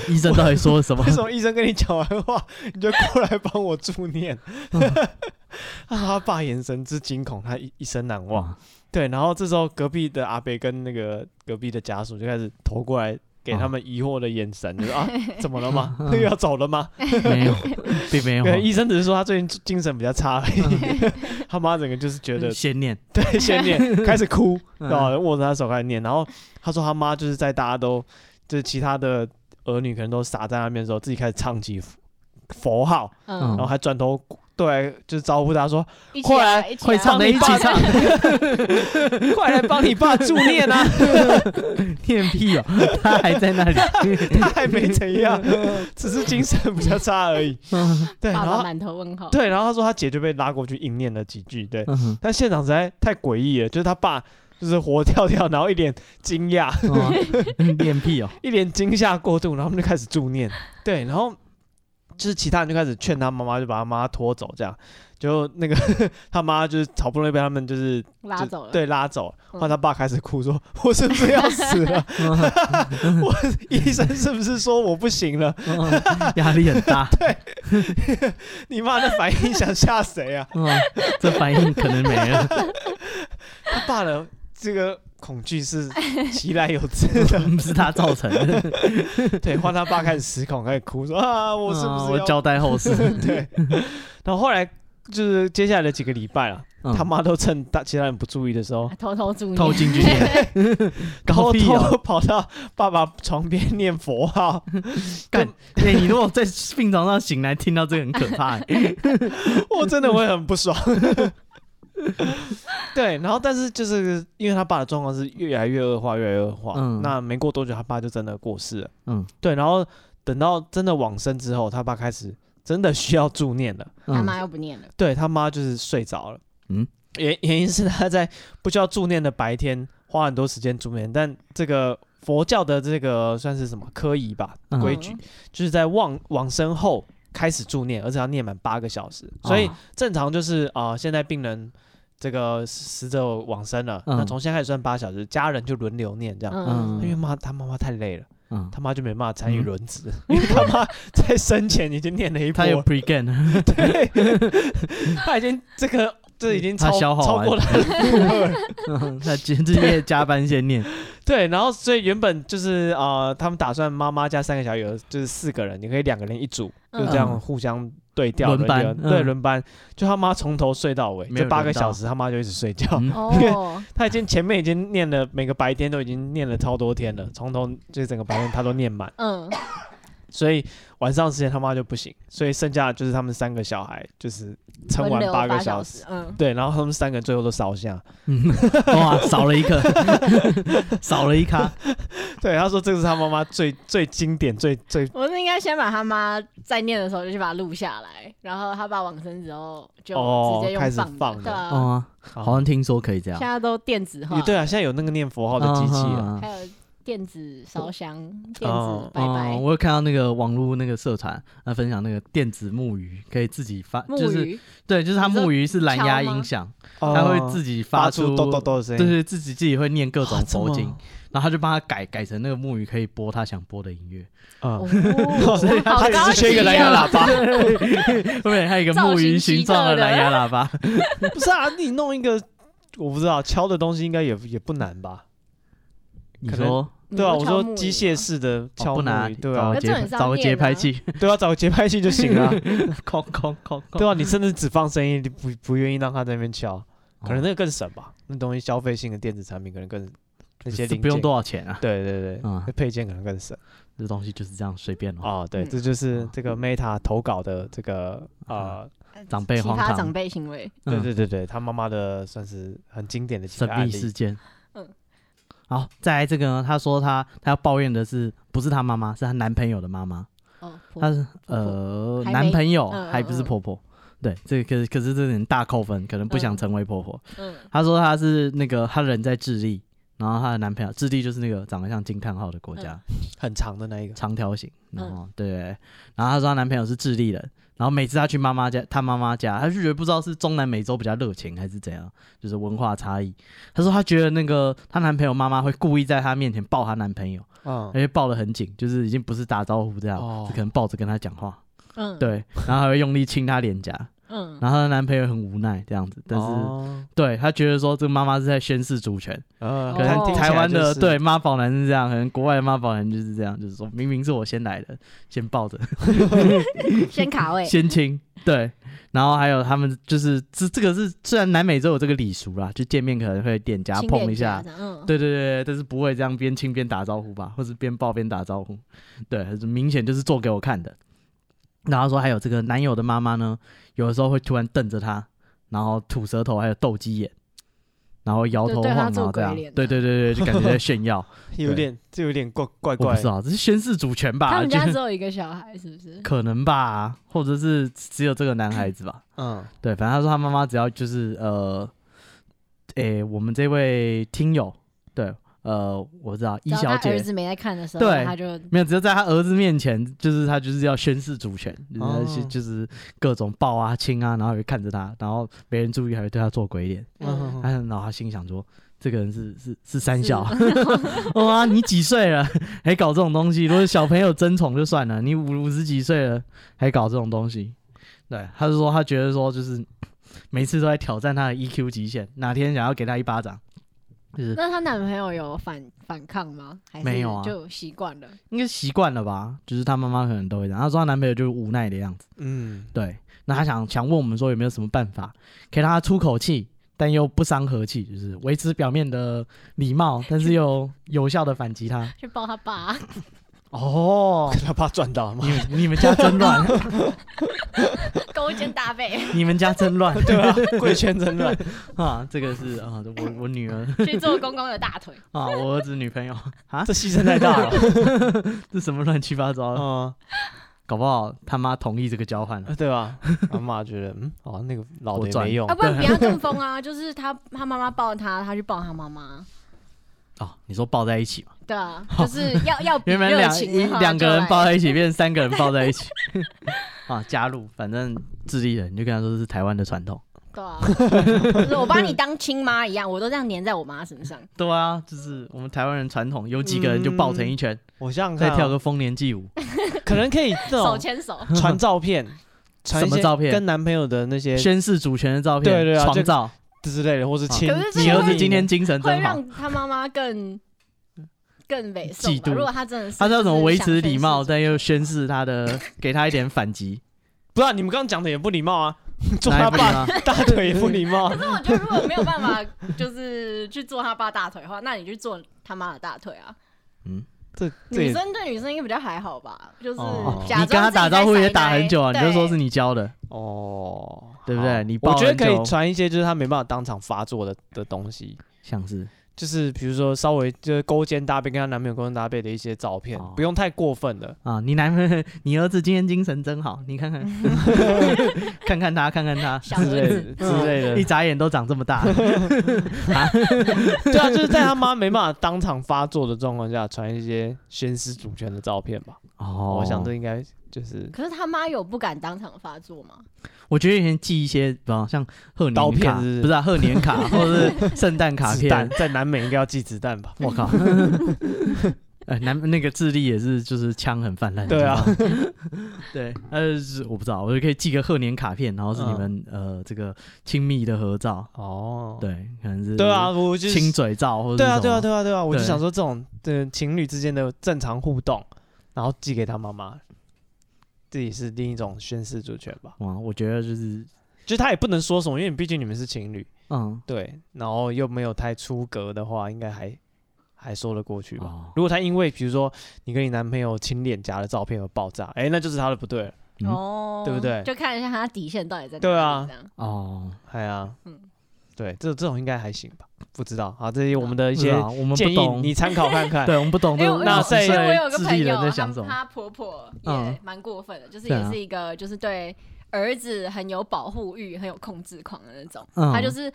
[SPEAKER 3] 医生到底说了 什么
[SPEAKER 1] 为？什么医生跟你讲完话，你就过来帮我助念？ 啊，他爸眼神之惊恐，他一一生难忘。
[SPEAKER 3] 哇，
[SPEAKER 1] 对，然后这时候隔壁的阿北跟那个隔壁的家属就开始投过来，给他们疑惑的眼神，就是啊，怎么了吗？又要走了吗？
[SPEAKER 3] 没有，并 没有
[SPEAKER 1] 对，医生只是说他最近精神比较差而已。 他妈整个就是觉得
[SPEAKER 3] 嗯先念。
[SPEAKER 1] 对，先念，开始哭，
[SPEAKER 3] 嗯
[SPEAKER 1] 然后握着他手开始念，然后他说他妈就是在大家都就是其他的儿女可能都傻在那边的时候，自己开始唱起佛佛号，
[SPEAKER 2] 嗯
[SPEAKER 1] 然后还转头对，就是招呼大家说
[SPEAKER 2] 一起
[SPEAKER 1] 哦后来
[SPEAKER 2] 啊一起
[SPEAKER 3] 会
[SPEAKER 2] 啊
[SPEAKER 3] 唱的一起唱，
[SPEAKER 1] 快来帮你爸助念啊，
[SPEAKER 3] 念屁哦，他还在那里。
[SPEAKER 1] 他还没怎 样，只是精神比较差而已。
[SPEAKER 3] 嗯
[SPEAKER 1] 对，
[SPEAKER 2] 爸
[SPEAKER 1] 然
[SPEAKER 2] 爸
[SPEAKER 1] 后
[SPEAKER 2] 满头问号，
[SPEAKER 1] 对，然后他说他姐就被拉过去硬念了几句，对，
[SPEAKER 3] 嗯
[SPEAKER 1] 但现场实在太诡异了，就是他爸。就是活跳跳，然后一脸惊讶，
[SPEAKER 3] 嗯，念屁哦。
[SPEAKER 1] 一脸惊吓过度，然后他们就开始助念， 对，然后就是其他人就开始劝他妈妈，就把他妈拖走，这样，就那个 他妈就是好不容易被他们就是
[SPEAKER 2] 拉
[SPEAKER 1] 就
[SPEAKER 2] 走了，
[SPEAKER 1] 对，拉走了。后
[SPEAKER 2] 嗯
[SPEAKER 1] 来他爸开始哭说：“我是不是要死 了？我医生是不是说我不行了？
[SPEAKER 3] 嗯压力很大。
[SPEAKER 1] 你妈的反应想吓谁 啊
[SPEAKER 3] 嗯，这反应可能没了。？”
[SPEAKER 1] 他爸的这个恐惧是其来有自 的，
[SPEAKER 3] 不是他造成的，
[SPEAKER 1] 对，换他爸开始失控，开始哭说：“啊，我是
[SPEAKER 3] 嗯
[SPEAKER 1] 不是
[SPEAKER 3] 我
[SPEAKER 1] 要
[SPEAKER 3] 交代后事？
[SPEAKER 1] 对，然后后来就是接下来的几个礼拜啊，
[SPEAKER 3] 嗯
[SPEAKER 1] 他妈都趁大其他人不注意的时候，
[SPEAKER 2] 啊
[SPEAKER 1] 啊
[SPEAKER 2] 偷偷助
[SPEAKER 3] 偷
[SPEAKER 2] 念，
[SPEAKER 3] 进去念，
[SPEAKER 1] 哎偷
[SPEAKER 3] 搞屁哦！
[SPEAKER 1] 偷跑到爸爸床边念佛 号。
[SPEAKER 3] 干！哎，你如果在病床上醒来，听到这个很可怕。欸
[SPEAKER 1] 我真的会很不 爽。对，然后但是就是因为他爸的状况是越来越恶化，越来越恶化。
[SPEAKER 3] 嗯
[SPEAKER 1] 那没过多久，他爸就真的过世了。
[SPEAKER 3] 嗯
[SPEAKER 1] 对，然后等到真的往生之后，他爸开始真的需要助念了。
[SPEAKER 2] 他
[SPEAKER 3] 嗯
[SPEAKER 2] 妈又不念了，
[SPEAKER 1] 对他妈就是睡着了。
[SPEAKER 3] 嗯，
[SPEAKER 1] 原原因是他在不需要助念的白天花很多时间助念，但这个佛教的这个算是什么科仪吧
[SPEAKER 3] 嗯
[SPEAKER 1] 规矩，就是在往往生后开始助念，而且要念满八个小时，所以
[SPEAKER 3] 啊
[SPEAKER 1] 正常就是啊、呃现在病人这个死者往生了，
[SPEAKER 3] 嗯
[SPEAKER 1] 那从现在开始算八小时，家人就轮流念这样，哎
[SPEAKER 3] 嗯
[SPEAKER 1] 因为妈他妈妈太累了，
[SPEAKER 3] 嗯，
[SPEAKER 1] 他妈就没办法参与
[SPEAKER 3] 嗯
[SPEAKER 1] 轮值，因为他妈 在生前已经念了一波
[SPEAKER 3] 他有
[SPEAKER 1] 了，
[SPEAKER 3] pre game，
[SPEAKER 1] 对， 他已经这个这已经
[SPEAKER 3] 他
[SPEAKER 1] 超
[SPEAKER 3] 消耗
[SPEAKER 1] 超
[SPEAKER 3] 完
[SPEAKER 1] 过他的负荷了，
[SPEAKER 3] 他今今夜加班先念，
[SPEAKER 1] 对，然后所以原本就是啊，呃他们打算妈妈加三个小友，就是四个人，你可以两个人一组，就这样
[SPEAKER 3] 嗯
[SPEAKER 1] 互相对调
[SPEAKER 3] 轮班
[SPEAKER 1] 流对，
[SPEAKER 3] 嗯
[SPEAKER 1] 轮班。就他妈从头睡到尾，
[SPEAKER 3] 没有
[SPEAKER 1] 这八
[SPEAKER 3] 轮
[SPEAKER 1] 个小
[SPEAKER 3] 到
[SPEAKER 1] 时他妈就一直睡觉。
[SPEAKER 3] 嗯
[SPEAKER 2] 哦，
[SPEAKER 1] 他已经前面已经念了，每个白天都已经念了超多天了，从头就整个白天他都念满，
[SPEAKER 2] 嗯，
[SPEAKER 1] 所以晚上时间他妈就不行，所以剩下就是他们三个小孩就是撑
[SPEAKER 2] 轮
[SPEAKER 1] 完
[SPEAKER 2] 流
[SPEAKER 1] 八个
[SPEAKER 2] 小
[SPEAKER 1] 小
[SPEAKER 2] 时
[SPEAKER 1] 时，，
[SPEAKER 2] 嗯，
[SPEAKER 1] 对，然后他们三个最后都烧香。
[SPEAKER 3] 嗯， 哇，少了一个，少了一咖，
[SPEAKER 1] 对，他说这是他妈妈最最经典、最最
[SPEAKER 2] 我是应该先把他妈在念的时候就去把它录下来，然后他爸往生之后就
[SPEAKER 1] 哦
[SPEAKER 2] 直接
[SPEAKER 1] 开
[SPEAKER 2] 用
[SPEAKER 1] 始
[SPEAKER 2] 放
[SPEAKER 1] 放的
[SPEAKER 2] 对啊
[SPEAKER 3] 哦，好像听说可以这
[SPEAKER 2] 现
[SPEAKER 3] 样，
[SPEAKER 2] 在都电子化
[SPEAKER 1] 也，对啊，现在有那个念佛号的机器了。
[SPEAKER 3] 啊
[SPEAKER 2] 还有电子烧香、电子
[SPEAKER 1] 哦
[SPEAKER 2] 拜拜、
[SPEAKER 3] 我有看到那个网络那个社团，他分享那个电子木鱼，可以自己发，就
[SPEAKER 2] 木
[SPEAKER 3] 是
[SPEAKER 2] 鱼，
[SPEAKER 3] 对，就是它
[SPEAKER 2] 你说
[SPEAKER 3] 木鱼是蓝牙
[SPEAKER 2] 敲吗
[SPEAKER 3] 音响，
[SPEAKER 1] 哦
[SPEAKER 3] 它会自己
[SPEAKER 1] 发
[SPEAKER 3] 出
[SPEAKER 1] 咚咚咚的声
[SPEAKER 3] 对
[SPEAKER 1] 音，
[SPEAKER 3] 对，自己自己会念各种
[SPEAKER 1] 啊这
[SPEAKER 3] 佛
[SPEAKER 1] 么
[SPEAKER 3] 经，然后他就帮他改改成那个木鱼可以播他想播的 音乐，
[SPEAKER 1] 啊
[SPEAKER 2] 哦，
[SPEAKER 1] 所以
[SPEAKER 2] 好
[SPEAKER 1] 他
[SPEAKER 2] 高
[SPEAKER 1] 只是缺一个
[SPEAKER 2] 级
[SPEAKER 1] 蓝牙
[SPEAKER 2] 啊
[SPEAKER 1] 喇叭，
[SPEAKER 3] 会不会还有一个木鱼形状的蓝牙喇叭？
[SPEAKER 1] 不是啊？你弄一个，我不知道敲的东西应该也也不难吧？
[SPEAKER 3] 你
[SPEAKER 1] 可能
[SPEAKER 3] 说
[SPEAKER 1] 对啊，
[SPEAKER 2] 你
[SPEAKER 1] 我说
[SPEAKER 2] 说嗯敲木
[SPEAKER 1] 机
[SPEAKER 2] 鱼
[SPEAKER 1] 械
[SPEAKER 2] 吗
[SPEAKER 1] 式的
[SPEAKER 3] 哦
[SPEAKER 1] 敲
[SPEAKER 3] 不
[SPEAKER 1] 木
[SPEAKER 3] 拿
[SPEAKER 1] 鱼，对啊
[SPEAKER 3] 找，个
[SPEAKER 2] 可
[SPEAKER 3] 节
[SPEAKER 2] 重点
[SPEAKER 3] 拍
[SPEAKER 2] 是要
[SPEAKER 3] 找个节
[SPEAKER 2] 练
[SPEAKER 3] 拍
[SPEAKER 2] 啊
[SPEAKER 3] 器，
[SPEAKER 1] 对啊，找个节拍器就行 了啊，
[SPEAKER 3] 空空空空，
[SPEAKER 1] 对啊，你甚至只放声音，你不不愿意让他在那边
[SPEAKER 3] 哦
[SPEAKER 1] 敲，可能那个更省吧？那东西消费性的电子产品可能更
[SPEAKER 2] 哦
[SPEAKER 1] 那些
[SPEAKER 3] 这
[SPEAKER 1] 零
[SPEAKER 3] 不用
[SPEAKER 1] 件
[SPEAKER 3] 多少钱啊，
[SPEAKER 1] 对对对，
[SPEAKER 3] 嗯
[SPEAKER 1] 那配件可能更省。
[SPEAKER 3] 这东西就是这样随便哦。
[SPEAKER 1] 哦，对，
[SPEAKER 2] 嗯
[SPEAKER 1] 这就是
[SPEAKER 3] 哦
[SPEAKER 1] 这个 Meta 投稿的这个呃，
[SPEAKER 3] 长辈
[SPEAKER 2] 奇
[SPEAKER 3] 荒
[SPEAKER 2] 葩长
[SPEAKER 3] 唐，
[SPEAKER 2] 辈行为，
[SPEAKER 1] 对
[SPEAKER 3] 嗯
[SPEAKER 1] 对对对，他妈妈的算是很经典的几
[SPEAKER 3] 神
[SPEAKER 1] 个案
[SPEAKER 3] 秘事
[SPEAKER 1] 例。
[SPEAKER 3] 件。
[SPEAKER 2] 嗯
[SPEAKER 3] 好，再来这个呢，他说他他要抱怨的是不是他妈妈，是她男朋友的妈妈，
[SPEAKER 2] 哦，婆
[SPEAKER 3] 她是
[SPEAKER 2] 婆
[SPEAKER 3] 呃
[SPEAKER 2] 还没
[SPEAKER 3] 男朋友
[SPEAKER 2] 嗯
[SPEAKER 3] 还不是
[SPEAKER 2] 嗯
[SPEAKER 3] 婆婆。对，这个可是可是这有点大扣分，可能不想
[SPEAKER 2] 嗯
[SPEAKER 3] 成为婆婆。
[SPEAKER 2] 嗯，
[SPEAKER 3] 她说她是那个她人在智利，然后她的男朋友智利就是那个长得像惊叹号的国家，
[SPEAKER 1] 很长的那一个，
[SPEAKER 3] 长条形，然
[SPEAKER 2] 嗯
[SPEAKER 3] 后、对，然后她说她男朋友是智利人，然后每次她去妈妈家，她妈妈家，她就觉得不知道是中南美洲比较热情还是怎样，就是文化差异。她说她觉得那个她男朋友妈妈会故意在她面前抱她男朋友，
[SPEAKER 1] 嗯
[SPEAKER 3] 而，且抱得很紧，就是已经不是打招呼这样，
[SPEAKER 1] 哦
[SPEAKER 3] 是可能抱着跟她讲话，
[SPEAKER 2] 嗯，，
[SPEAKER 3] 对，然后还会用力亲她脸颊，
[SPEAKER 2] 嗯，
[SPEAKER 3] 然后她的男朋友很无奈这样子，但是、
[SPEAKER 1] 哦
[SPEAKER 3] 对她觉得说这个妈妈是在宣示主权。
[SPEAKER 1] 呃，
[SPEAKER 3] 可能
[SPEAKER 2] 哦
[SPEAKER 1] 听起来
[SPEAKER 3] 台湾的、
[SPEAKER 1] 就是
[SPEAKER 3] 对妈宝男是这样，可能国外的妈宝男就是这样，就是说明明是我先来的，先抱着，
[SPEAKER 2] 先卡位，
[SPEAKER 3] 先亲，对。然后还有他们就是这这个是虽然南美洲有这个礼俗啦，就见面可能会脸颊
[SPEAKER 2] 亲
[SPEAKER 3] 碰
[SPEAKER 2] 脸
[SPEAKER 3] 一下
[SPEAKER 2] 颊，这样，嗯，
[SPEAKER 3] 对对对，对但是不会这样边亲边打招呼吧，或是边抱边打招呼，对，明显就是做给我看的。然后他说还有这个男友的妈妈呢，有的时候会突然瞪着他，然后吐舌头，还有斗鸡眼，然后摇
[SPEAKER 2] 就
[SPEAKER 3] 头
[SPEAKER 2] 对他
[SPEAKER 3] 晃
[SPEAKER 2] 做
[SPEAKER 3] 脑这
[SPEAKER 2] 鬼
[SPEAKER 3] 样，
[SPEAKER 2] 脸
[SPEAKER 3] 对对对对，就感觉在炫耀。
[SPEAKER 1] 有点这有点怪怪
[SPEAKER 3] 我
[SPEAKER 1] 怪
[SPEAKER 3] 不知，道，这是宣示主权
[SPEAKER 2] 他
[SPEAKER 3] 吧？
[SPEAKER 2] 们
[SPEAKER 3] 啊就
[SPEAKER 2] 家
[SPEAKER 3] 是
[SPEAKER 2] 只有一个小孩，是不是？
[SPEAKER 3] 可能吧，或者是只有这个男孩子吧。
[SPEAKER 1] 嗯，
[SPEAKER 3] 对，反正他说他妈妈只要就是呃，诶、我们这位听友，对，呃，我知道 一
[SPEAKER 2] 只要
[SPEAKER 3] 小
[SPEAKER 2] 他儿
[SPEAKER 3] 姐
[SPEAKER 2] 子没在看的时候，
[SPEAKER 3] 对
[SPEAKER 2] 他就嗯
[SPEAKER 3] 没有，只有在他儿子面前，就是他就是要宣示主权，就是、
[SPEAKER 1] 哦
[SPEAKER 3] 就是各种抱啊、亲啊，然后也看着他，然后没人注意，还会对他做鬼脸。
[SPEAKER 1] 嗯
[SPEAKER 3] 他然后他心想说：“这个人是是是三小，哇，你几岁了还搞这种东西？如果小朋友争宠就算了，你五五十几岁了还搞这种东西？”对，他就说他觉得说就是每次都在挑战他的 EQ 极限，哪天想要给他一巴掌，就是
[SPEAKER 2] 那她男朋友有反反抗吗？还是
[SPEAKER 3] 没有啊
[SPEAKER 2] 就习惯了。
[SPEAKER 3] 应该习惯了吧？就是他妈妈可能都会这样。他说她男朋友就是无奈的样子。
[SPEAKER 1] 嗯，
[SPEAKER 3] 对，那他想想问我们说有没有什么办法可以让他出口气，但又不伤和气，就是维持表面的礼貌，但是又有效的反击他。
[SPEAKER 2] 去抱他爸，啊
[SPEAKER 3] 哦，
[SPEAKER 1] 他怕赚到嘛
[SPEAKER 3] 你，们你们家真乱，
[SPEAKER 2] 勾肩搭背，
[SPEAKER 3] 你们家真乱
[SPEAKER 1] 对啊，贵圈真 乱，
[SPEAKER 3] 啊！这个是啊，我我女儿
[SPEAKER 2] 去做公公的大腿。
[SPEAKER 3] 啊，我儿子女朋友啊，
[SPEAKER 1] 这牺牲太大了，
[SPEAKER 3] 这什么乱七八糟的？
[SPEAKER 1] 嗯，
[SPEAKER 3] 搞不好他妈同意这个交换了。
[SPEAKER 1] 对吧？ 他妈觉得嗯，哦，那个老
[SPEAKER 3] 我
[SPEAKER 1] 的也
[SPEAKER 3] 赚
[SPEAKER 1] 没用
[SPEAKER 2] 啊，，不然不要跟风啊！ 就是他他妈妈抱他，他去抱他妈妈。
[SPEAKER 3] 哦，你说抱在一起嘛？
[SPEAKER 2] 对啊，就是要要比
[SPEAKER 3] 哦原本
[SPEAKER 2] 热
[SPEAKER 3] 两
[SPEAKER 2] 情
[SPEAKER 3] 一
[SPEAKER 2] 的话
[SPEAKER 3] 两个
[SPEAKER 2] 就
[SPEAKER 3] 人
[SPEAKER 2] 来
[SPEAKER 3] 抱在一起，变成三个人抱在一起啊，加入，反正智利人你就跟他说这是台湾的传统。
[SPEAKER 2] 对啊，就是我把你当亲妈一样，我都这样黏在我妈身上。
[SPEAKER 3] 对啊，就是我们台湾人传统，有几个人就抱成一圈，
[SPEAKER 1] 我想想看
[SPEAKER 3] 再
[SPEAKER 1] 哦
[SPEAKER 3] 跳个丰年祭舞，
[SPEAKER 1] 可能可以
[SPEAKER 3] 哦
[SPEAKER 1] 那
[SPEAKER 2] 手
[SPEAKER 1] 种
[SPEAKER 2] 牵手，
[SPEAKER 1] 传照片，传一
[SPEAKER 3] 什么
[SPEAKER 1] 些
[SPEAKER 3] 照片
[SPEAKER 1] 跟男朋友的那些
[SPEAKER 3] 宣誓主权的照
[SPEAKER 1] 嗯
[SPEAKER 3] 片，
[SPEAKER 1] 对对啊这
[SPEAKER 3] 床
[SPEAKER 1] 个
[SPEAKER 3] 照。
[SPEAKER 1] 之类的，或是
[SPEAKER 3] 啊
[SPEAKER 1] 亲。
[SPEAKER 2] 可是这个
[SPEAKER 3] 你儿子
[SPEAKER 2] 会
[SPEAKER 3] 今天精神
[SPEAKER 2] 会
[SPEAKER 3] 真好，
[SPEAKER 2] 让他妈妈更更猥琐
[SPEAKER 3] 嫉
[SPEAKER 2] 吧。
[SPEAKER 3] 妒
[SPEAKER 2] 如果他真的是，
[SPEAKER 3] 他知道怎么维持礼貌，
[SPEAKER 2] 就是想
[SPEAKER 3] 但又宣示他的，给他一点反击。
[SPEAKER 1] 不是啊，你们刚刚讲的也不礼貌 啊，做
[SPEAKER 3] 哪
[SPEAKER 1] 他
[SPEAKER 3] 一部
[SPEAKER 1] 爸
[SPEAKER 3] 呢？
[SPEAKER 1] 大腿也不礼 貌啊。
[SPEAKER 2] 但是我觉得如果没有办法， 就是去做他爸大腿的话，那你就做他妈的大腿啊。
[SPEAKER 1] 这这
[SPEAKER 2] 女
[SPEAKER 1] 也
[SPEAKER 2] 生对女生应该比较还好吧，就是
[SPEAKER 1] 哦
[SPEAKER 2] 假装
[SPEAKER 3] 你跟他
[SPEAKER 2] 自己
[SPEAKER 3] 打
[SPEAKER 2] 在
[SPEAKER 3] 招呼也
[SPEAKER 2] 塞
[SPEAKER 3] 打
[SPEAKER 2] 奶
[SPEAKER 3] 很久啊，你就
[SPEAKER 2] 对
[SPEAKER 3] 说是你教的，
[SPEAKER 1] 哦，
[SPEAKER 3] 对不对
[SPEAKER 1] 好
[SPEAKER 3] 你抱
[SPEAKER 1] 我觉得
[SPEAKER 3] 很久
[SPEAKER 1] 可以传一些就是他没办法当场发作的的东西，
[SPEAKER 3] 像是
[SPEAKER 1] 就是比如说稍微就是勾肩搭背，跟她男朋友勾肩搭背的一些照片
[SPEAKER 3] 哦，
[SPEAKER 1] 不用太过分的。
[SPEAKER 3] 啊，你男朋友，你儿子今天精神真好，你看看， 看看他，看看他，
[SPEAKER 2] 小
[SPEAKER 1] 之
[SPEAKER 2] 儿
[SPEAKER 1] 类
[SPEAKER 2] 子
[SPEAKER 1] 的之类
[SPEAKER 3] 一
[SPEAKER 1] 的，
[SPEAKER 3] 眨眼都长这么大，
[SPEAKER 1] 对啊，就是在他妈没办法当场发作的状况下，传一些宣示主权的照片吧。
[SPEAKER 3] 哦
[SPEAKER 1] 我想这应该就是
[SPEAKER 2] 可是他妈有不敢当场发作吗？
[SPEAKER 3] 我觉得以前寄一些，比方像贺
[SPEAKER 1] 刀
[SPEAKER 3] 年
[SPEAKER 1] 片
[SPEAKER 3] 卡，
[SPEAKER 1] 是不是
[SPEAKER 3] 不是啊，贺年卡或者是圣诞卡
[SPEAKER 1] 子弹
[SPEAKER 3] 片，
[SPEAKER 1] 在南美应该要寄子弹吧？
[SPEAKER 3] 我靠， 呃，南那个智利也是，就是枪很泛滥，
[SPEAKER 1] 对啊
[SPEAKER 3] 你知道吗，对，呃，是我不知道，我就可以寄个贺年卡片，然后是你
[SPEAKER 1] 嗯
[SPEAKER 3] 们呃这个亲密的合照，
[SPEAKER 1] 哦，
[SPEAKER 3] 对，可能是
[SPEAKER 1] 对啊，，我就是
[SPEAKER 3] 亲嘴照或者
[SPEAKER 1] 对啊，
[SPEAKER 3] 是
[SPEAKER 1] 对啊，
[SPEAKER 3] 什么
[SPEAKER 1] 对啊，对啊，我就
[SPEAKER 3] 对
[SPEAKER 1] 想说这种的情侣之间的正常互动，然后寄给他妈妈，这也是另一种宣示主权吧。
[SPEAKER 3] 哇，我觉得就是
[SPEAKER 1] 就是他也不能说什么，因为毕竟你们是情侣，
[SPEAKER 3] 嗯，
[SPEAKER 1] 对，然后又没有太出格的话，应该还还说得过去吧。
[SPEAKER 3] 哦，
[SPEAKER 1] 如果他因为比如说你跟你男朋友亲脸颊的照片而爆炸，哎、那就是他的不对了。
[SPEAKER 3] 嗯
[SPEAKER 2] 哦，
[SPEAKER 1] 对不对
[SPEAKER 2] 就看一下他底线到底在哪里。
[SPEAKER 1] 对啊
[SPEAKER 2] 这样
[SPEAKER 3] 哦，
[SPEAKER 1] 哎呀，
[SPEAKER 2] 嗯
[SPEAKER 1] 对，这这种应该还行吧？不知道啊，这些我们的
[SPEAKER 3] 一
[SPEAKER 1] 一些
[SPEAKER 3] 我们
[SPEAKER 1] 建
[SPEAKER 3] 不
[SPEAKER 1] 议
[SPEAKER 3] 懂，
[SPEAKER 1] 你参考看看。
[SPEAKER 3] 对，我们不懂
[SPEAKER 2] 因为
[SPEAKER 3] 这
[SPEAKER 2] 我
[SPEAKER 1] 那
[SPEAKER 2] 有
[SPEAKER 1] 在
[SPEAKER 2] 因为我有个
[SPEAKER 3] 智
[SPEAKER 2] 朋
[SPEAKER 3] 利
[SPEAKER 2] 友
[SPEAKER 3] 人在，
[SPEAKER 2] 她
[SPEAKER 3] 想什么？
[SPEAKER 2] 她婆婆
[SPEAKER 3] 嗯
[SPEAKER 2] 也蛮过分的，就是
[SPEAKER 3] 对
[SPEAKER 2] 也
[SPEAKER 3] 啊
[SPEAKER 2] 是一个就是对儿子很有保护欲、很有控制狂的那种。
[SPEAKER 3] 嗯
[SPEAKER 2] 她就是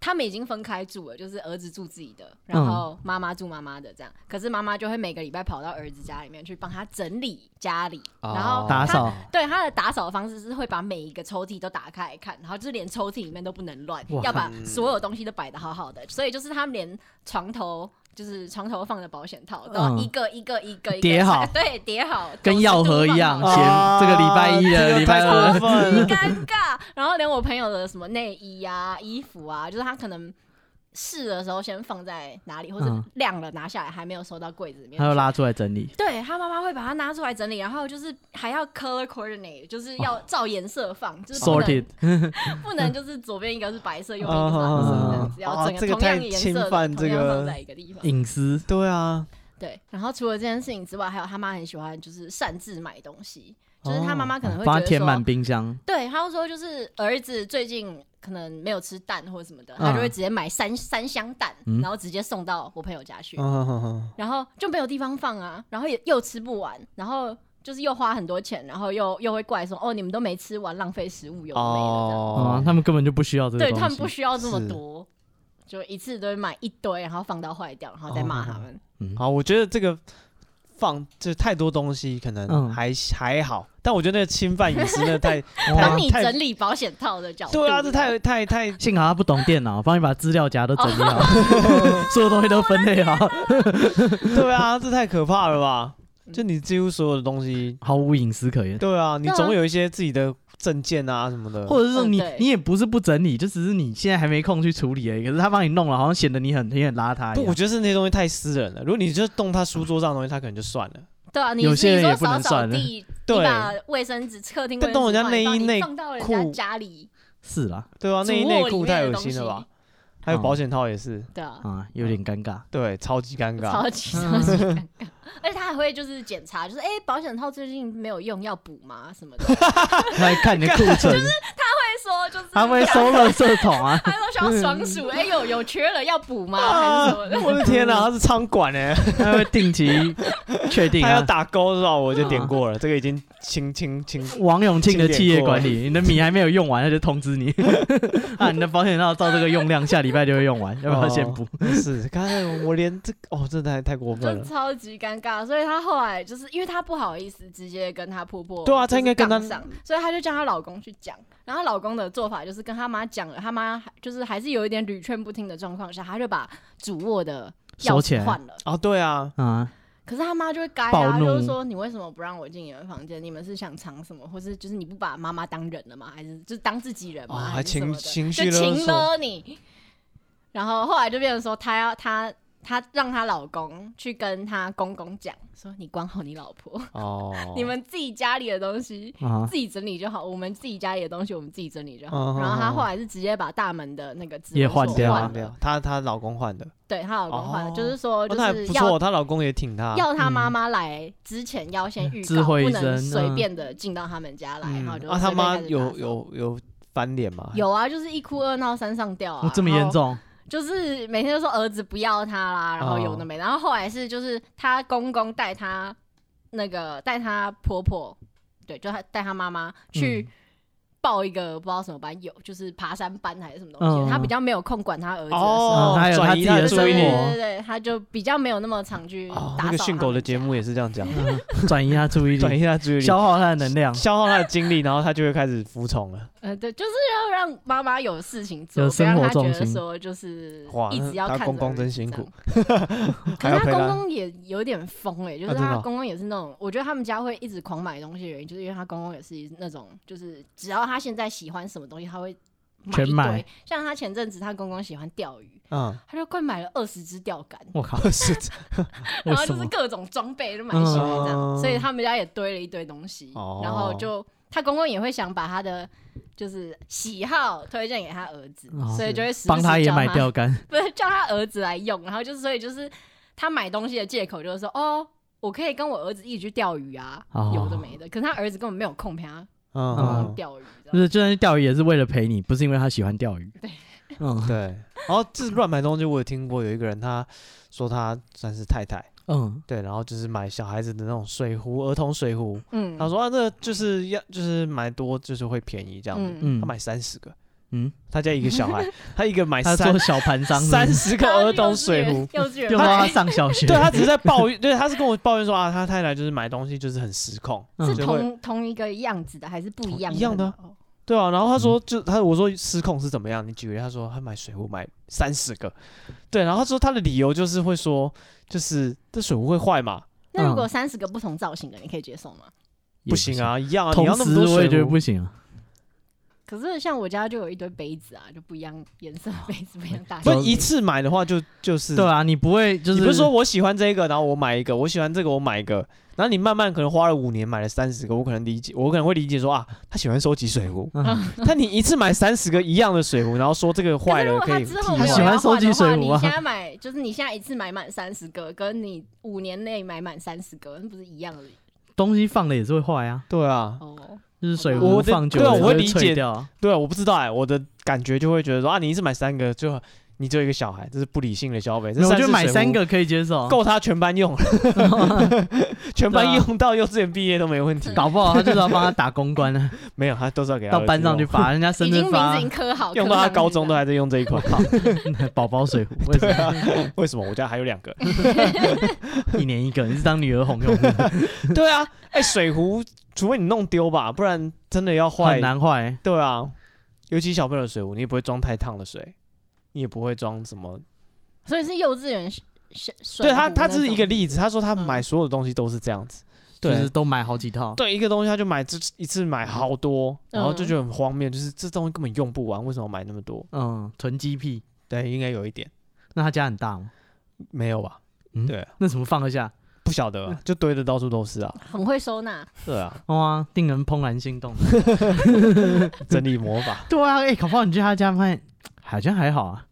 [SPEAKER 2] 他们已经分开住了，就是儿子住自己的，然后
[SPEAKER 3] 嗯
[SPEAKER 2] 妈妈住妈妈的这样。可是妈妈就会每个礼拜跑到儿子家里面去帮他整理家里，
[SPEAKER 1] 哦
[SPEAKER 2] 然后
[SPEAKER 3] 打
[SPEAKER 2] 她
[SPEAKER 3] 扫
[SPEAKER 2] 对他的打扫的方式是会把每一个抽屉都打开来看，然后就是连抽屉里面都不能乱
[SPEAKER 3] 哇，
[SPEAKER 2] 要把所有东西都摆的好好的。所以就是他们连床头就是床头放的保险套都要
[SPEAKER 3] 嗯
[SPEAKER 2] 一个一个一个一个
[SPEAKER 3] 叠好
[SPEAKER 2] 对，叠好，
[SPEAKER 3] 跟药盒一样
[SPEAKER 2] 90度放好
[SPEAKER 3] 写这个礼拜一的
[SPEAKER 1] 这个
[SPEAKER 3] 礼拜
[SPEAKER 1] 太
[SPEAKER 3] 二
[SPEAKER 1] 过分 了
[SPEAKER 2] 尴
[SPEAKER 3] 哦
[SPEAKER 2] 尬。然后连我朋友的什么内衣啊、衣服啊，就是他可能。试的时候先放在哪里，或者
[SPEAKER 3] 嗯
[SPEAKER 2] 晾了拿下来还没有收到柜子里面去，
[SPEAKER 3] 他又拉出来整理，
[SPEAKER 2] 对他妈妈会把它拿出来整理，然后就是还要 color coordinate，就是要照颜色放，就是不
[SPEAKER 3] sorted
[SPEAKER 2] 能不能就是左边一个是白色，右边一个是
[SPEAKER 1] 啊
[SPEAKER 2] 蓝色这样子，
[SPEAKER 1] 啊
[SPEAKER 2] 要整
[SPEAKER 1] 这
[SPEAKER 2] 个
[SPEAKER 1] 个
[SPEAKER 2] 同样
[SPEAKER 1] 太
[SPEAKER 2] 颜
[SPEAKER 1] 侵
[SPEAKER 2] 色的
[SPEAKER 1] 犯
[SPEAKER 2] 同
[SPEAKER 1] 这
[SPEAKER 2] 样
[SPEAKER 1] 个
[SPEAKER 2] 放在一个地方。
[SPEAKER 3] 隐私
[SPEAKER 1] 对啊，
[SPEAKER 2] 对，然后除了这件事情之外，还有他妈很喜欢就是擅自买东西，就是
[SPEAKER 1] 哦
[SPEAKER 2] 他妈妈可能会
[SPEAKER 3] 帮他
[SPEAKER 2] 觉得
[SPEAKER 3] 填满
[SPEAKER 2] 说，
[SPEAKER 3] 冰箱，
[SPEAKER 2] 对，他就说就是儿子最近。可能没有吃蛋或者什么的，
[SPEAKER 3] 嗯
[SPEAKER 1] 啊
[SPEAKER 2] 他就会直接买三三箱蛋，
[SPEAKER 3] 嗯
[SPEAKER 2] 然后直接送到我朋友家去。
[SPEAKER 1] 嗯哼哼
[SPEAKER 2] 然后就没有地方放啊，然后也又吃不完，然后就是又花很多钱，然后又又会怪说哦，你们都没吃完，浪费食物有的没的
[SPEAKER 1] 哼
[SPEAKER 2] 这样。
[SPEAKER 3] 啊
[SPEAKER 1] 哦，，
[SPEAKER 3] 他们根本就不需要这个
[SPEAKER 2] 对
[SPEAKER 3] 东西，
[SPEAKER 2] 他们不需要这么
[SPEAKER 1] 是
[SPEAKER 2] 多，就一次都会买一堆，然后放到坏掉，然后再骂他们。
[SPEAKER 3] 嗯
[SPEAKER 1] 好，我觉得这个放就太多东西，可能
[SPEAKER 3] 嗯
[SPEAKER 1] 还、还好，但我觉得那个侵犯隐私那太
[SPEAKER 3] 哇
[SPEAKER 2] 当你
[SPEAKER 1] 太
[SPEAKER 2] 整理保险套的角度，
[SPEAKER 1] 对啊，这太太太
[SPEAKER 3] 幸好他不懂电脑，帮你把资料夹都整理好，
[SPEAKER 2] 哦
[SPEAKER 3] 所有东西都分类好，
[SPEAKER 1] 对啊，这太可怕了吧？就你几乎所有的东西，
[SPEAKER 3] 毫无隐私可言。
[SPEAKER 1] 对啊，你
[SPEAKER 2] 对啊
[SPEAKER 1] 总有一些自己的证件啊什么的，
[SPEAKER 3] 或者是说
[SPEAKER 2] 嗯
[SPEAKER 3] 你
[SPEAKER 2] 对
[SPEAKER 3] 你也不是不整理，就只是你现在还没空去处理而已。可是他帮你弄了，好像显得你很你很邋遢
[SPEAKER 1] 不，哎
[SPEAKER 3] 一
[SPEAKER 1] 我
[SPEAKER 3] 样。
[SPEAKER 1] 觉得是那些东西太私人了。如果你就动他书桌上的东西，他可能就算了。
[SPEAKER 2] 对啊，你
[SPEAKER 3] 有
[SPEAKER 2] 你
[SPEAKER 3] 些人
[SPEAKER 2] 说
[SPEAKER 3] 也不能
[SPEAKER 2] 扫扫
[SPEAKER 3] 算
[SPEAKER 2] 地，
[SPEAKER 1] 对
[SPEAKER 2] 你把卫生纸客厅
[SPEAKER 1] 但
[SPEAKER 2] 卫
[SPEAKER 1] 动
[SPEAKER 2] 生
[SPEAKER 1] 人家
[SPEAKER 2] 纸放
[SPEAKER 1] 内
[SPEAKER 2] 一放
[SPEAKER 1] 衣
[SPEAKER 2] 你
[SPEAKER 1] 内
[SPEAKER 2] 放到人家
[SPEAKER 1] 裤
[SPEAKER 2] 家里，
[SPEAKER 3] 是啦，
[SPEAKER 1] 对啊，
[SPEAKER 2] 主
[SPEAKER 1] 内衣内
[SPEAKER 2] 卧里
[SPEAKER 1] 裤
[SPEAKER 2] 面
[SPEAKER 1] 太
[SPEAKER 2] 的
[SPEAKER 1] 恶
[SPEAKER 2] 东
[SPEAKER 1] 心了吧
[SPEAKER 2] 西？
[SPEAKER 1] 还有
[SPEAKER 3] 嗯
[SPEAKER 1] 保险套也是，
[SPEAKER 2] 对啊，
[SPEAKER 3] 啊，有点尴尬。
[SPEAKER 1] 对，超级尴尬。
[SPEAKER 2] 超级超级
[SPEAKER 1] 嗯
[SPEAKER 2] 尴尬。而且他还会就是检查，就是哎、诶保险套最近没有用，要补吗？什么的，会
[SPEAKER 3] 来看你的库存，
[SPEAKER 2] 说就是，
[SPEAKER 3] 他会收垃圾桶啊
[SPEAKER 2] 他说想要爽鼠，哎、有有缺了要补吗？还是什么的？
[SPEAKER 1] 哦我的天哪，他是仓管哎，
[SPEAKER 3] 他会定期确定
[SPEAKER 1] 他要
[SPEAKER 3] 啊。嗯
[SPEAKER 1] 打勾是吧？我就点过了，这个已经清清清。
[SPEAKER 3] 王永庆的企业管
[SPEAKER 1] 清
[SPEAKER 3] 理，你的米还没有用完，他就通 知你啊，你的保险套照这个用量，下礼拜就会 用完，要不要先补？
[SPEAKER 1] 哦是，刚才我连这个哦，这太太过分
[SPEAKER 2] 就
[SPEAKER 1] 了。
[SPEAKER 2] 超级尴尬，所以她后来就是因为她不好意思直接跟她婆婆
[SPEAKER 1] 对啊她
[SPEAKER 2] 就是
[SPEAKER 1] 应该跟她
[SPEAKER 2] 杠上，所以她就叫她老公去讲，然后她老公的做法就是跟他妈讲了，他妈就是还是有一点屡劝不听的状况下，他就把主卧的钥
[SPEAKER 3] 收起
[SPEAKER 2] 匙
[SPEAKER 3] 来
[SPEAKER 2] 换了。
[SPEAKER 1] 哦，对啊，
[SPEAKER 3] 啊，
[SPEAKER 2] 可是他妈就会该
[SPEAKER 3] 暴
[SPEAKER 2] 啊，
[SPEAKER 3] 怒
[SPEAKER 2] 就是说你为什么不让我进你们房间？你们是想藏什么，或是就是你不把妈妈当人了吗？还是就是当自己人吗？
[SPEAKER 1] 哦
[SPEAKER 2] 还
[SPEAKER 1] 还
[SPEAKER 2] 是什
[SPEAKER 1] 情
[SPEAKER 2] 么的
[SPEAKER 1] 情
[SPEAKER 2] 就
[SPEAKER 1] 绪勒
[SPEAKER 2] 情
[SPEAKER 1] 索
[SPEAKER 2] 勒你。然后后来就变成说，她要她她让她老公去跟她公公讲，说你管好你老婆，，
[SPEAKER 1] 哦
[SPEAKER 2] 你们自己家里的东西
[SPEAKER 3] 啊，
[SPEAKER 2] 自己整理就好，我们自己家里的东西我们自己整理就好。
[SPEAKER 1] 嗯嗯
[SPEAKER 2] 然后她
[SPEAKER 1] 嗯
[SPEAKER 2] 后来是直接把大门的那个指
[SPEAKER 3] 也
[SPEAKER 2] 纹
[SPEAKER 3] 换
[SPEAKER 2] 锁
[SPEAKER 3] 掉啊
[SPEAKER 1] 换
[SPEAKER 2] 换
[SPEAKER 1] 掉
[SPEAKER 2] 了，，
[SPEAKER 1] 她她老公换的，
[SPEAKER 2] 对她老公换了，就是
[SPEAKER 1] 哦
[SPEAKER 2] 说
[SPEAKER 1] 哦
[SPEAKER 2] 就
[SPEAKER 1] 那还不
[SPEAKER 2] 是要
[SPEAKER 1] 错，啊嗯她老公也挺她，
[SPEAKER 2] 要他妈妈来之前要先预
[SPEAKER 3] 知
[SPEAKER 2] 告，
[SPEAKER 3] 会
[SPEAKER 2] 不
[SPEAKER 3] 一声
[SPEAKER 2] 能随便的进到他们家来，
[SPEAKER 1] 嗯
[SPEAKER 2] 然后就
[SPEAKER 1] 啊，他
[SPEAKER 2] 随便
[SPEAKER 1] 妈
[SPEAKER 2] 开始打
[SPEAKER 1] 有
[SPEAKER 2] 扫
[SPEAKER 1] 有有翻脸吗？
[SPEAKER 2] 有啊，就是一哭二闹三上吊啊
[SPEAKER 3] 哦，这么严，重，
[SPEAKER 2] 就是每天就说儿子不要他啦，然后有的没，然后后来是就是她公公带她那个带她婆婆，对，就她带她妈妈
[SPEAKER 3] 嗯
[SPEAKER 2] 去。报一个不知道什么班，有就是爬山班还是什么东
[SPEAKER 3] 嗯嗯
[SPEAKER 2] 西，她比较没有空管她儿子的
[SPEAKER 1] 哦
[SPEAKER 2] 事
[SPEAKER 3] 啊还有
[SPEAKER 1] 转
[SPEAKER 3] 他
[SPEAKER 1] 移
[SPEAKER 3] 自己
[SPEAKER 1] 他
[SPEAKER 3] 的
[SPEAKER 1] 的
[SPEAKER 2] 对
[SPEAKER 1] 注
[SPEAKER 3] 生
[SPEAKER 1] 意
[SPEAKER 2] 对
[SPEAKER 1] 力
[SPEAKER 2] 对
[SPEAKER 3] 活
[SPEAKER 2] 对，对，她就比较没有那么常去
[SPEAKER 1] 哦，
[SPEAKER 2] 嗯打
[SPEAKER 1] 那个
[SPEAKER 2] 扫。
[SPEAKER 1] 训狗的节目也是这样 讲，
[SPEAKER 3] 嗯转移他注意
[SPEAKER 1] 转
[SPEAKER 3] 力，
[SPEAKER 1] 移他注意力，
[SPEAKER 3] 消耗他的能量，
[SPEAKER 1] 消耗他的精力，然后他就会开始服从 了。
[SPEAKER 2] 呃，对，就是要让妈妈有事情做，
[SPEAKER 3] 有
[SPEAKER 2] 不要
[SPEAKER 3] 生活
[SPEAKER 2] 让她觉
[SPEAKER 3] 重
[SPEAKER 2] 得
[SPEAKER 3] 心
[SPEAKER 2] 说就是
[SPEAKER 1] 哇
[SPEAKER 2] 一直要
[SPEAKER 1] 那
[SPEAKER 2] 看
[SPEAKER 1] 她
[SPEAKER 2] 着
[SPEAKER 1] 公公
[SPEAKER 2] 儿
[SPEAKER 1] 真
[SPEAKER 2] 子
[SPEAKER 1] 辛
[SPEAKER 2] 这样嗯
[SPEAKER 1] 苦。
[SPEAKER 2] 可
[SPEAKER 1] 还要
[SPEAKER 2] 是她
[SPEAKER 1] 陪
[SPEAKER 2] 公
[SPEAKER 1] 她
[SPEAKER 2] 公也有点疯哎、就是
[SPEAKER 1] 啊真的
[SPEAKER 2] 她
[SPEAKER 1] 哦
[SPEAKER 2] 公公也是那种，我觉得他们家会一直狂买东西的原因，就是因为她公公也是那种，就是只要她现在喜欢什么东西，他会买
[SPEAKER 3] 全
[SPEAKER 2] 一
[SPEAKER 3] 买
[SPEAKER 2] 堆。像她前阵子她公公喜欢钓鱼，
[SPEAKER 1] 嗯，
[SPEAKER 2] 他就快买了二十只钓竿，
[SPEAKER 3] 我靠，
[SPEAKER 1] 是这
[SPEAKER 3] 为
[SPEAKER 2] 然后
[SPEAKER 3] 什
[SPEAKER 2] 就是
[SPEAKER 3] 么？
[SPEAKER 2] 各种装备都买起来这样，
[SPEAKER 1] 嗯
[SPEAKER 2] 所以他们家也堆了一堆东西，
[SPEAKER 1] 哦
[SPEAKER 2] 然后就他公公也会想把他的就是喜好推荐给他儿子，
[SPEAKER 3] 哦
[SPEAKER 2] 所以就会时不
[SPEAKER 3] 帮
[SPEAKER 2] 时
[SPEAKER 3] 他也
[SPEAKER 2] 叫
[SPEAKER 3] 买钓竿，
[SPEAKER 2] 不是叫他儿子来用，然后就是所以就是他买东西的借口就是说哦。我可以跟我儿子一起去钓鱼啊，
[SPEAKER 3] 哦
[SPEAKER 2] 有的没的。可是他儿子根本没有空陪他公公
[SPEAKER 1] 嗯，
[SPEAKER 2] 钓鱼，这
[SPEAKER 3] 不
[SPEAKER 2] 样
[SPEAKER 3] 是，就算是钓鱼也是为了陪你，不是因为他喜欢钓鱼。
[SPEAKER 2] 对，
[SPEAKER 3] 嗯
[SPEAKER 1] 对。然后这乱买东西，我有听过有一个人，他说他算是太太，
[SPEAKER 3] 嗯，
[SPEAKER 1] 对，然后就是买小孩子的那种水壶，儿童水壶。
[SPEAKER 2] 嗯
[SPEAKER 1] 他说啊，这就是要就是买多就是会便宜这样子。
[SPEAKER 2] 嗯，
[SPEAKER 3] 嗯
[SPEAKER 1] 他买三十个，
[SPEAKER 3] 嗯，
[SPEAKER 1] 他家一个小孩，他一个买
[SPEAKER 3] 他
[SPEAKER 1] 三
[SPEAKER 3] 做小盘商是不是，
[SPEAKER 1] 三十个儿童水壶。
[SPEAKER 2] 幼稚 园
[SPEAKER 3] 就
[SPEAKER 2] 买
[SPEAKER 3] 让他上小学。
[SPEAKER 1] 对他只是在抱怨，对他是跟我抱怨说啊，他太太就是买东西就是很失控，
[SPEAKER 3] 嗯
[SPEAKER 2] 是
[SPEAKER 1] 就会
[SPEAKER 2] 同同一个样子的还是不一样
[SPEAKER 1] 一样的啊
[SPEAKER 2] 哦
[SPEAKER 1] 对啊，然后他
[SPEAKER 3] 嗯
[SPEAKER 1] 说就他我说失控是怎么样？你举个例，他说他买水壶买三十个，对，然后他说他的理由就是会说，就是这水壶会坏嘛，
[SPEAKER 2] 那如
[SPEAKER 3] 嗯
[SPEAKER 2] 果三十个不同造型的，你可以接受吗？
[SPEAKER 3] 也
[SPEAKER 1] 不行，啊，一样啊，你
[SPEAKER 3] 同
[SPEAKER 1] 要那么多
[SPEAKER 3] 时我也觉
[SPEAKER 1] 水
[SPEAKER 3] 得
[SPEAKER 1] 壶
[SPEAKER 3] 不，行啊。
[SPEAKER 2] 可是像我家就有一堆杯子啊，就不一样颜色的杯子，不一样大
[SPEAKER 1] 不
[SPEAKER 2] 小
[SPEAKER 1] 是
[SPEAKER 2] 的杯子。
[SPEAKER 1] 一次买的话就就是
[SPEAKER 3] 对啊，你不会就是
[SPEAKER 1] 你不是说我喜欢这个，然后我买一个；我喜欢这个，我买一个。然后你慢慢可能花了五年买了三十个，我可能理解，我可能会理解说啊，他喜欢收集水壶。
[SPEAKER 3] 嗯
[SPEAKER 1] 但你一次买三十个一样的水壶，然后说这个
[SPEAKER 2] 可
[SPEAKER 1] 坏
[SPEAKER 2] 是如
[SPEAKER 1] 了
[SPEAKER 2] 果
[SPEAKER 1] 可
[SPEAKER 2] 他
[SPEAKER 1] 以替
[SPEAKER 2] 之后
[SPEAKER 1] 换
[SPEAKER 2] 没有
[SPEAKER 3] 喜欢
[SPEAKER 2] 要换
[SPEAKER 3] 收
[SPEAKER 2] 的
[SPEAKER 3] 集
[SPEAKER 2] 话，
[SPEAKER 3] 水壶
[SPEAKER 2] 你
[SPEAKER 3] 啊
[SPEAKER 2] 现在买就是你现在一次买满三十个，跟你五年内买满三十个，那不是一样的
[SPEAKER 3] 东西放了也是会坏啊，
[SPEAKER 1] 对啊，
[SPEAKER 2] 哦？
[SPEAKER 3] 就是水
[SPEAKER 1] 我
[SPEAKER 3] 壶
[SPEAKER 1] 的
[SPEAKER 3] 放久
[SPEAKER 1] 对
[SPEAKER 3] 了
[SPEAKER 1] 啊
[SPEAKER 3] 也
[SPEAKER 1] 我会
[SPEAKER 3] 会
[SPEAKER 1] 理解
[SPEAKER 3] 脆掉啊。
[SPEAKER 1] 对啊，我不知道哎、我的感觉就会觉得说啊，你一次买三个就你只有一个小孩，这是不理性的消费。这
[SPEAKER 3] 没有我觉得
[SPEAKER 1] 30
[SPEAKER 3] 买
[SPEAKER 1] 水壶
[SPEAKER 3] 三个可以接受，
[SPEAKER 1] 够他全班用， 全班
[SPEAKER 3] 啊
[SPEAKER 1] 用到幼稚园毕业都没问题。
[SPEAKER 3] 搞不好他就是要帮他打公关啊，
[SPEAKER 1] 没有，他都是要给他
[SPEAKER 3] 嗯到班上去
[SPEAKER 1] 去，
[SPEAKER 3] 罚人家
[SPEAKER 2] 已
[SPEAKER 3] 生
[SPEAKER 2] 经
[SPEAKER 3] 日
[SPEAKER 2] 名字
[SPEAKER 3] 发
[SPEAKER 2] 已经刻 好，
[SPEAKER 1] 用到他
[SPEAKER 2] 刻上
[SPEAKER 1] 高中
[SPEAKER 2] 去
[SPEAKER 1] 都
[SPEAKER 2] 了
[SPEAKER 1] 还在用这一 款。
[SPEAKER 3] 宝宝水壶，为什
[SPEAKER 1] 啊
[SPEAKER 3] 么
[SPEAKER 1] 为什么我家还有两个？
[SPEAKER 3] 一年一个？你是当女儿红用 的，
[SPEAKER 1] 对啊，哎、水壶除非你弄丢吧，不然真的要坏
[SPEAKER 3] 很。难坏。
[SPEAKER 1] 对啊，尤其小朋友的水壶，你也不会装太烫的水，你也不会装什么。
[SPEAKER 2] 所以是幼稚园水水水
[SPEAKER 1] 对他，
[SPEAKER 2] 壶
[SPEAKER 1] 他
[SPEAKER 2] 那
[SPEAKER 1] 这是一
[SPEAKER 2] 种
[SPEAKER 1] 个例子。他说他
[SPEAKER 2] 嗯
[SPEAKER 1] 买所有的东西都是这样子。
[SPEAKER 3] 就
[SPEAKER 1] 对
[SPEAKER 3] 是都买好几套。
[SPEAKER 1] 对一个东西，他就买这一次买好多，然后就
[SPEAKER 2] 嗯
[SPEAKER 1] 觉得很荒谬，就是这东西根本用不完，为什么买那么多？
[SPEAKER 3] 嗯，囤积癖。
[SPEAKER 1] 对，应该有一点
[SPEAKER 3] 那他家很大吗？
[SPEAKER 1] 没有吧？
[SPEAKER 3] 嗯
[SPEAKER 1] 对，
[SPEAKER 3] 那怎么放得下？
[SPEAKER 1] 不晓得啊，就堆的到处都是啊。
[SPEAKER 2] 很会收纳，
[SPEAKER 1] 对 啊，
[SPEAKER 3] 哇、令人怦然心动。
[SPEAKER 1] 整理魔法
[SPEAKER 3] 。对啊，哎、搞不好你去他家发现好像还好啊。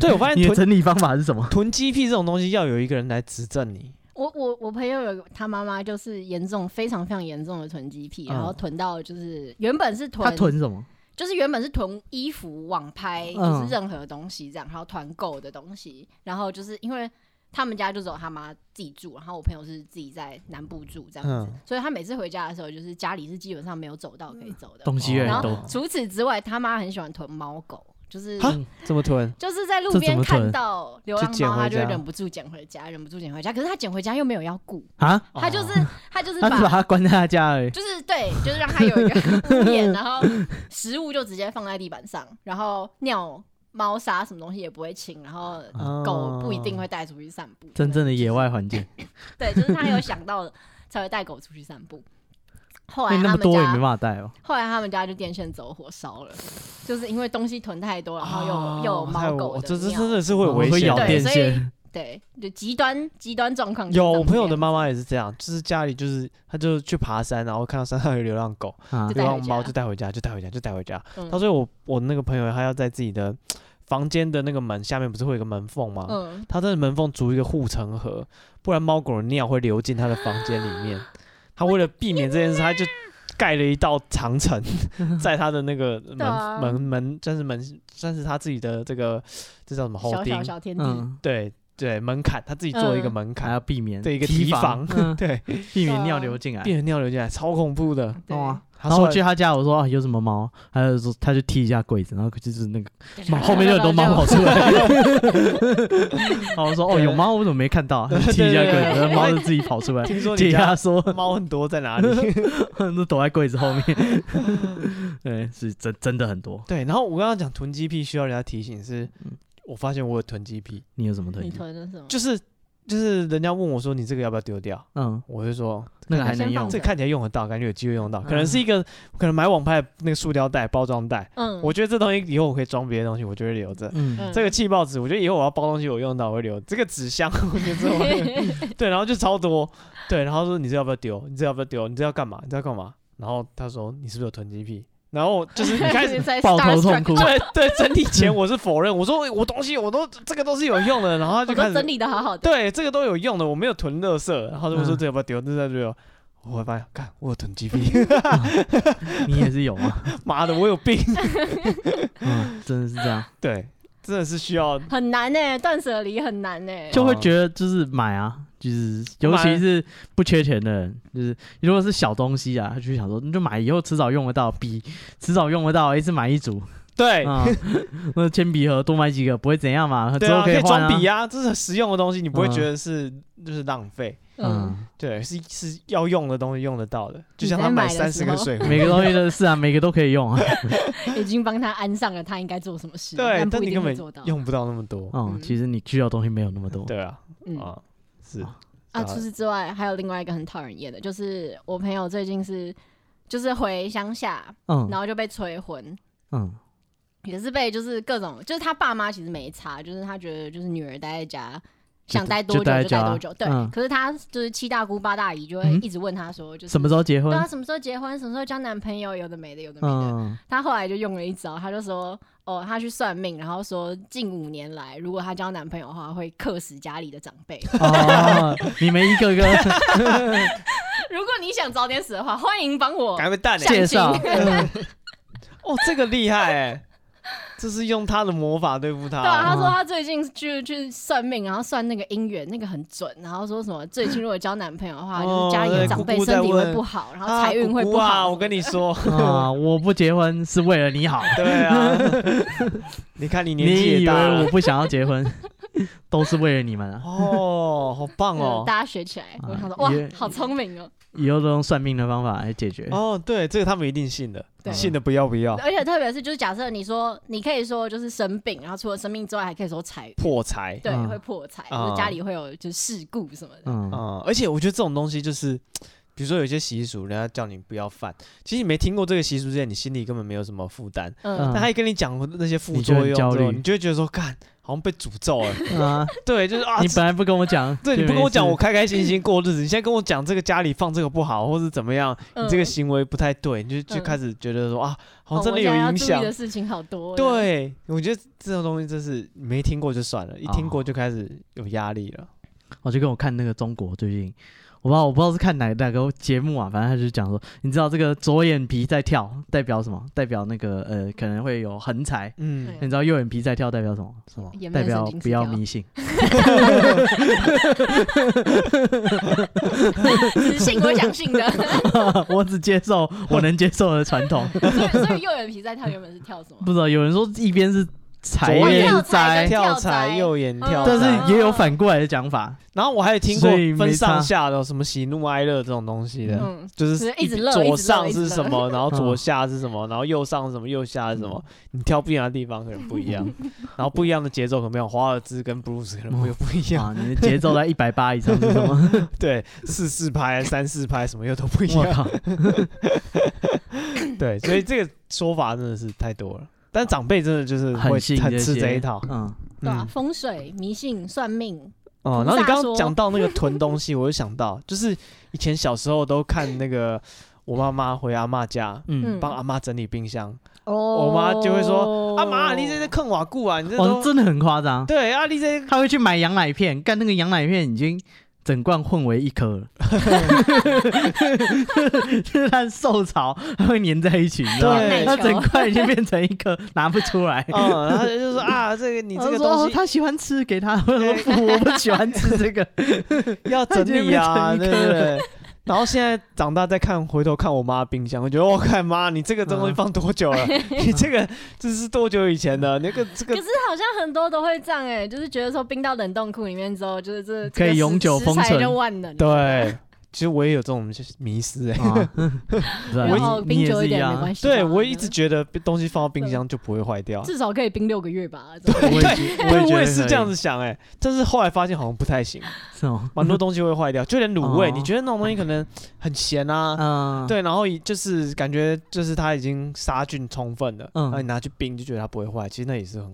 [SPEAKER 1] 对我 发现
[SPEAKER 3] 你的
[SPEAKER 1] 囤
[SPEAKER 3] 整理方法是什么？
[SPEAKER 1] 囤积癖这种东西，要有一个人来指正你。
[SPEAKER 2] 我我我朋友有个他妈妈就是严重非常非常严重的囤积癖，
[SPEAKER 1] 嗯
[SPEAKER 2] 然后囤到就是原本是囤哦
[SPEAKER 3] 他囤什么？
[SPEAKER 2] 就是原本是囤衣服、网拍，就
[SPEAKER 3] 嗯
[SPEAKER 2] 是任何东西这样，还有团购的东西。然后就是因为他们家就只有他妈自己住，然后我朋友是自己在南部住这样子，
[SPEAKER 1] 嗯
[SPEAKER 2] 所以他每次回家的时候，就是家里是基本上没有走道可以走的。
[SPEAKER 3] 东西越来
[SPEAKER 2] 然
[SPEAKER 3] 越
[SPEAKER 2] 后
[SPEAKER 3] 多。
[SPEAKER 2] 除此之外，他妈很喜欢囤猫狗，就是
[SPEAKER 1] 哈这么 囤，
[SPEAKER 2] 就是在路
[SPEAKER 3] 这怎
[SPEAKER 2] 边
[SPEAKER 3] 么
[SPEAKER 2] 看
[SPEAKER 3] 囤
[SPEAKER 2] 到流浪
[SPEAKER 1] 就捡
[SPEAKER 2] 猫，
[SPEAKER 1] 回
[SPEAKER 2] 他就会
[SPEAKER 1] 家
[SPEAKER 2] 忍不住捡回家，忍不住捡回家。可是他捡回家又没有要顾，
[SPEAKER 3] 啊，
[SPEAKER 2] 他就是他就 是
[SPEAKER 3] 他是把
[SPEAKER 2] 把
[SPEAKER 3] 它关在他家而已。
[SPEAKER 2] 就是对，就是让他有一个 屋檐，然后食物就直接放在地板上，然后尿、猫砂什么东西也不会清，然后
[SPEAKER 3] 哦
[SPEAKER 2] 嗯狗不一定会带出去散步。
[SPEAKER 3] 真正的野外环境，
[SPEAKER 2] 对，就是他有想到才会带狗出去散步。后来
[SPEAKER 3] 那
[SPEAKER 2] 他
[SPEAKER 3] 么
[SPEAKER 2] 们
[SPEAKER 3] 多也没
[SPEAKER 2] 家
[SPEAKER 3] 办，法带哦。
[SPEAKER 2] 后来他们家就电线走火烧了，就是因为东西囤太多，然后又、
[SPEAKER 1] 哦
[SPEAKER 2] 又有
[SPEAKER 1] 害
[SPEAKER 2] 猫
[SPEAKER 1] 我
[SPEAKER 2] 狗的
[SPEAKER 1] 这这
[SPEAKER 2] 尿
[SPEAKER 1] 真的嗯是会有
[SPEAKER 3] 哦
[SPEAKER 1] 危
[SPEAKER 3] 会
[SPEAKER 1] 险
[SPEAKER 3] 咬
[SPEAKER 1] 的。
[SPEAKER 2] 对
[SPEAKER 3] 电
[SPEAKER 2] 所以
[SPEAKER 3] 线，
[SPEAKER 2] 对，就极端极端状况。
[SPEAKER 1] 有我朋友的妈妈也是这样，就是家里就是她就去爬山，然后看到山上有流浪狗、
[SPEAKER 3] 啊
[SPEAKER 2] 就带
[SPEAKER 1] 流
[SPEAKER 2] 回
[SPEAKER 1] 浪猫，
[SPEAKER 2] 家
[SPEAKER 1] 就带回家，就带回家，就带回家。
[SPEAKER 2] 嗯
[SPEAKER 1] 他说我我那个朋友他要在自己的房间的那个门下面不是会有一个门缝吗？
[SPEAKER 2] 嗯，
[SPEAKER 1] 他在门缝筑一个护城河，不然猫狗的尿会流进他的房间里 面。他为了避免这件事，他就盖了一道长 城，在他的那个门、
[SPEAKER 2] 对啊
[SPEAKER 1] 门门，算是门，算是他自己的这个这叫什么后
[SPEAKER 2] 小
[SPEAKER 1] 钉
[SPEAKER 2] 小？小天地，
[SPEAKER 3] 嗯，
[SPEAKER 1] 对对，门槛，他自己做一个
[SPEAKER 2] 嗯
[SPEAKER 1] 门
[SPEAKER 3] 还
[SPEAKER 1] 槛，
[SPEAKER 3] 要避免
[SPEAKER 1] 对一个
[SPEAKER 3] 提
[SPEAKER 1] 提防
[SPEAKER 3] 嗯
[SPEAKER 1] 对，
[SPEAKER 3] 避免尿流进来。
[SPEAKER 1] 变成尿流进来，超恐怖的。
[SPEAKER 2] 对，
[SPEAKER 3] 哦啊
[SPEAKER 1] 他
[SPEAKER 3] 然后
[SPEAKER 1] 说
[SPEAKER 3] 我去他家，我说啊有什么猫，他就说他就踢一下柜子，然后就是那个猫后面就
[SPEAKER 2] 有
[SPEAKER 3] 很多猫跑出来。然后我说哦
[SPEAKER 1] 对
[SPEAKER 3] 有猫，我怎么没看到？他就踢一下柜
[SPEAKER 1] 对对
[SPEAKER 3] 子，
[SPEAKER 1] 对
[SPEAKER 3] 然后猫就自己跑出 来。
[SPEAKER 1] 听说
[SPEAKER 3] 解
[SPEAKER 1] 你
[SPEAKER 3] 压
[SPEAKER 1] 家
[SPEAKER 3] 缩，
[SPEAKER 1] 猫很多在哪里？
[SPEAKER 3] 都躲在柜 子后面。对，是真真的很多。
[SPEAKER 1] 对，然后我刚刚讲囤积癖需要人家提醒是，我发现我有囤积癖，
[SPEAKER 3] 你有什么推
[SPEAKER 2] 你
[SPEAKER 3] 荐？
[SPEAKER 2] 囤了什么？
[SPEAKER 1] 就是就是人家问我说你这个要不要丢掉，
[SPEAKER 3] 嗯，
[SPEAKER 1] 我就说
[SPEAKER 3] 那个还
[SPEAKER 2] 先
[SPEAKER 3] 能
[SPEAKER 2] 放
[SPEAKER 3] 用嗯
[SPEAKER 2] 着
[SPEAKER 1] 这看起来用得到，感觉有机会用得到，可能是一个可能买网拍的那个塑料袋包装袋，
[SPEAKER 2] 嗯，
[SPEAKER 1] 我觉得这东西以后我可以装别的东西，我就会留着。
[SPEAKER 3] 嗯
[SPEAKER 2] 嗯
[SPEAKER 1] 这个气泡纸，我觉得以后我要包东西，我用到我会留。这个纸箱， 我觉得之后 会留对，然后就超多，对，然后说你这要不要丢？你这要不要丢？你这要干嘛？你这要干嘛？然后他说你是不是有囤积癖？然后就是你开始
[SPEAKER 2] 在
[SPEAKER 3] 抱头
[SPEAKER 2] starstruck
[SPEAKER 3] 痛 哭
[SPEAKER 1] 对对整理前我是否认，我说喂我东西我都这个都是有用的，然后他就
[SPEAKER 2] 我
[SPEAKER 1] 开
[SPEAKER 2] 都整
[SPEAKER 1] 始
[SPEAKER 2] 理的好好的，
[SPEAKER 1] 对这个都有用的，我没有囤垃圾，然后他就说
[SPEAKER 3] 嗯
[SPEAKER 1] 这要不要丢？这要不要丢？我会发现，看我有囤积癖，
[SPEAKER 3] 你也是有吗？
[SPEAKER 1] 妈的，我有病。
[SPEAKER 3] 嗯，真的是这样，
[SPEAKER 1] 对，真的是需要
[SPEAKER 2] 很难呢，断舍离很难欸 呢。
[SPEAKER 3] 就会觉得就是买啊，就是尤其是不缺钱的人，就是如果是小东西啊，他就想说那就买，以后迟早用得到，笔迟早用得到，一次买一组
[SPEAKER 1] 对。
[SPEAKER 3] 啊，那铅笔盒多买几个不会怎样嘛，之
[SPEAKER 1] 对
[SPEAKER 3] 后
[SPEAKER 1] 啊，可以
[SPEAKER 3] 以换
[SPEAKER 1] 装笔
[SPEAKER 3] 啊。
[SPEAKER 1] 啊，这是很实用的东西，你不会
[SPEAKER 3] 嗯
[SPEAKER 1] 觉得是就是浪费。
[SPEAKER 2] 嗯，
[SPEAKER 3] 嗯，
[SPEAKER 1] 对，是是要用的东西，用得到的，就
[SPEAKER 2] 你
[SPEAKER 1] 像
[SPEAKER 2] 在
[SPEAKER 1] 他买
[SPEAKER 2] 买的
[SPEAKER 1] 三十
[SPEAKER 2] 时
[SPEAKER 1] 个
[SPEAKER 2] 候
[SPEAKER 1] 水壶，
[SPEAKER 3] 每个东西都是啊，每个都可以用啊。
[SPEAKER 2] 已经帮他安上了他应该做什么事，
[SPEAKER 1] 对，
[SPEAKER 2] 不
[SPEAKER 1] 但
[SPEAKER 2] 一
[SPEAKER 1] 你
[SPEAKER 2] 定
[SPEAKER 1] 根
[SPEAKER 2] 会
[SPEAKER 1] 本
[SPEAKER 2] 做到。
[SPEAKER 1] 用不到那么多。
[SPEAKER 3] 嗯，其实你需要的东西没有那么多。
[SPEAKER 1] 对啊，
[SPEAKER 2] 嗯
[SPEAKER 1] 啊，是
[SPEAKER 2] 啊，除此之外，还有另外一个很讨人厌的，就是我朋友最近是就是回乡下，
[SPEAKER 3] 嗯
[SPEAKER 2] 然后就被催婚，
[SPEAKER 3] 嗯
[SPEAKER 2] 也是被就是各种，就是他爸妈其实没差，就是他觉得就是女儿待在家，
[SPEAKER 3] 就
[SPEAKER 2] 想待多
[SPEAKER 3] 就
[SPEAKER 2] 久
[SPEAKER 3] 待在
[SPEAKER 2] 就
[SPEAKER 3] 家
[SPEAKER 2] 待多久，对。
[SPEAKER 3] 嗯
[SPEAKER 2] 可是他就是七大姑八大姨就会
[SPEAKER 3] 嗯
[SPEAKER 2] 一直问他说，就是
[SPEAKER 3] 什么时候结婚
[SPEAKER 2] 对？啊，什么时候结婚，什么时候交男朋友，有的没的，有的没的。
[SPEAKER 3] 嗯，
[SPEAKER 2] 他后来就用了一招，他就说。哦，他去算命，然后说近五年来，如果他交男朋友的话，会克死家里的长 辈。
[SPEAKER 3] 哦，你们一个个
[SPEAKER 2] 如果你想早点死的话，欢迎帮我
[SPEAKER 1] 改个蛋欸
[SPEAKER 2] 像
[SPEAKER 3] 介绍，
[SPEAKER 1] 哦，这个厉害哎，这是用他的魔法对付他
[SPEAKER 2] 对啊，
[SPEAKER 1] 啊。
[SPEAKER 2] 他说他最近去去算命，然后算那个姻缘，那个很准，然后说什么最近如果交男朋友的话，
[SPEAKER 1] 哦
[SPEAKER 2] 就是家里的长辈身体会不好，然后财运会
[SPEAKER 1] 姑
[SPEAKER 2] 不
[SPEAKER 1] 姑
[SPEAKER 2] 好。
[SPEAKER 1] 啊！我跟你 说，
[SPEAKER 3] 啊，我不结婚是为了你好。
[SPEAKER 1] 对啊，你看你 年纪
[SPEAKER 3] 你
[SPEAKER 1] 也
[SPEAKER 3] 以
[SPEAKER 1] 大
[SPEAKER 3] 为我
[SPEAKER 1] 了
[SPEAKER 3] 不想要结婚， 都是为了你们啊！
[SPEAKER 1] 哦，好棒
[SPEAKER 2] 嗯
[SPEAKER 1] 哦！
[SPEAKER 2] 大家学起来，我想说
[SPEAKER 3] 啊
[SPEAKER 2] 哇
[SPEAKER 3] 也，
[SPEAKER 2] 好聪明哦！
[SPEAKER 3] 以后都用算命的方法来解决。
[SPEAKER 1] 哦，对，这个他们一定信的，
[SPEAKER 2] 对
[SPEAKER 1] 信的不要不要，
[SPEAKER 2] 而且特别是就是假设你说你可以说就是生病，然后除了生病之外，还可以说财运，
[SPEAKER 1] 破财。
[SPEAKER 2] 对，
[SPEAKER 3] 嗯
[SPEAKER 2] 会破财，
[SPEAKER 1] 嗯
[SPEAKER 2] 就是家里会有就是事故什么的。
[SPEAKER 3] 嗯，
[SPEAKER 1] 嗯，而且我觉得这种东西就是，比如说有些习俗，人家叫你不要犯，其实你没听过这个习俗之前，你心里根本没有什么负担，
[SPEAKER 2] 嗯
[SPEAKER 1] 但他一跟你讲那些副
[SPEAKER 3] 你就很
[SPEAKER 1] 作用之
[SPEAKER 3] 焦
[SPEAKER 1] 后，
[SPEAKER 3] 虑
[SPEAKER 1] 你就会觉得说，干，好像被诅咒 了。
[SPEAKER 3] 啊，
[SPEAKER 1] 对，就是啊，
[SPEAKER 3] 你
[SPEAKER 1] 这
[SPEAKER 3] 本来不跟我讲，
[SPEAKER 1] 对
[SPEAKER 3] 就
[SPEAKER 1] 你不跟我讲，
[SPEAKER 3] 没
[SPEAKER 1] 我
[SPEAKER 3] 事
[SPEAKER 1] 开开心心 过日子，你现在跟我讲这个家里放这个不好，或是怎么样，你这个行为不太对，你就就
[SPEAKER 2] 嗯
[SPEAKER 1] 开始觉得说啊，好
[SPEAKER 2] 哦
[SPEAKER 1] 像真
[SPEAKER 2] 我
[SPEAKER 1] 的
[SPEAKER 2] 现
[SPEAKER 1] 有
[SPEAKER 2] 在要
[SPEAKER 1] 影
[SPEAKER 2] 注意
[SPEAKER 1] 响。
[SPEAKER 2] 的事情好多。
[SPEAKER 1] 对，我觉得这种东西真是没听过就算了，一听
[SPEAKER 3] 哦
[SPEAKER 1] 过就开始有压力了。
[SPEAKER 3] 我就跟我看那个中国最近，我不知道我不知道是看哪哪个节目啊，反正他就讲说，你知道这个左眼皮在跳代表什么？代表那个呃可能会有横财。
[SPEAKER 1] 嗯，
[SPEAKER 3] 你知道右眼皮在跳代表什么？
[SPEAKER 1] 什么？
[SPEAKER 2] 也没
[SPEAKER 3] 代
[SPEAKER 2] 有
[SPEAKER 3] 表
[SPEAKER 2] 神经
[SPEAKER 3] 不
[SPEAKER 2] 失
[SPEAKER 3] 要
[SPEAKER 2] 调，
[SPEAKER 3] 迷信。
[SPEAKER 2] 只信我想 信的。
[SPEAKER 3] 我只接受我能接受的传统。
[SPEAKER 2] 所以所以右眼皮在跳原本是跳什么？
[SPEAKER 3] 不知道有人说一边是财
[SPEAKER 1] 左眼
[SPEAKER 3] 源
[SPEAKER 1] 跳
[SPEAKER 3] 灾，
[SPEAKER 1] 跳
[SPEAKER 2] 跳
[SPEAKER 1] 财
[SPEAKER 2] 财嗯
[SPEAKER 1] 右眼跳
[SPEAKER 3] 但
[SPEAKER 1] 财，
[SPEAKER 3] 是也有反过来的讲法，
[SPEAKER 1] 然后我还有听过
[SPEAKER 3] 所以没
[SPEAKER 1] 分
[SPEAKER 3] 差
[SPEAKER 1] 上下的什么喜怒哀乐这种东西的，
[SPEAKER 2] 嗯，
[SPEAKER 1] 就是
[SPEAKER 2] 就是一直乐
[SPEAKER 1] 左
[SPEAKER 2] 一直乐
[SPEAKER 1] 上
[SPEAKER 2] 一直
[SPEAKER 1] 是什
[SPEAKER 2] 乐
[SPEAKER 1] 么，然后
[SPEAKER 3] 嗯
[SPEAKER 1] 左下是什么，然后右上是什么，右下是什么，你挑不一样的地方可能不一 样，然后不一样的节奏可能没有华尔兹跟布鲁斯可能会有不一样，
[SPEAKER 3] 啊，你的节奏在一百八以上是 什么？
[SPEAKER 1] 对，四四拍、三四拍什么又都不一
[SPEAKER 3] 我
[SPEAKER 1] 样，
[SPEAKER 3] 靠，
[SPEAKER 1] 对，所以这个说法真的是太多了。但长辈真的就是会
[SPEAKER 3] 很信
[SPEAKER 1] 很
[SPEAKER 3] 这
[SPEAKER 1] 吃
[SPEAKER 3] 些
[SPEAKER 1] 这一套，
[SPEAKER 3] 嗯，
[SPEAKER 2] 对啊
[SPEAKER 1] 嗯，
[SPEAKER 2] 风水、迷信、算命，
[SPEAKER 1] 哦，
[SPEAKER 2] 菩
[SPEAKER 1] 然后你
[SPEAKER 2] 萨
[SPEAKER 1] 刚刚
[SPEAKER 2] 说
[SPEAKER 1] 讲到那个囤东西，我就想到，就是以前小时候都看那个我妈妈回阿嬷家，
[SPEAKER 3] 嗯，
[SPEAKER 1] 帮阿嬷整理冰箱，
[SPEAKER 2] 哦，
[SPEAKER 1] 我妈就会说：“阿妈，你这是坑瓦固啊，你这
[SPEAKER 3] 哇，
[SPEAKER 1] 都
[SPEAKER 3] 真的很夸张。
[SPEAKER 1] 对啊，你 这
[SPEAKER 3] 他会去买羊奶片，干那个羊奶片已经整罐混为一颗了， 就是它受潮，它会粘在一起，你知道吗
[SPEAKER 1] 对
[SPEAKER 3] 它整块已经变成一颗，拿不出来。
[SPEAKER 1] 嗯，然后就说啊，这个你这
[SPEAKER 3] 他
[SPEAKER 1] 个
[SPEAKER 3] 说
[SPEAKER 1] 东
[SPEAKER 3] 哦，
[SPEAKER 1] 西
[SPEAKER 3] 他喜欢吃，给他。我说不我不喜欢吃这个。
[SPEAKER 1] 要整理啊，
[SPEAKER 3] 它
[SPEAKER 1] 对
[SPEAKER 3] 已经变成一
[SPEAKER 1] 不
[SPEAKER 3] 颗
[SPEAKER 1] 对？” 然后现在长大再看，回头看我妈的冰箱，我觉得我看妈，你这个东西
[SPEAKER 3] 嗯
[SPEAKER 1] 放多久了？你这个这是多久以前的？那个这
[SPEAKER 2] 可
[SPEAKER 1] 个
[SPEAKER 2] 是好像很多都会这样哎、就是觉得说冰到冷冻库里面之后，就是这
[SPEAKER 3] 可以
[SPEAKER 2] 这个
[SPEAKER 3] 永久
[SPEAKER 2] 食
[SPEAKER 3] 封存
[SPEAKER 2] 食材就万能。
[SPEAKER 1] 对，啊其实我也有这种迷失哎。
[SPEAKER 3] 啊 不是啊
[SPEAKER 2] 然后
[SPEAKER 3] 你
[SPEAKER 2] 冰
[SPEAKER 3] 你也
[SPEAKER 2] 久
[SPEAKER 3] 是
[SPEAKER 2] 一
[SPEAKER 3] 一
[SPEAKER 2] 点
[SPEAKER 3] 样嗯
[SPEAKER 2] 没
[SPEAKER 3] 啊，
[SPEAKER 2] 关系吧。
[SPEAKER 1] 对，我一直觉得东西放到冰箱就不会坏掉。
[SPEAKER 2] 至少可以冰六个月吧。
[SPEAKER 3] 我也觉得
[SPEAKER 1] 对，我也
[SPEAKER 3] 可
[SPEAKER 1] 是这样
[SPEAKER 3] 以
[SPEAKER 1] 子，想哎、但是后来发现好像不太行，
[SPEAKER 3] 是哦，
[SPEAKER 1] 蛮多东西会坏掉，就连卤味，
[SPEAKER 3] 哦
[SPEAKER 1] 你觉得那种东西可能很咸啊，
[SPEAKER 3] 嗯，
[SPEAKER 1] 对，然后一就是感觉就是它已经杀菌充分了，
[SPEAKER 3] 嗯
[SPEAKER 1] 然后你拿去冰就觉得它不会坏，其实那也是很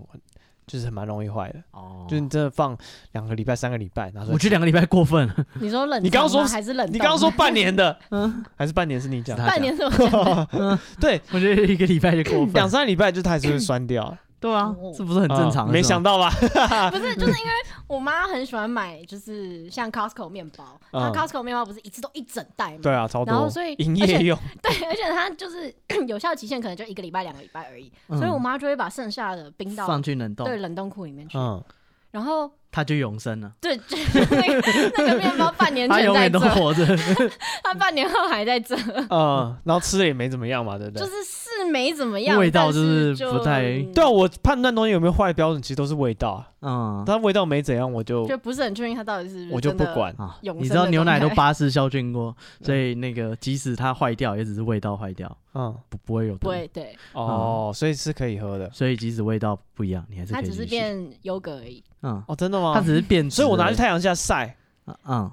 [SPEAKER 1] 就是很蛮容易坏的，
[SPEAKER 3] 哦，
[SPEAKER 1] 就是你真的放两个礼拜、三个礼拜，拿出来
[SPEAKER 3] 我觉得两个礼拜过分 了，
[SPEAKER 2] 你说冷，
[SPEAKER 1] 你刚刚说
[SPEAKER 2] 还是冷冻？
[SPEAKER 1] 你刚刚说半年的，
[SPEAKER 3] 嗯，
[SPEAKER 1] 还是半年是你讲的？
[SPEAKER 2] 半年是我讲的
[SPEAKER 1] 对，
[SPEAKER 3] 我觉得一个礼拜就过分
[SPEAKER 1] 两
[SPEAKER 3] 了，
[SPEAKER 1] 三个礼拜就它还是会酸掉，
[SPEAKER 3] 对啊，
[SPEAKER 2] 嗯
[SPEAKER 3] 这不是 很正
[SPEAKER 1] 啊
[SPEAKER 3] 常的事吗？
[SPEAKER 1] 没想到吧？
[SPEAKER 2] 不是，就是因为我妈很喜欢买，就是像 Costco 面包，她
[SPEAKER 1] 嗯
[SPEAKER 2] Costco 面包不是一次都一整袋嘛？
[SPEAKER 1] 对啊，超
[SPEAKER 2] 然后
[SPEAKER 1] 多
[SPEAKER 2] 所以
[SPEAKER 1] 营
[SPEAKER 2] 而
[SPEAKER 1] 业
[SPEAKER 2] 且
[SPEAKER 1] 用。
[SPEAKER 2] 对，而且它就是 有效期限可能就一个礼拜、两个礼拜而已，
[SPEAKER 3] 嗯
[SPEAKER 2] 所以我妈就会把剩下的冰到
[SPEAKER 3] 放去冷冻，
[SPEAKER 2] 对冷冻库里面去，
[SPEAKER 1] 嗯，
[SPEAKER 2] 然后
[SPEAKER 3] 它就永生了，
[SPEAKER 2] 对， 就那个那个面包半年
[SPEAKER 3] 它
[SPEAKER 2] 前
[SPEAKER 3] 永
[SPEAKER 2] 在
[SPEAKER 3] 远
[SPEAKER 2] 这
[SPEAKER 3] 都，活着。
[SPEAKER 2] 它半年后 还在这，
[SPEAKER 1] 嗯，然后吃的也没怎么样嘛，对不
[SPEAKER 2] 就
[SPEAKER 1] 对？
[SPEAKER 2] 是是没怎么样，
[SPEAKER 3] 味道
[SPEAKER 2] 但
[SPEAKER 3] 就是是不太
[SPEAKER 2] 嗯
[SPEAKER 1] 对啊，我判断东西有没有坏的标准其实都是味道啊，
[SPEAKER 3] 嗯
[SPEAKER 1] 但味道没怎样，我就
[SPEAKER 2] 就不是很确定它到底是是
[SPEAKER 1] 我就
[SPEAKER 2] 真
[SPEAKER 1] 不
[SPEAKER 2] 的
[SPEAKER 1] 管。
[SPEAKER 3] 啊
[SPEAKER 2] 永，
[SPEAKER 3] 你知
[SPEAKER 2] 生
[SPEAKER 3] 道
[SPEAKER 2] 的
[SPEAKER 3] 牛奶都
[SPEAKER 2] 状态嗯
[SPEAKER 3] 巴氏消菌过，所以那个即使它坏掉，也只是味道坏掉，
[SPEAKER 1] 嗯，
[SPEAKER 3] 不不会有毒
[SPEAKER 2] 不。会，对，
[SPEAKER 3] 嗯
[SPEAKER 1] 哦，所以是可以喝的。
[SPEAKER 3] 所以即使味道不一样，你还是
[SPEAKER 2] 它
[SPEAKER 3] 可以
[SPEAKER 2] 只
[SPEAKER 3] 继
[SPEAKER 2] 是
[SPEAKER 3] 续
[SPEAKER 2] 变优格而已。
[SPEAKER 3] 嗯，
[SPEAKER 1] 哦，真的
[SPEAKER 3] 它
[SPEAKER 1] 吗？
[SPEAKER 3] 只是变质而已，
[SPEAKER 1] 所以我拿去太阳下晒，
[SPEAKER 3] 嗯。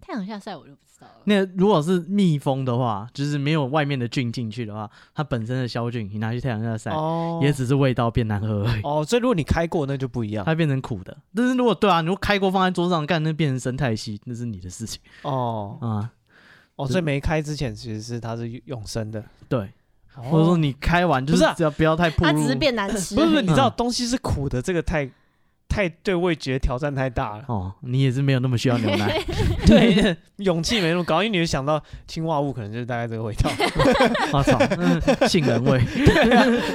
[SPEAKER 2] 太阳下晒我就不知道了。
[SPEAKER 3] 那如果是密封的话，就是没有外面的菌进去的话，它本身的消菌，你拿去太阳下晒，
[SPEAKER 1] 哦，
[SPEAKER 3] 也只是味道变难喝而已，
[SPEAKER 1] 哦，所以如果你开过，那就不一样。
[SPEAKER 3] 它变成苦的。但是如果对啊，你如果开锅放在桌上干，那变成生态系，那是你的事情
[SPEAKER 1] 哦
[SPEAKER 3] 啊。
[SPEAKER 1] 哦，所以没开之前其实是它是永生的，
[SPEAKER 3] 对，
[SPEAKER 1] 哦
[SPEAKER 3] 或者说你开完就
[SPEAKER 1] 不是啊
[SPEAKER 3] 只要不要太暴
[SPEAKER 2] 它
[SPEAKER 3] 露，
[SPEAKER 2] 只是变难吃
[SPEAKER 1] 不
[SPEAKER 2] 而
[SPEAKER 1] 是
[SPEAKER 2] 已，
[SPEAKER 1] 不是，你知道
[SPEAKER 3] 嗯
[SPEAKER 1] 东西是苦的，这个太太对味觉挑战太大 了，
[SPEAKER 3] 哦，你也是没有那么需要牛奶。
[SPEAKER 1] 对，勇气没那么高，因为你会想到氰化物可能就是大概这个味 道。
[SPEAKER 3] 我操，嗯杏仁味，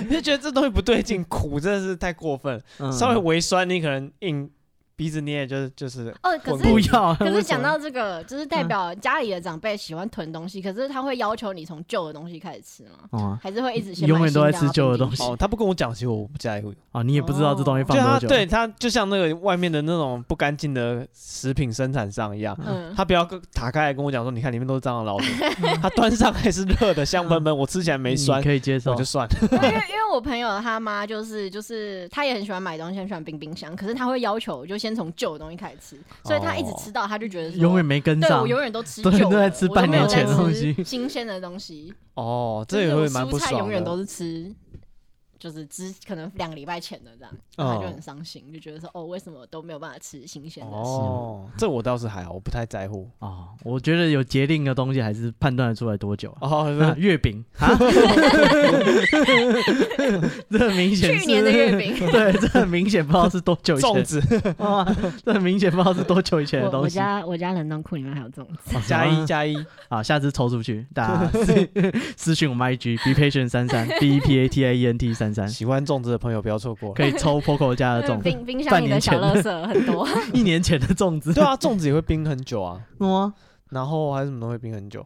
[SPEAKER 1] 你就觉得这东西不对劲，苦真的是太过分，
[SPEAKER 3] 嗯
[SPEAKER 1] 稍微微酸你可能硬鼻子捏，就是就是
[SPEAKER 2] 哦，可
[SPEAKER 1] 混
[SPEAKER 3] 不
[SPEAKER 1] 过
[SPEAKER 2] 是。
[SPEAKER 3] 要啊。
[SPEAKER 2] 可
[SPEAKER 3] 为
[SPEAKER 2] 是
[SPEAKER 3] 什
[SPEAKER 2] 讲
[SPEAKER 3] 么嗯
[SPEAKER 2] 到这个，就是代表家里的长辈喜欢囤东西，可是他会要求你从旧的东西开始吃吗？
[SPEAKER 3] 哦
[SPEAKER 2] 还是会一直先
[SPEAKER 3] 永
[SPEAKER 2] 买
[SPEAKER 3] 远都在
[SPEAKER 2] 新的啊
[SPEAKER 3] 吃
[SPEAKER 2] 然后
[SPEAKER 3] 旧的
[SPEAKER 2] 冰
[SPEAKER 3] 东西
[SPEAKER 1] 哦，他不跟我讲，其实我不在乎。
[SPEAKER 3] 啊，你也不知道这东西
[SPEAKER 1] 就
[SPEAKER 3] 放
[SPEAKER 1] 他
[SPEAKER 3] 多久，
[SPEAKER 1] 哦对他就像那个外面的那种不干净的食品生产商一样，
[SPEAKER 2] 嗯，
[SPEAKER 1] 他不要跟打开来跟我讲说，你看里面都是蟑螂 老鼠，他端上来是热的，香喷喷，我吃起来嗯没酸
[SPEAKER 3] 你，可以接
[SPEAKER 1] 我
[SPEAKER 3] 受
[SPEAKER 1] 就。算了。
[SPEAKER 2] 因为因为因为我朋友他妈就是就是他也很喜欢买东西，很喜欢冰冰箱，可是他会要求就先从旧的东西开始吃，所以他一直吃到他就觉得说
[SPEAKER 3] 哦永远没跟
[SPEAKER 2] 对
[SPEAKER 3] 上
[SPEAKER 2] 我，永远都吃
[SPEAKER 3] 对
[SPEAKER 2] 旧
[SPEAKER 3] 都
[SPEAKER 2] 的，
[SPEAKER 3] 在吃
[SPEAKER 2] 我
[SPEAKER 3] 半
[SPEAKER 2] 都没有
[SPEAKER 1] 年前
[SPEAKER 2] 在
[SPEAKER 1] 的
[SPEAKER 2] 吃
[SPEAKER 3] 东西
[SPEAKER 2] 新鲜的 东西，
[SPEAKER 1] 哦，
[SPEAKER 2] 就
[SPEAKER 1] 这也
[SPEAKER 2] 是我
[SPEAKER 1] 会蛮不
[SPEAKER 2] 蔬菜
[SPEAKER 1] 爽
[SPEAKER 2] 永远都
[SPEAKER 1] 的。
[SPEAKER 2] 是吃，就是之可能两个礼拜前的这样，
[SPEAKER 1] 嗯
[SPEAKER 2] 然后他就很伤心，就觉得说哦，为什么都没有办法吃新鲜的食物？
[SPEAKER 1] 哦，这我倒是还好，我不太在乎。
[SPEAKER 3] 哦，我觉得有节令的东西还是判断得出来多久啊。
[SPEAKER 1] 哦，
[SPEAKER 3] 啊月饼啊，这很明显
[SPEAKER 2] 去年的月 饼，
[SPEAKER 3] 对，这很明显不知道是多久 以
[SPEAKER 1] 粽
[SPEAKER 3] 前，
[SPEAKER 1] 子
[SPEAKER 3] 啊，这很明显不知道是多久以前的
[SPEAKER 2] 我
[SPEAKER 3] 东
[SPEAKER 2] 我
[SPEAKER 3] 西。
[SPEAKER 2] 家我家冷冻库里面还有粽子，
[SPEAKER 3] 哦
[SPEAKER 1] 加一加一，
[SPEAKER 3] 好，下次抽出去， 大家私私 讯我们 IG be patient 三三 b e p a t i e n t 三三，
[SPEAKER 1] 喜欢粽子的朋友不要错过。
[SPEAKER 3] 可以抽 Poco 家的 粽子，
[SPEAKER 2] 冰冰箱
[SPEAKER 3] 半
[SPEAKER 2] 里
[SPEAKER 3] 年
[SPEAKER 2] 的小
[SPEAKER 3] 前的
[SPEAKER 2] 垃圾很多，
[SPEAKER 3] 一年前的粽子，
[SPEAKER 1] 对啊，粽子也会冰很久啊，
[SPEAKER 3] 哇，
[SPEAKER 1] 然后还有什么都会冰很久。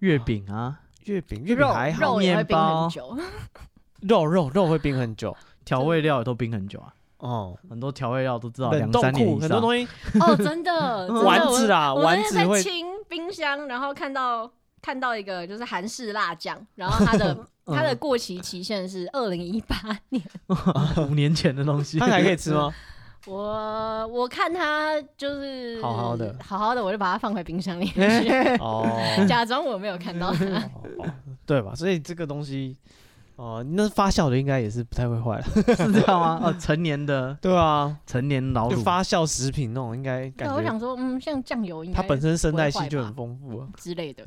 [SPEAKER 3] 月饼啊，
[SPEAKER 1] 月饼，月饼
[SPEAKER 2] 肉
[SPEAKER 1] 还好，
[SPEAKER 2] 肉也会
[SPEAKER 3] 面
[SPEAKER 2] 冰
[SPEAKER 3] 包
[SPEAKER 2] 很久，
[SPEAKER 1] 肉肉肉会冰很久。
[SPEAKER 3] 调味料也都冰很久啊，
[SPEAKER 1] 哦，
[SPEAKER 3] 很多调味料都知道
[SPEAKER 1] 冷
[SPEAKER 3] 两
[SPEAKER 1] 冻
[SPEAKER 3] 三年
[SPEAKER 1] 库
[SPEAKER 3] 以
[SPEAKER 1] 很多
[SPEAKER 3] 上。
[SPEAKER 1] 东西，
[SPEAKER 2] 哦，真 的，真的
[SPEAKER 1] 丸子啦，
[SPEAKER 2] 我我
[SPEAKER 1] 丸
[SPEAKER 2] 那天
[SPEAKER 1] 子
[SPEAKER 2] 在
[SPEAKER 1] 会
[SPEAKER 2] 清冰箱，然后看到看到一个就是韩式辣酱，然后它 的它
[SPEAKER 1] 嗯
[SPEAKER 2] 的过期期限是二零一八年。
[SPEAKER 3] 五年前的东西，
[SPEAKER 1] 它还可以吃吗？
[SPEAKER 2] 我我看它就是
[SPEAKER 1] 好好的
[SPEAKER 2] 好好的，我就把它放回冰箱 里去，
[SPEAKER 3] 哎？
[SPEAKER 1] 哦，
[SPEAKER 2] 假装我没有看到。
[SPEAKER 1] 哦对吧？所以这个东西，哦，那发酵的应该也是不太会坏了。
[SPEAKER 3] 是这样吗？哦，成年的
[SPEAKER 1] 对啊，
[SPEAKER 3] 成年 老
[SPEAKER 1] 就
[SPEAKER 3] 乳，
[SPEAKER 1] 发酵食品那种，应该
[SPEAKER 2] 对，
[SPEAKER 1] 感
[SPEAKER 2] 我
[SPEAKER 1] 觉
[SPEAKER 2] 想说，嗯，像酱油应该
[SPEAKER 1] 它本身生态系
[SPEAKER 2] 不会坏
[SPEAKER 1] 就
[SPEAKER 2] 吧
[SPEAKER 1] 很丰富啊。
[SPEAKER 2] 之类的，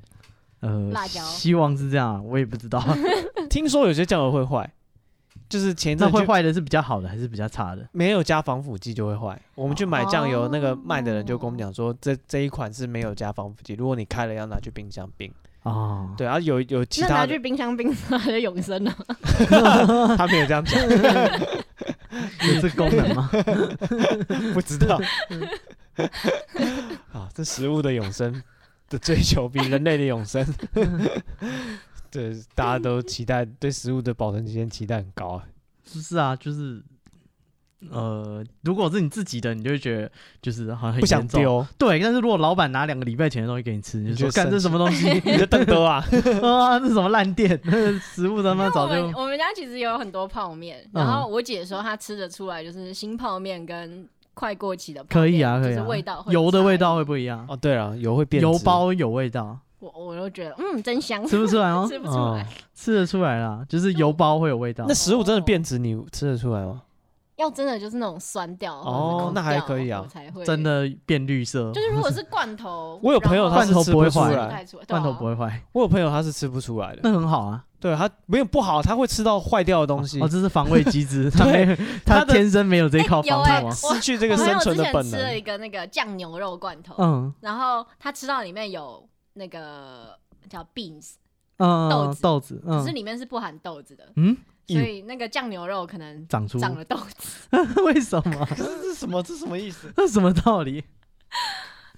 [SPEAKER 3] 呃
[SPEAKER 2] 辣，椒
[SPEAKER 3] 希望是这样啊，我也 不知道。
[SPEAKER 1] 听说有些酱油会坏，就是前一
[SPEAKER 3] 那
[SPEAKER 1] 阵
[SPEAKER 3] 会
[SPEAKER 1] 就
[SPEAKER 3] 坏的是比较好的还是比较差的？
[SPEAKER 1] 没有加防腐剂就会坏。我们去买酱油，那个卖的人就跟我们
[SPEAKER 2] 哦
[SPEAKER 1] 讲说，这这一款是没有加防腐剂，如果你开了要拿去冰箱冰。
[SPEAKER 3] 哦，
[SPEAKER 1] 对，啊，有有其
[SPEAKER 2] 那
[SPEAKER 1] 他
[SPEAKER 2] 拿
[SPEAKER 1] 的
[SPEAKER 2] 去，冰箱冰它就永生了。
[SPEAKER 1] 他没有这样 讲，
[SPEAKER 3] 有这功能吗？
[SPEAKER 1] 不知 道。嗯 啊，这食物的永生的追求比人类的永生，嗯 对，大家都期待对食物的保存期间期待很高啊。
[SPEAKER 3] 不是啊，就是呃，如果是你自己的，你就会觉得就是好像很
[SPEAKER 1] 不想
[SPEAKER 3] 严重。
[SPEAKER 1] 丢，
[SPEAKER 3] 对，但是如果老板拿两个礼拜前的东西给你吃，你就
[SPEAKER 1] 就
[SPEAKER 3] 说干
[SPEAKER 1] 生
[SPEAKER 3] 这什么东 西
[SPEAKER 1] 你就瞪兜啊，
[SPEAKER 3] 啊？这什么烂店？ 食物他妈
[SPEAKER 2] 我
[SPEAKER 3] 早
[SPEAKER 2] 们
[SPEAKER 3] 就
[SPEAKER 2] 我们家其实有很多泡面，
[SPEAKER 3] 嗯
[SPEAKER 2] 然后我姐说她吃得出来，就是新泡面跟快过期的泡面
[SPEAKER 3] 可以啊，可以
[SPEAKER 2] 就
[SPEAKER 3] 啊
[SPEAKER 2] 是味 道会有
[SPEAKER 3] 油的
[SPEAKER 2] 差
[SPEAKER 3] 味
[SPEAKER 2] 异。
[SPEAKER 3] 道会不一样，
[SPEAKER 1] 哦，对了，油会变
[SPEAKER 3] 油
[SPEAKER 1] 质
[SPEAKER 3] 包有味道，
[SPEAKER 2] 我我都觉得嗯，真香，
[SPEAKER 3] 吃不出来哦，
[SPEAKER 2] 吃不出
[SPEAKER 1] 哦
[SPEAKER 2] 来。，
[SPEAKER 3] 吃得出来啦，就是油包会有味道
[SPEAKER 1] 那。食物真的变质，你吃得出来吗？
[SPEAKER 2] 要真的就是那种酸掉或者是
[SPEAKER 1] 哦
[SPEAKER 2] 空
[SPEAKER 1] 那还
[SPEAKER 2] 掉
[SPEAKER 1] 可以啊，
[SPEAKER 2] 我才会
[SPEAKER 3] 真。的变绿色，
[SPEAKER 2] 就是如果是罐头
[SPEAKER 1] 我有朋友
[SPEAKER 2] 然后
[SPEAKER 1] 他
[SPEAKER 3] 罐
[SPEAKER 1] 是
[SPEAKER 3] 头
[SPEAKER 1] 吃
[SPEAKER 3] 不会
[SPEAKER 1] 出
[SPEAKER 3] 坏
[SPEAKER 2] 不
[SPEAKER 1] 来，
[SPEAKER 2] 太出来，对啊
[SPEAKER 3] 罐头不会坏，
[SPEAKER 1] 我有朋友他是吃不出来的，
[SPEAKER 3] 那很好啊。
[SPEAKER 1] 对他没有不好，他会吃到坏掉的东西
[SPEAKER 3] 哦，，这是防卫 机制，他没有
[SPEAKER 1] 他
[SPEAKER 3] 他
[SPEAKER 1] 的
[SPEAKER 3] 天生没有这一靠
[SPEAKER 2] 哎有
[SPEAKER 3] 防
[SPEAKER 2] 哎
[SPEAKER 3] 护啊。
[SPEAKER 1] 失去这个
[SPEAKER 2] 我朋
[SPEAKER 1] 生
[SPEAKER 2] 友之
[SPEAKER 1] 存的
[SPEAKER 2] 前
[SPEAKER 1] 本
[SPEAKER 2] 吃了
[SPEAKER 1] 能。
[SPEAKER 2] 一个那个酱牛肉罐头，
[SPEAKER 3] 嗯
[SPEAKER 2] 然后他吃到里面有那个叫 beans，
[SPEAKER 3] 嗯，
[SPEAKER 2] 豆
[SPEAKER 3] 嗯
[SPEAKER 2] 子
[SPEAKER 3] 豆子，
[SPEAKER 2] 可是
[SPEAKER 3] 嗯
[SPEAKER 2] 里面是不含豆子的，
[SPEAKER 3] 嗯，
[SPEAKER 2] 所以那个酱牛肉可能
[SPEAKER 3] 长出
[SPEAKER 2] 长了豆子，
[SPEAKER 3] 为什么？
[SPEAKER 1] 可是 这什么？这什么意思？
[SPEAKER 3] 那什么道理？嗯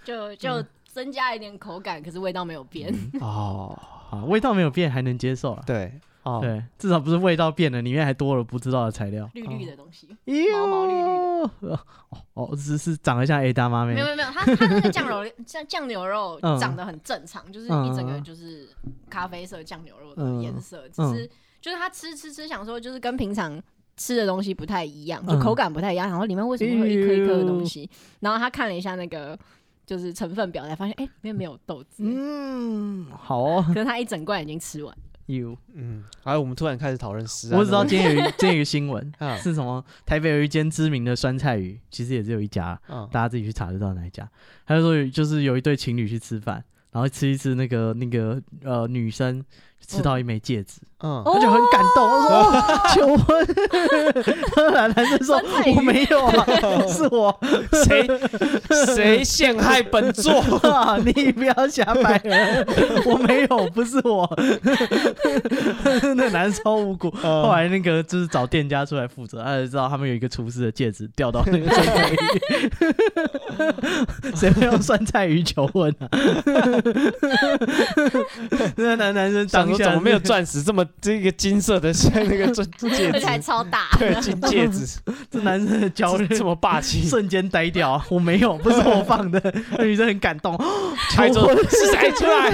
[SPEAKER 2] 就就增加一点口感，可是味道没有变。
[SPEAKER 1] 哦，
[SPEAKER 3] 啊，味道没有变还能接受啊。
[SPEAKER 1] 对，哦，
[SPEAKER 3] 对，至少不是味道变了，里面还多了不知道的材料。
[SPEAKER 2] 绿绿的东西，
[SPEAKER 3] 毛
[SPEAKER 2] 毛绿绿
[SPEAKER 3] 的。哦哦，只是长得像 A 大妈
[SPEAKER 2] 没
[SPEAKER 3] 妹
[SPEAKER 2] 有。没有没有，它 它那个酱肉酱酱牛肉
[SPEAKER 3] 嗯
[SPEAKER 2] 长得很正常，就是
[SPEAKER 3] 嗯
[SPEAKER 2] 一整个就是咖啡色酱牛肉的颜色，只
[SPEAKER 3] 嗯
[SPEAKER 2] 是就是它吃吃吃，想说就是跟平常。吃的东西不太一样，就
[SPEAKER 3] 嗯
[SPEAKER 2] 口感不太一样，然后里面为什么会有一颗一颗的东西？然后他看了一下那个就是成分表，才发现哎、里面没有豆子，
[SPEAKER 3] 嗯，好哦。
[SPEAKER 2] 可是他一整罐已经吃完。
[SPEAKER 3] 有，
[SPEAKER 1] 嗯，还有我们突然开始讨论食安的
[SPEAKER 3] 我只知道
[SPEAKER 1] 问题，
[SPEAKER 3] 今天有一今天有一个新 闻
[SPEAKER 1] 啊
[SPEAKER 3] 是什么？台北有一间知名的酸菜鱼，其实也只有一家，
[SPEAKER 1] 嗯，
[SPEAKER 3] 大家自己去查就知道哪一家。他就说有，就是有一对情侣去吃饭，然后吃一吃那个那个呃女生吃到一枚戒指，
[SPEAKER 1] 嗯，
[SPEAKER 2] 哦
[SPEAKER 3] 他就很感动，他说哦：“求婚。” 然后男生说
[SPEAKER 2] 酸菜：“鱼
[SPEAKER 3] 我没有啊，是我
[SPEAKER 1] 谁谁陷害本 座？
[SPEAKER 3] 啊，你不要瞎掰了，我没有，不是我。” 那男生超无辜。
[SPEAKER 1] 嗯
[SPEAKER 3] 后来那个就是找店家出来负责，他就知道他们有一个厨师的戒指掉到那个酸菜 鱼，谁会用酸菜鱼求婚啊？那男男生
[SPEAKER 1] 想
[SPEAKER 3] 当
[SPEAKER 1] 说
[SPEAKER 3] 下
[SPEAKER 1] 怎么没有
[SPEAKER 3] 是
[SPEAKER 1] 钻石这么这个金色的像那个钻戒
[SPEAKER 2] 而且还
[SPEAKER 1] 指？
[SPEAKER 2] 超大，
[SPEAKER 1] 对，金戒 指，
[SPEAKER 3] 这男生的焦虑
[SPEAKER 1] 这么霸气，
[SPEAKER 3] 瞬间呆掉啊！我没有，不是我放的。 那女生很感动
[SPEAKER 1] 拍桌 是谁出来？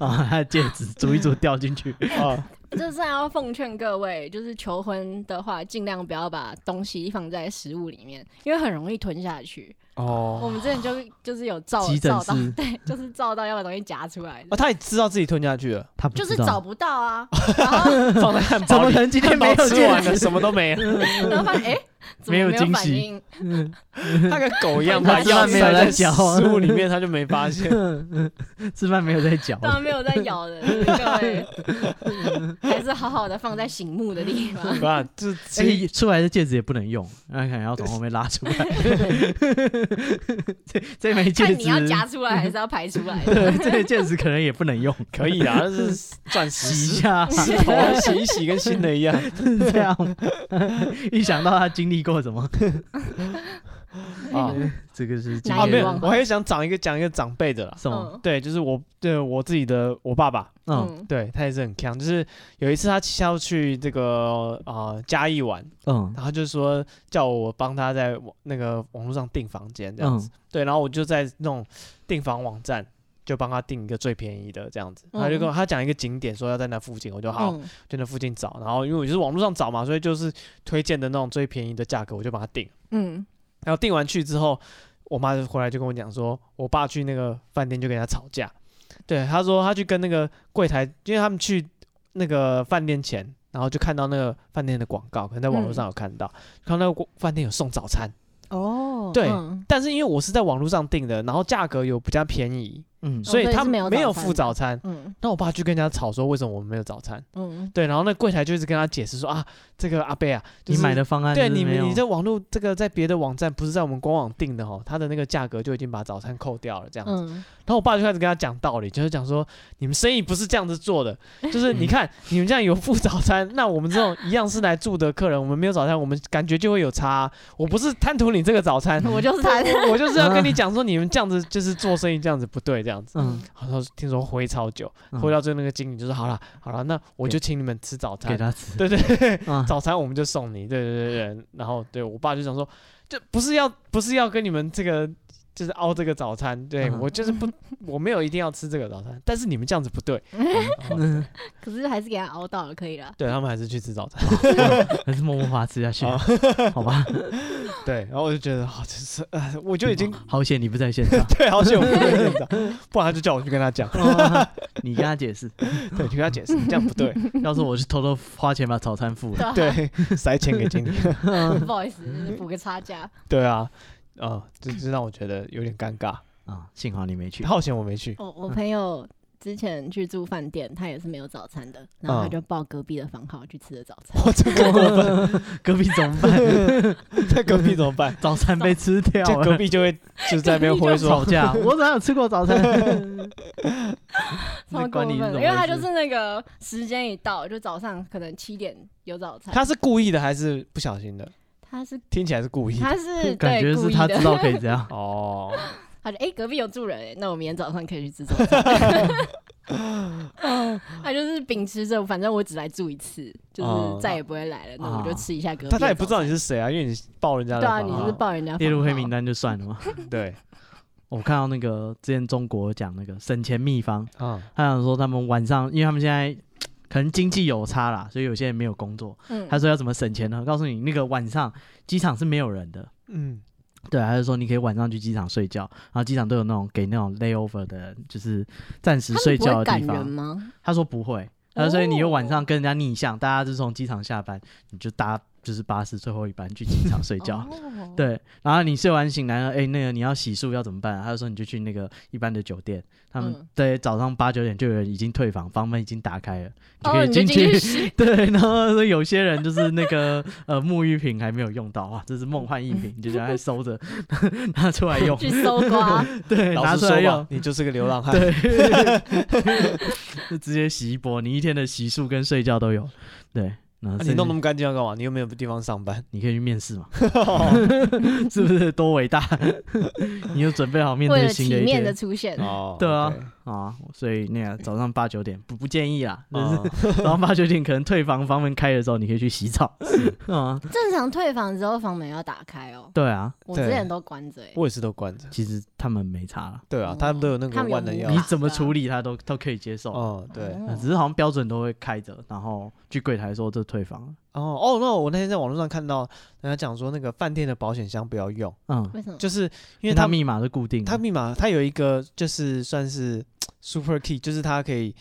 [SPEAKER 3] 啊，她的戒指煮一煮掉进去。
[SPEAKER 1] 哦，
[SPEAKER 2] 就是要奉劝各位，就是求婚的话，尽量不要把东西放在食物里面，因为很容易吞下去。我
[SPEAKER 1] 哦，
[SPEAKER 2] 们之前就就是有照
[SPEAKER 3] 急诊
[SPEAKER 2] 照到
[SPEAKER 3] 室，
[SPEAKER 2] 对，就是照到要把东西夹出来
[SPEAKER 1] 啊，
[SPEAKER 2] 的，
[SPEAKER 1] 他也知道自己吞下去 了，
[SPEAKER 3] 她不
[SPEAKER 2] 就是
[SPEAKER 3] 知道
[SPEAKER 2] 找不到 啊。然后
[SPEAKER 1] 放在汉
[SPEAKER 3] 怎
[SPEAKER 1] 堡
[SPEAKER 3] 么
[SPEAKER 1] 里
[SPEAKER 3] 可，能今天
[SPEAKER 1] 汉
[SPEAKER 3] 没
[SPEAKER 1] 堡
[SPEAKER 3] 有
[SPEAKER 1] 吃
[SPEAKER 3] 戒
[SPEAKER 1] 完了，
[SPEAKER 3] 指？
[SPEAKER 1] 什么都没 了，
[SPEAKER 2] 然后发现哎，怎么
[SPEAKER 3] 没有
[SPEAKER 2] 有
[SPEAKER 3] 惊
[SPEAKER 2] 反
[SPEAKER 3] 喜
[SPEAKER 2] 应？
[SPEAKER 1] 他跟狗一样，
[SPEAKER 2] 他
[SPEAKER 1] 把药
[SPEAKER 2] 吃
[SPEAKER 1] 塞
[SPEAKER 3] 没有
[SPEAKER 2] 饭
[SPEAKER 1] 在
[SPEAKER 3] 在嚼啊
[SPEAKER 1] 食物里面，他就没发 现。
[SPEAKER 3] 吃饭没有在嚼
[SPEAKER 2] 当啊然没有在咬 的，就是各位还是好好的放在醒目的 地方。
[SPEAKER 1] 不然，这
[SPEAKER 3] 而
[SPEAKER 1] 这
[SPEAKER 3] 且哎出来的戒指也不能用，那可能要从后面拉出来。这这枚戒
[SPEAKER 2] 看你
[SPEAKER 3] 指，
[SPEAKER 2] 要夹出来还是要排出来的，
[SPEAKER 3] 对，这枚戒指可能也不能用，
[SPEAKER 1] 可以啊啦，那是钻
[SPEAKER 3] 洗 一
[SPEAKER 1] 石。
[SPEAKER 3] 下
[SPEAKER 1] 石头啊洗一洗，跟新的 一样。
[SPEAKER 3] 是这样。一想到他经历过什么，
[SPEAKER 1] 啊
[SPEAKER 2] 哎
[SPEAKER 3] 这个是
[SPEAKER 2] 难
[SPEAKER 1] 啊，
[SPEAKER 2] 以
[SPEAKER 1] 没有
[SPEAKER 2] 忘，怀
[SPEAKER 1] 我还想讲一个讲一个长辈的啦。
[SPEAKER 3] 什么？
[SPEAKER 1] 对，就是我对我自己的我爸爸，
[SPEAKER 3] 嗯
[SPEAKER 1] 对他也是很强。就是有一次他要去这个呃嘉义玩，
[SPEAKER 3] 嗯
[SPEAKER 1] 然后就说叫我帮他在网那个网络上订房间这样子。
[SPEAKER 3] 嗯
[SPEAKER 1] 对，然后我就在那种订房网站就帮他订一个最便宜的这样子。他就跟我他讲一个景点，说要在那附近，我就好，
[SPEAKER 2] 嗯
[SPEAKER 1] 就那附近找。然后因为我就是网络上找嘛，所以就是推荐的那种最便宜的价格，我就帮他订。
[SPEAKER 2] 嗯，
[SPEAKER 1] 然后订完去之后，我妈就回来就跟我讲说，我爸去那个饭店就跟人家吵架。对，他说他去跟那个柜台，因为他们去那个饭店前，然后就看到那个饭店的广告，可能在网络上有看到，
[SPEAKER 2] 嗯
[SPEAKER 1] 看到那个广饭店有送早餐。
[SPEAKER 2] 哦，
[SPEAKER 1] 对
[SPEAKER 2] 嗯
[SPEAKER 1] 但是因为我是在网络上订的，然后价格有比较便宜，
[SPEAKER 3] 嗯
[SPEAKER 1] 所以
[SPEAKER 2] 所以
[SPEAKER 1] 他
[SPEAKER 2] 哦是没有
[SPEAKER 1] 没有
[SPEAKER 2] 早餐
[SPEAKER 1] 付
[SPEAKER 2] 的
[SPEAKER 1] 早餐。
[SPEAKER 2] 嗯
[SPEAKER 1] 那我爸去跟人家吵说，为什么我们没有早餐？
[SPEAKER 2] 嗯，
[SPEAKER 1] 对，然后那柜台就一直跟他解释说啊，这个阿贝啊，就
[SPEAKER 3] 你
[SPEAKER 1] 是
[SPEAKER 3] 买的方案
[SPEAKER 1] 对
[SPEAKER 3] 就是
[SPEAKER 1] 你
[SPEAKER 3] 没有
[SPEAKER 1] 你在网络这个在别的网站不是在我们官网订的哈，哦它的那个价格就已经把早餐扣掉了这样子。
[SPEAKER 2] 嗯，，
[SPEAKER 1] 然后我爸就开始跟他讲道理，就是讲说你们生意不是这样子做的，就是你看你们这样有付早餐，那我们这种一样是来住的客人，我们没有早餐，我们感觉就会有差啊、我不是贪图你这个早餐
[SPEAKER 2] 我就是他的，
[SPEAKER 1] 我就是要跟
[SPEAKER 3] 啊
[SPEAKER 1] 你讲说你们这样子就是做生意这样子不对这样子。
[SPEAKER 3] 嗯
[SPEAKER 1] 然后听说回超久，
[SPEAKER 3] 嗯
[SPEAKER 1] 回到最后那个经理就说好了好了，那我就请你们吃早餐
[SPEAKER 3] 给，他吃，
[SPEAKER 1] 对对对。
[SPEAKER 3] 嗯
[SPEAKER 1] 早餐我们就送你，对对对对。然后对我爸就想说，就不是要不是要跟你们这个就是熬这个早餐，对、
[SPEAKER 3] 嗯
[SPEAKER 1] 我就是 不我没有一定要吃这个早餐，但是你们这样子不 对，
[SPEAKER 3] 嗯，
[SPEAKER 2] 可是还是给他熬到了，可以了。
[SPEAKER 1] 对他们还是去吃早餐。
[SPEAKER 3] 还是默默把它吃下去
[SPEAKER 1] 哦，
[SPEAKER 3] 好吧？
[SPEAKER 1] 对，然后我就觉得啊，这是呃，我就已经，
[SPEAKER 3] 好险你不在现场
[SPEAKER 1] 对好久没有见到， 不然他就叫我去跟他 讲，
[SPEAKER 3] 哦你跟他解释，
[SPEAKER 1] 对，去跟他解释这样不 对，
[SPEAKER 3] 要是我是偷偷花钱把早餐付了，
[SPEAKER 2] 对
[SPEAKER 1] 对，啊塞钱给经 理，嗯
[SPEAKER 2] 啊， 不好意思，就是补个差价。
[SPEAKER 1] 对啊。啊、这这让我觉得有点尴尬，
[SPEAKER 3] 啊，幸好你没去，
[SPEAKER 1] 好险我没去。
[SPEAKER 2] 我我朋友之前去住饭店，他也是没有早餐的，然后他
[SPEAKER 1] 嗯
[SPEAKER 2] 就报隔壁的房号去吃的早 餐。
[SPEAKER 1] 我这个 过分，
[SPEAKER 3] 隔壁怎 么办？
[SPEAKER 1] 在隔壁怎么 办？
[SPEAKER 3] 早餐被吃掉
[SPEAKER 1] 就
[SPEAKER 3] 了，
[SPEAKER 1] 隔啊壁就会就在那 边挥
[SPEAKER 3] 会
[SPEAKER 1] 说
[SPEAKER 3] 吵架，我哪有吃过早餐？
[SPEAKER 2] 超
[SPEAKER 3] 那
[SPEAKER 2] 过
[SPEAKER 3] 关你
[SPEAKER 2] 分
[SPEAKER 3] 是
[SPEAKER 2] 的，
[SPEAKER 3] 怎么
[SPEAKER 2] 因为他
[SPEAKER 3] 回
[SPEAKER 2] 就
[SPEAKER 3] 事
[SPEAKER 2] 是那个时间一到，就早上可能七点有早餐。
[SPEAKER 1] 他是故意的还是不小心的？
[SPEAKER 2] 他是
[SPEAKER 1] 听起来 是故意的，
[SPEAKER 2] 他是
[SPEAKER 3] 感觉
[SPEAKER 2] 对故
[SPEAKER 3] 是
[SPEAKER 2] 意
[SPEAKER 3] 他
[SPEAKER 2] 的
[SPEAKER 3] 知道可以这样
[SPEAKER 1] 哦。
[SPEAKER 2] 他就哎、隔壁有住人、欸，那我明天早上可以去吃早餐。 他就是秉持着反正我只来住一次，就是
[SPEAKER 1] 哦
[SPEAKER 2] 再也不会来了，那我就
[SPEAKER 3] 啊
[SPEAKER 2] 吃一下隔壁。
[SPEAKER 1] 但他也不知道你。是谁啊，因为你报人家的
[SPEAKER 2] 对啊，
[SPEAKER 1] 房
[SPEAKER 2] 你
[SPEAKER 1] 号
[SPEAKER 2] 就是报人 家
[SPEAKER 3] 列入
[SPEAKER 2] 房
[SPEAKER 3] 黑
[SPEAKER 2] 号
[SPEAKER 3] 名单就算了嘛。
[SPEAKER 1] 对
[SPEAKER 3] 我看到那个之前中国讲那个省钱秘方，
[SPEAKER 1] 啊，
[SPEAKER 3] 他想说他们晚上，因为他们现在可能经济有差啦，所以有些人没有工作。
[SPEAKER 2] 嗯，
[SPEAKER 3] 他说要怎么省钱呢？告诉你，那个晚上机场是没有人的。
[SPEAKER 1] 嗯
[SPEAKER 3] 对，他就说你可以晚上去机场睡觉，然后机场都有那种给那种 layover 的，就是暂时
[SPEAKER 2] 他们
[SPEAKER 3] 睡
[SPEAKER 2] 不会
[SPEAKER 3] 觉的
[SPEAKER 2] 赶
[SPEAKER 3] 地
[SPEAKER 2] 人
[SPEAKER 3] 方。
[SPEAKER 2] 吗？哦
[SPEAKER 3] 他说不会，他说所以你又晚上跟人家逆向，大家就是从机场下班，你就搭就是巴士最后一班去机场睡觉。
[SPEAKER 2] 哦，
[SPEAKER 3] 对，然后你睡完醒来了，哎、那个你要洗漱要怎么办、啊？他就说你就去那个一般的酒店，他们
[SPEAKER 2] 嗯
[SPEAKER 3] 在早上八九点就有人已经退房，房门已经打开了，你可
[SPEAKER 2] 哦，
[SPEAKER 3] 以
[SPEAKER 2] 你就
[SPEAKER 3] 进
[SPEAKER 2] 进去
[SPEAKER 3] 去。
[SPEAKER 2] 洗
[SPEAKER 3] 对，然后说有些人就是那个呃沐浴品还没有用到，哇，这是梦幻一品，你就赶快收着 拿出来用，
[SPEAKER 2] 去搜刮，
[SPEAKER 3] 对，拿
[SPEAKER 1] 嗯老
[SPEAKER 3] 出
[SPEAKER 1] 实
[SPEAKER 3] 来
[SPEAKER 1] 说
[SPEAKER 3] 用
[SPEAKER 1] 吧，。你就是个流 浪汉。
[SPEAKER 3] 对，就直接洗一波，你一天的洗漱跟睡觉都有。对，然
[SPEAKER 1] 啊
[SPEAKER 3] 后甚
[SPEAKER 1] 你
[SPEAKER 3] 至
[SPEAKER 1] 弄那么干净要干嘛？你又没有地方上 班。
[SPEAKER 3] 你可以去面试嘛，哦是不是多伟大？ 你就准备好面
[SPEAKER 2] 为
[SPEAKER 3] 对
[SPEAKER 2] 了
[SPEAKER 3] 新
[SPEAKER 2] 体
[SPEAKER 3] 的一
[SPEAKER 2] 面
[SPEAKER 3] 天
[SPEAKER 2] 的出现，
[SPEAKER 1] 哦
[SPEAKER 3] 对啊啊！所以那个早上八九点不不建议啦，但
[SPEAKER 1] 啊哦
[SPEAKER 3] 是早上八九点可能退房房门开的时候，你可以去洗澡 啊。
[SPEAKER 2] 正常退房之后房门要打开哦。
[SPEAKER 3] 对啊，
[SPEAKER 2] 我之
[SPEAKER 1] 对
[SPEAKER 2] 前都关着欸，
[SPEAKER 1] 我也是都关着。
[SPEAKER 3] 其实他们没差了，
[SPEAKER 1] 对啊，他们都有那
[SPEAKER 2] 哦他
[SPEAKER 1] 个
[SPEAKER 2] 们有
[SPEAKER 1] 万能
[SPEAKER 2] 模
[SPEAKER 1] 钥
[SPEAKER 3] 你
[SPEAKER 1] 匙。
[SPEAKER 2] 板
[SPEAKER 3] 怎么处理他都都可以接受。
[SPEAKER 1] 哦，对。
[SPEAKER 2] 哦
[SPEAKER 1] 哦
[SPEAKER 3] 呃只是好像标准都会开着，然后去柜台说这退房了。
[SPEAKER 1] 哦，那我那天在网络上看到人家讲说，那个饭店的保险箱不要用，
[SPEAKER 3] 嗯，
[SPEAKER 2] 为什么？
[SPEAKER 1] 就是因
[SPEAKER 3] 因
[SPEAKER 1] 为
[SPEAKER 3] 为
[SPEAKER 1] 他
[SPEAKER 3] 它
[SPEAKER 1] 们。
[SPEAKER 3] 密码是固定的，
[SPEAKER 1] 它密码它有一个就是算是 super key，就是它可以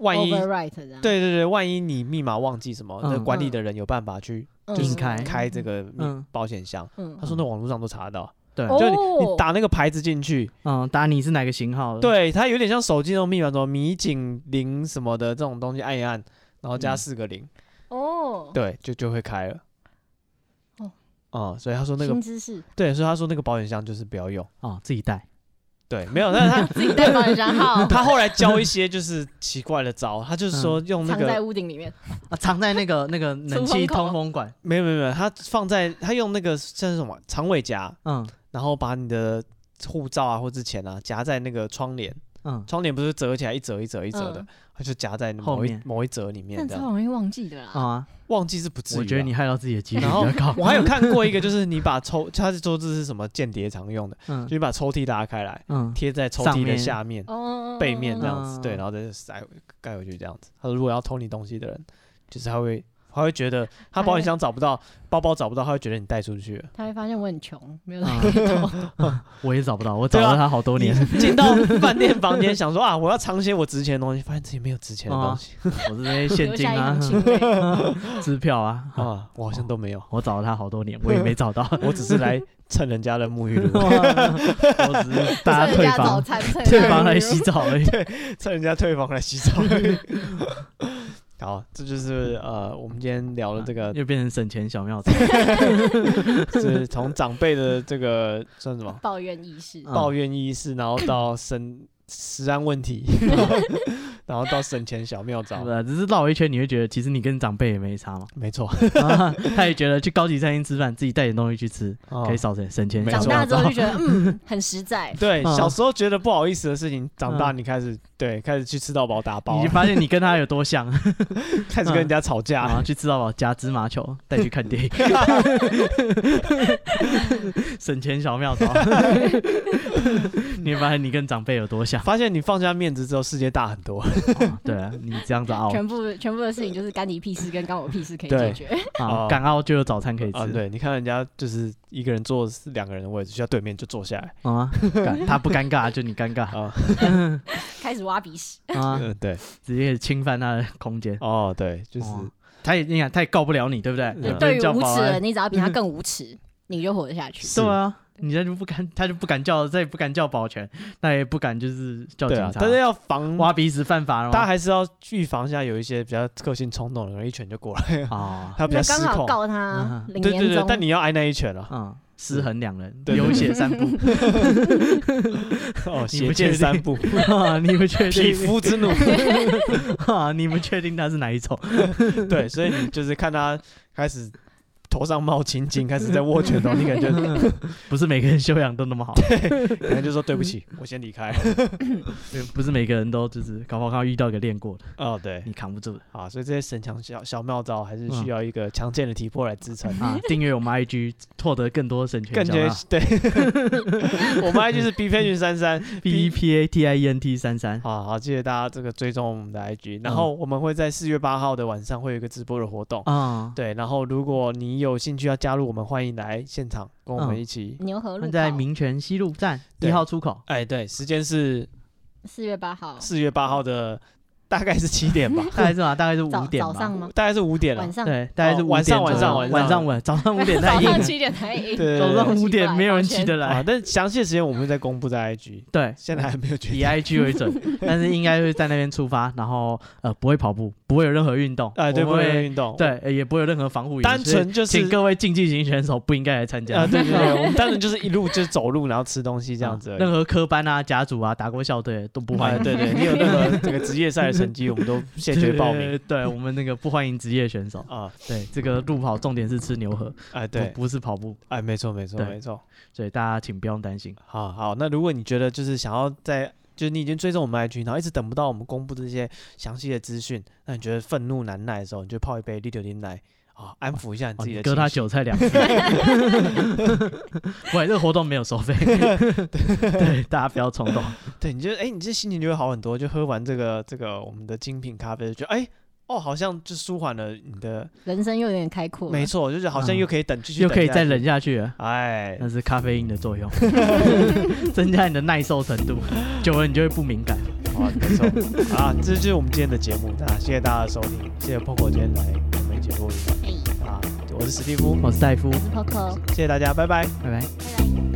[SPEAKER 1] 万一
[SPEAKER 2] overwrite 这样，
[SPEAKER 1] 对对对，万一你密码忘记什么，那
[SPEAKER 3] 嗯
[SPEAKER 1] 管理
[SPEAKER 2] 嗯
[SPEAKER 1] 的人有办法去
[SPEAKER 2] 嗯，
[SPEAKER 1] 就是
[SPEAKER 3] 硬开
[SPEAKER 1] 开这个密
[SPEAKER 3] 嗯
[SPEAKER 1] 保险箱。
[SPEAKER 2] 嗯，
[SPEAKER 1] 他说那网络上都查得到，
[SPEAKER 3] 对，
[SPEAKER 2] 哦
[SPEAKER 1] 就你你打那个牌子进去，
[SPEAKER 3] 嗯，打你是哪个型号的？，
[SPEAKER 1] 对，它有点像手机那种密码，什么米警零什么的这种东西按一按，然后加
[SPEAKER 3] 嗯
[SPEAKER 1] 四个零，
[SPEAKER 2] 哦，
[SPEAKER 1] 对，就就会开了。
[SPEAKER 2] 哦
[SPEAKER 1] 哦，所以他说那个
[SPEAKER 2] 新知识，
[SPEAKER 1] 对，所以他说那个保险箱就是不要用，
[SPEAKER 3] 哦，自己带。
[SPEAKER 1] 对，没有，但是
[SPEAKER 2] 自己带保险箱号
[SPEAKER 1] 他他后来教一些就是奇怪的招，他就是说用那
[SPEAKER 2] 嗯藏
[SPEAKER 1] 个
[SPEAKER 2] 在屋顶里面，
[SPEAKER 3] 啊，藏在那个 那个冷
[SPEAKER 2] 出风
[SPEAKER 3] 气
[SPEAKER 2] 口
[SPEAKER 3] 通风管。
[SPEAKER 1] 没有没有没有，他放在他用那个像是什么长尾夹，
[SPEAKER 3] 嗯，
[SPEAKER 1] 然后把你的护照啊或之前啊夹在那个窗帘，
[SPEAKER 3] 嗯，
[SPEAKER 1] 窗帘不是折起来一折一折一折的
[SPEAKER 2] 嗯，
[SPEAKER 1] 它就夹在
[SPEAKER 3] 后
[SPEAKER 1] 某一
[SPEAKER 3] 面
[SPEAKER 1] 某一折里面
[SPEAKER 2] 但
[SPEAKER 1] 这
[SPEAKER 2] 超
[SPEAKER 1] 样。
[SPEAKER 2] 容易忘记的啦。
[SPEAKER 3] 啊，
[SPEAKER 1] 忘记是不至于啊，
[SPEAKER 3] 我觉得你害到自己的几率比
[SPEAKER 1] 然后
[SPEAKER 3] 较高。
[SPEAKER 1] 我还有看过一个，就是你把抽，它是抽屉是什么间谍常用的，
[SPEAKER 3] 嗯
[SPEAKER 1] 就你把抽屉拉开来，
[SPEAKER 3] 嗯，
[SPEAKER 1] 贴在抽
[SPEAKER 3] 上
[SPEAKER 1] 屉的
[SPEAKER 3] 面
[SPEAKER 1] 下面、
[SPEAKER 2] 哦，
[SPEAKER 1] 背面这样
[SPEAKER 3] 嗯
[SPEAKER 1] 子，对，然后再塞回盖回去这样子。他说如果要偷你东西的人，就是他会他会觉得他保险箱找不到，包包找不到，他会觉得你带出去了。
[SPEAKER 2] 他会发现我很穷，没有
[SPEAKER 3] 啊
[SPEAKER 2] 东西偷。
[SPEAKER 3] 我也找不到，我找了
[SPEAKER 1] 对啊
[SPEAKER 3] 他好多年，
[SPEAKER 1] 进到饭店房间想说啊，我要藏些我值钱的东西，发现自己没有值钱的东西
[SPEAKER 3] 我是那些现
[SPEAKER 2] 留
[SPEAKER 3] 金
[SPEAKER 2] 下一
[SPEAKER 3] 啊
[SPEAKER 2] 行、情泪。
[SPEAKER 3] 支票啊，
[SPEAKER 1] 啊，我好像都没有，
[SPEAKER 3] 我找了他好多年，我也没找到。
[SPEAKER 1] 我只是来蹭人家的沐浴 露，
[SPEAKER 3] 我只是大家
[SPEAKER 2] 趁人
[SPEAKER 3] 退
[SPEAKER 2] 家早
[SPEAKER 3] 房，
[SPEAKER 2] 餐，趁人家
[SPEAKER 3] 退房来
[SPEAKER 2] 旅游
[SPEAKER 3] 洗澡而已。
[SPEAKER 1] 趁人家退房来洗澡。 好，这就是呃，我们今天聊了这个
[SPEAKER 3] 又变成省钱小妙招。
[SPEAKER 1] 是从长辈的这 个算什么
[SPEAKER 2] 抱怨意识。
[SPEAKER 3] 嗯
[SPEAKER 1] 抱怨意识，然后到省食安问 题，然后到省钱小妙招
[SPEAKER 3] 对，吧？只是绕一圈，你会觉得其实你跟长辈也没差嘛。
[SPEAKER 1] 没错，
[SPEAKER 3] 啊他也觉得去高级餐厅吃饭，自己带点东西去吃，可
[SPEAKER 1] 啊
[SPEAKER 3] 以少省省钱
[SPEAKER 1] 哦没。
[SPEAKER 3] 小妙招。
[SPEAKER 2] 长大之后就觉 得，嗯，很实在
[SPEAKER 1] 对，
[SPEAKER 3] 嗯
[SPEAKER 1] 小时候觉得不好意思的事情，长大你开始对开始去吃到饱打
[SPEAKER 3] 你
[SPEAKER 1] 包啊
[SPEAKER 3] 就，发现你跟他有多 像，
[SPEAKER 1] 开始跟人家吵
[SPEAKER 3] 然后
[SPEAKER 1] 架，啊
[SPEAKER 3] 去吃到饱夹芝麻球，带去看 电影，省钱小妙招。 你会发现你跟长辈有多像，
[SPEAKER 1] 发现你放下面子之后，世界大很多。
[SPEAKER 3] 哦 对啊，你这样子熬
[SPEAKER 1] 哦
[SPEAKER 2] 全部全部的事情就是干你屁事跟干我屁事可以
[SPEAKER 1] 对
[SPEAKER 2] 解决，
[SPEAKER 1] 哦
[SPEAKER 3] 啊，敢熬就有早餐可以吃
[SPEAKER 1] 啊，，对，你看人家就是一个人坐两个人的位置，就在对面就坐下来
[SPEAKER 2] 哦
[SPEAKER 3] 啊，干他不尴尬就你尴 尬
[SPEAKER 1] 啊，
[SPEAKER 2] 开始挖鼻屎。
[SPEAKER 3] 啊，
[SPEAKER 1] 嗯，对，
[SPEAKER 3] 直接侵犯他的空间，
[SPEAKER 1] 哦，对，就是
[SPEAKER 3] 哦他也你看他也告不了你，对不对？
[SPEAKER 1] 对啊嗯
[SPEAKER 3] 你
[SPEAKER 2] 对
[SPEAKER 3] 就
[SPEAKER 2] 于
[SPEAKER 3] 叫
[SPEAKER 2] 无
[SPEAKER 3] 保
[SPEAKER 2] 耻
[SPEAKER 3] 安
[SPEAKER 2] 的，你只要比他更无耻，你就活得下去。
[SPEAKER 1] 是
[SPEAKER 3] 对啊，你这就不敢，他就不敢叫，再也不敢叫保全，那也不敢就是叫
[SPEAKER 1] 对
[SPEAKER 3] 警
[SPEAKER 1] 啊，
[SPEAKER 3] 察，
[SPEAKER 1] 但是要防
[SPEAKER 3] 挖哦鼻子犯法了
[SPEAKER 1] 大家
[SPEAKER 3] 吗？
[SPEAKER 1] 还是要预防一下有一些比较个性冲动的人，一拳就过来，
[SPEAKER 3] 啊，
[SPEAKER 1] 他比
[SPEAKER 2] 那
[SPEAKER 1] 较失
[SPEAKER 2] 刚好
[SPEAKER 1] 控。
[SPEAKER 2] 告他
[SPEAKER 3] 嗯
[SPEAKER 2] 零
[SPEAKER 1] 对对
[SPEAKER 2] 年
[SPEAKER 1] 对
[SPEAKER 2] 中，，
[SPEAKER 1] 但你要挨那一拳啊了。
[SPEAKER 3] 嗯，失衡两人，
[SPEAKER 1] 对对
[SPEAKER 3] 流血 三 步，
[SPEAKER 1] 哦，
[SPEAKER 3] 你
[SPEAKER 1] 邪
[SPEAKER 3] 不确
[SPEAKER 1] 剑
[SPEAKER 3] 定
[SPEAKER 1] 三 步，
[SPEAKER 3] 啊你不确
[SPEAKER 1] 匹
[SPEAKER 3] 定
[SPEAKER 1] 夫之 怒。
[SPEAKER 3] 啊？你不确定他是哪一种？
[SPEAKER 1] 对，所以你就是看他开始头上冒青筋，开始在握拳头，你 感觉
[SPEAKER 3] 不是每个人修养都那么好，
[SPEAKER 1] 可能就说对不起，我先离开。
[SPEAKER 3] 呃不是每个人都就是搞不好遇到一个练过的，
[SPEAKER 1] 哦，对，
[SPEAKER 3] 你扛不住的
[SPEAKER 1] 啊，所以这些神强小小妙招还是
[SPEAKER 3] 嗯
[SPEAKER 1] 需要一个强健的体魄来支撑。
[SPEAKER 3] 啊！订阅我们 IG，获得更多省钱
[SPEAKER 1] 感
[SPEAKER 3] 小
[SPEAKER 1] 觉
[SPEAKER 3] 妙。
[SPEAKER 1] 对， 我们 IG 是 B 配群三三
[SPEAKER 3] B E P A T I E N T 三三，
[SPEAKER 1] 好好，记得大家这个追踪我们的
[SPEAKER 3] 嗯
[SPEAKER 1] IG，然后我们会在四月八号的晚上会有一个直播的活动。
[SPEAKER 3] 啊，
[SPEAKER 1] 对，然后如果你有兴趣要加入我们，欢迎来现场跟我们一起。
[SPEAKER 3] 嗯
[SPEAKER 2] 牛河路
[SPEAKER 3] 在
[SPEAKER 2] 口
[SPEAKER 3] 民权西路站一
[SPEAKER 1] 对
[SPEAKER 3] 号出口，
[SPEAKER 1] 哎，对，时间是
[SPEAKER 2] 四月八号，
[SPEAKER 1] 四月八号的，大概是七 点吧，
[SPEAKER 3] 大概是吧？大概是
[SPEAKER 2] 早
[SPEAKER 3] 五点
[SPEAKER 2] 早
[SPEAKER 3] 吧
[SPEAKER 2] 上。吗？
[SPEAKER 1] 大概是五点了
[SPEAKER 2] 晚。上？
[SPEAKER 3] 对，大概是
[SPEAKER 1] 哦
[SPEAKER 3] 5
[SPEAKER 1] 晚上
[SPEAKER 3] 点
[SPEAKER 1] 晚
[SPEAKER 3] 左
[SPEAKER 1] 上
[SPEAKER 3] 右
[SPEAKER 1] 晚
[SPEAKER 3] 晚
[SPEAKER 1] 上
[SPEAKER 3] 晚早上五点太
[SPEAKER 2] 早
[SPEAKER 3] 硬
[SPEAKER 2] 上
[SPEAKER 3] 了，
[SPEAKER 2] 七点才硬。
[SPEAKER 1] 对
[SPEAKER 3] 早上五点
[SPEAKER 2] 起不来
[SPEAKER 3] 没有人
[SPEAKER 2] 抱歉
[SPEAKER 3] 起得
[SPEAKER 1] 啊，
[SPEAKER 3] 来。
[SPEAKER 1] 但是详细的时间我们会再公布在 IG，
[SPEAKER 3] 对，
[SPEAKER 1] 现在还没有决
[SPEAKER 3] 以
[SPEAKER 1] 定。
[SPEAKER 3] IG 为 准，但是应该会在那边出发，然后呃不会跑步，不会有任何运动，
[SPEAKER 1] 哎，对，
[SPEAKER 3] 我
[SPEAKER 1] 不
[SPEAKER 3] 们
[SPEAKER 1] 会有
[SPEAKER 3] 会
[SPEAKER 1] 运动，
[SPEAKER 3] 对，呃也不会有任何防护员，
[SPEAKER 1] 单
[SPEAKER 3] 所以
[SPEAKER 1] 纯就是
[SPEAKER 3] 请各位竞技型选手不应该来参
[SPEAKER 1] 啊，
[SPEAKER 3] 加。
[SPEAKER 1] 对 对对，我们单纯就是一路就是走路，然后吃东西这样子而已。
[SPEAKER 3] 任何科班啊、甲组啊、打过校队都不欢
[SPEAKER 1] 啊
[SPEAKER 3] 迎。
[SPEAKER 1] 对对，你有任 何这个职业赛的成绩，我们都谢绝报名
[SPEAKER 3] 对。对我们那个不欢迎职业 选手。
[SPEAKER 1] 啊。
[SPEAKER 3] 对，这个路跑重点是吃牛河，
[SPEAKER 1] 哎，
[SPEAKER 3] 不
[SPEAKER 1] 对，
[SPEAKER 3] 不是跑步，
[SPEAKER 1] 哎，没错没错
[SPEAKER 3] 对
[SPEAKER 1] 没错。
[SPEAKER 3] 所以大家请不用担心。
[SPEAKER 1] 好好，那如果你觉得就是想要在，就是你已经追踪我们 IG，然后一直等不到我们公布这些详细的资讯，那你觉得愤怒难耐的时候，你就泡一杯利酒丁奶啊，安抚一下你
[SPEAKER 3] 哦
[SPEAKER 1] 自己的
[SPEAKER 3] 你割
[SPEAKER 1] 情
[SPEAKER 3] 他
[SPEAKER 1] 绪。
[SPEAKER 3] 韭菜 两次， 喂，这个活动没 有收费，对，大家不要冲动。
[SPEAKER 1] 对，你就哎，你这心情就会好很多。就喝完这个这个我们的精品咖啡，就觉得哎。哦，好像就舒缓了你的，
[SPEAKER 2] 人生又有点开阔了。
[SPEAKER 1] 没错，就是好像
[SPEAKER 3] 嗯
[SPEAKER 1] 又可以等，继续
[SPEAKER 3] 又
[SPEAKER 1] 等
[SPEAKER 3] 可以
[SPEAKER 1] 下
[SPEAKER 3] 再
[SPEAKER 1] 去
[SPEAKER 3] 忍，下去了，
[SPEAKER 1] 哎，
[SPEAKER 3] 那是咖啡因的作 用， 增加你的耐受程度，久了你就会不敏感。
[SPEAKER 1] 好，没错，啊，这就是我们今天的节目，那谢谢大家的收听，谢谢 Poco 今天来我们一起录音
[SPEAKER 2] 嘿，
[SPEAKER 1] 啊，我是史蒂夫，
[SPEAKER 3] 我是戴夫，
[SPEAKER 2] 我是 Coco，
[SPEAKER 1] 谢谢大家，拜拜。
[SPEAKER 3] 拜拜。
[SPEAKER 2] 拜拜。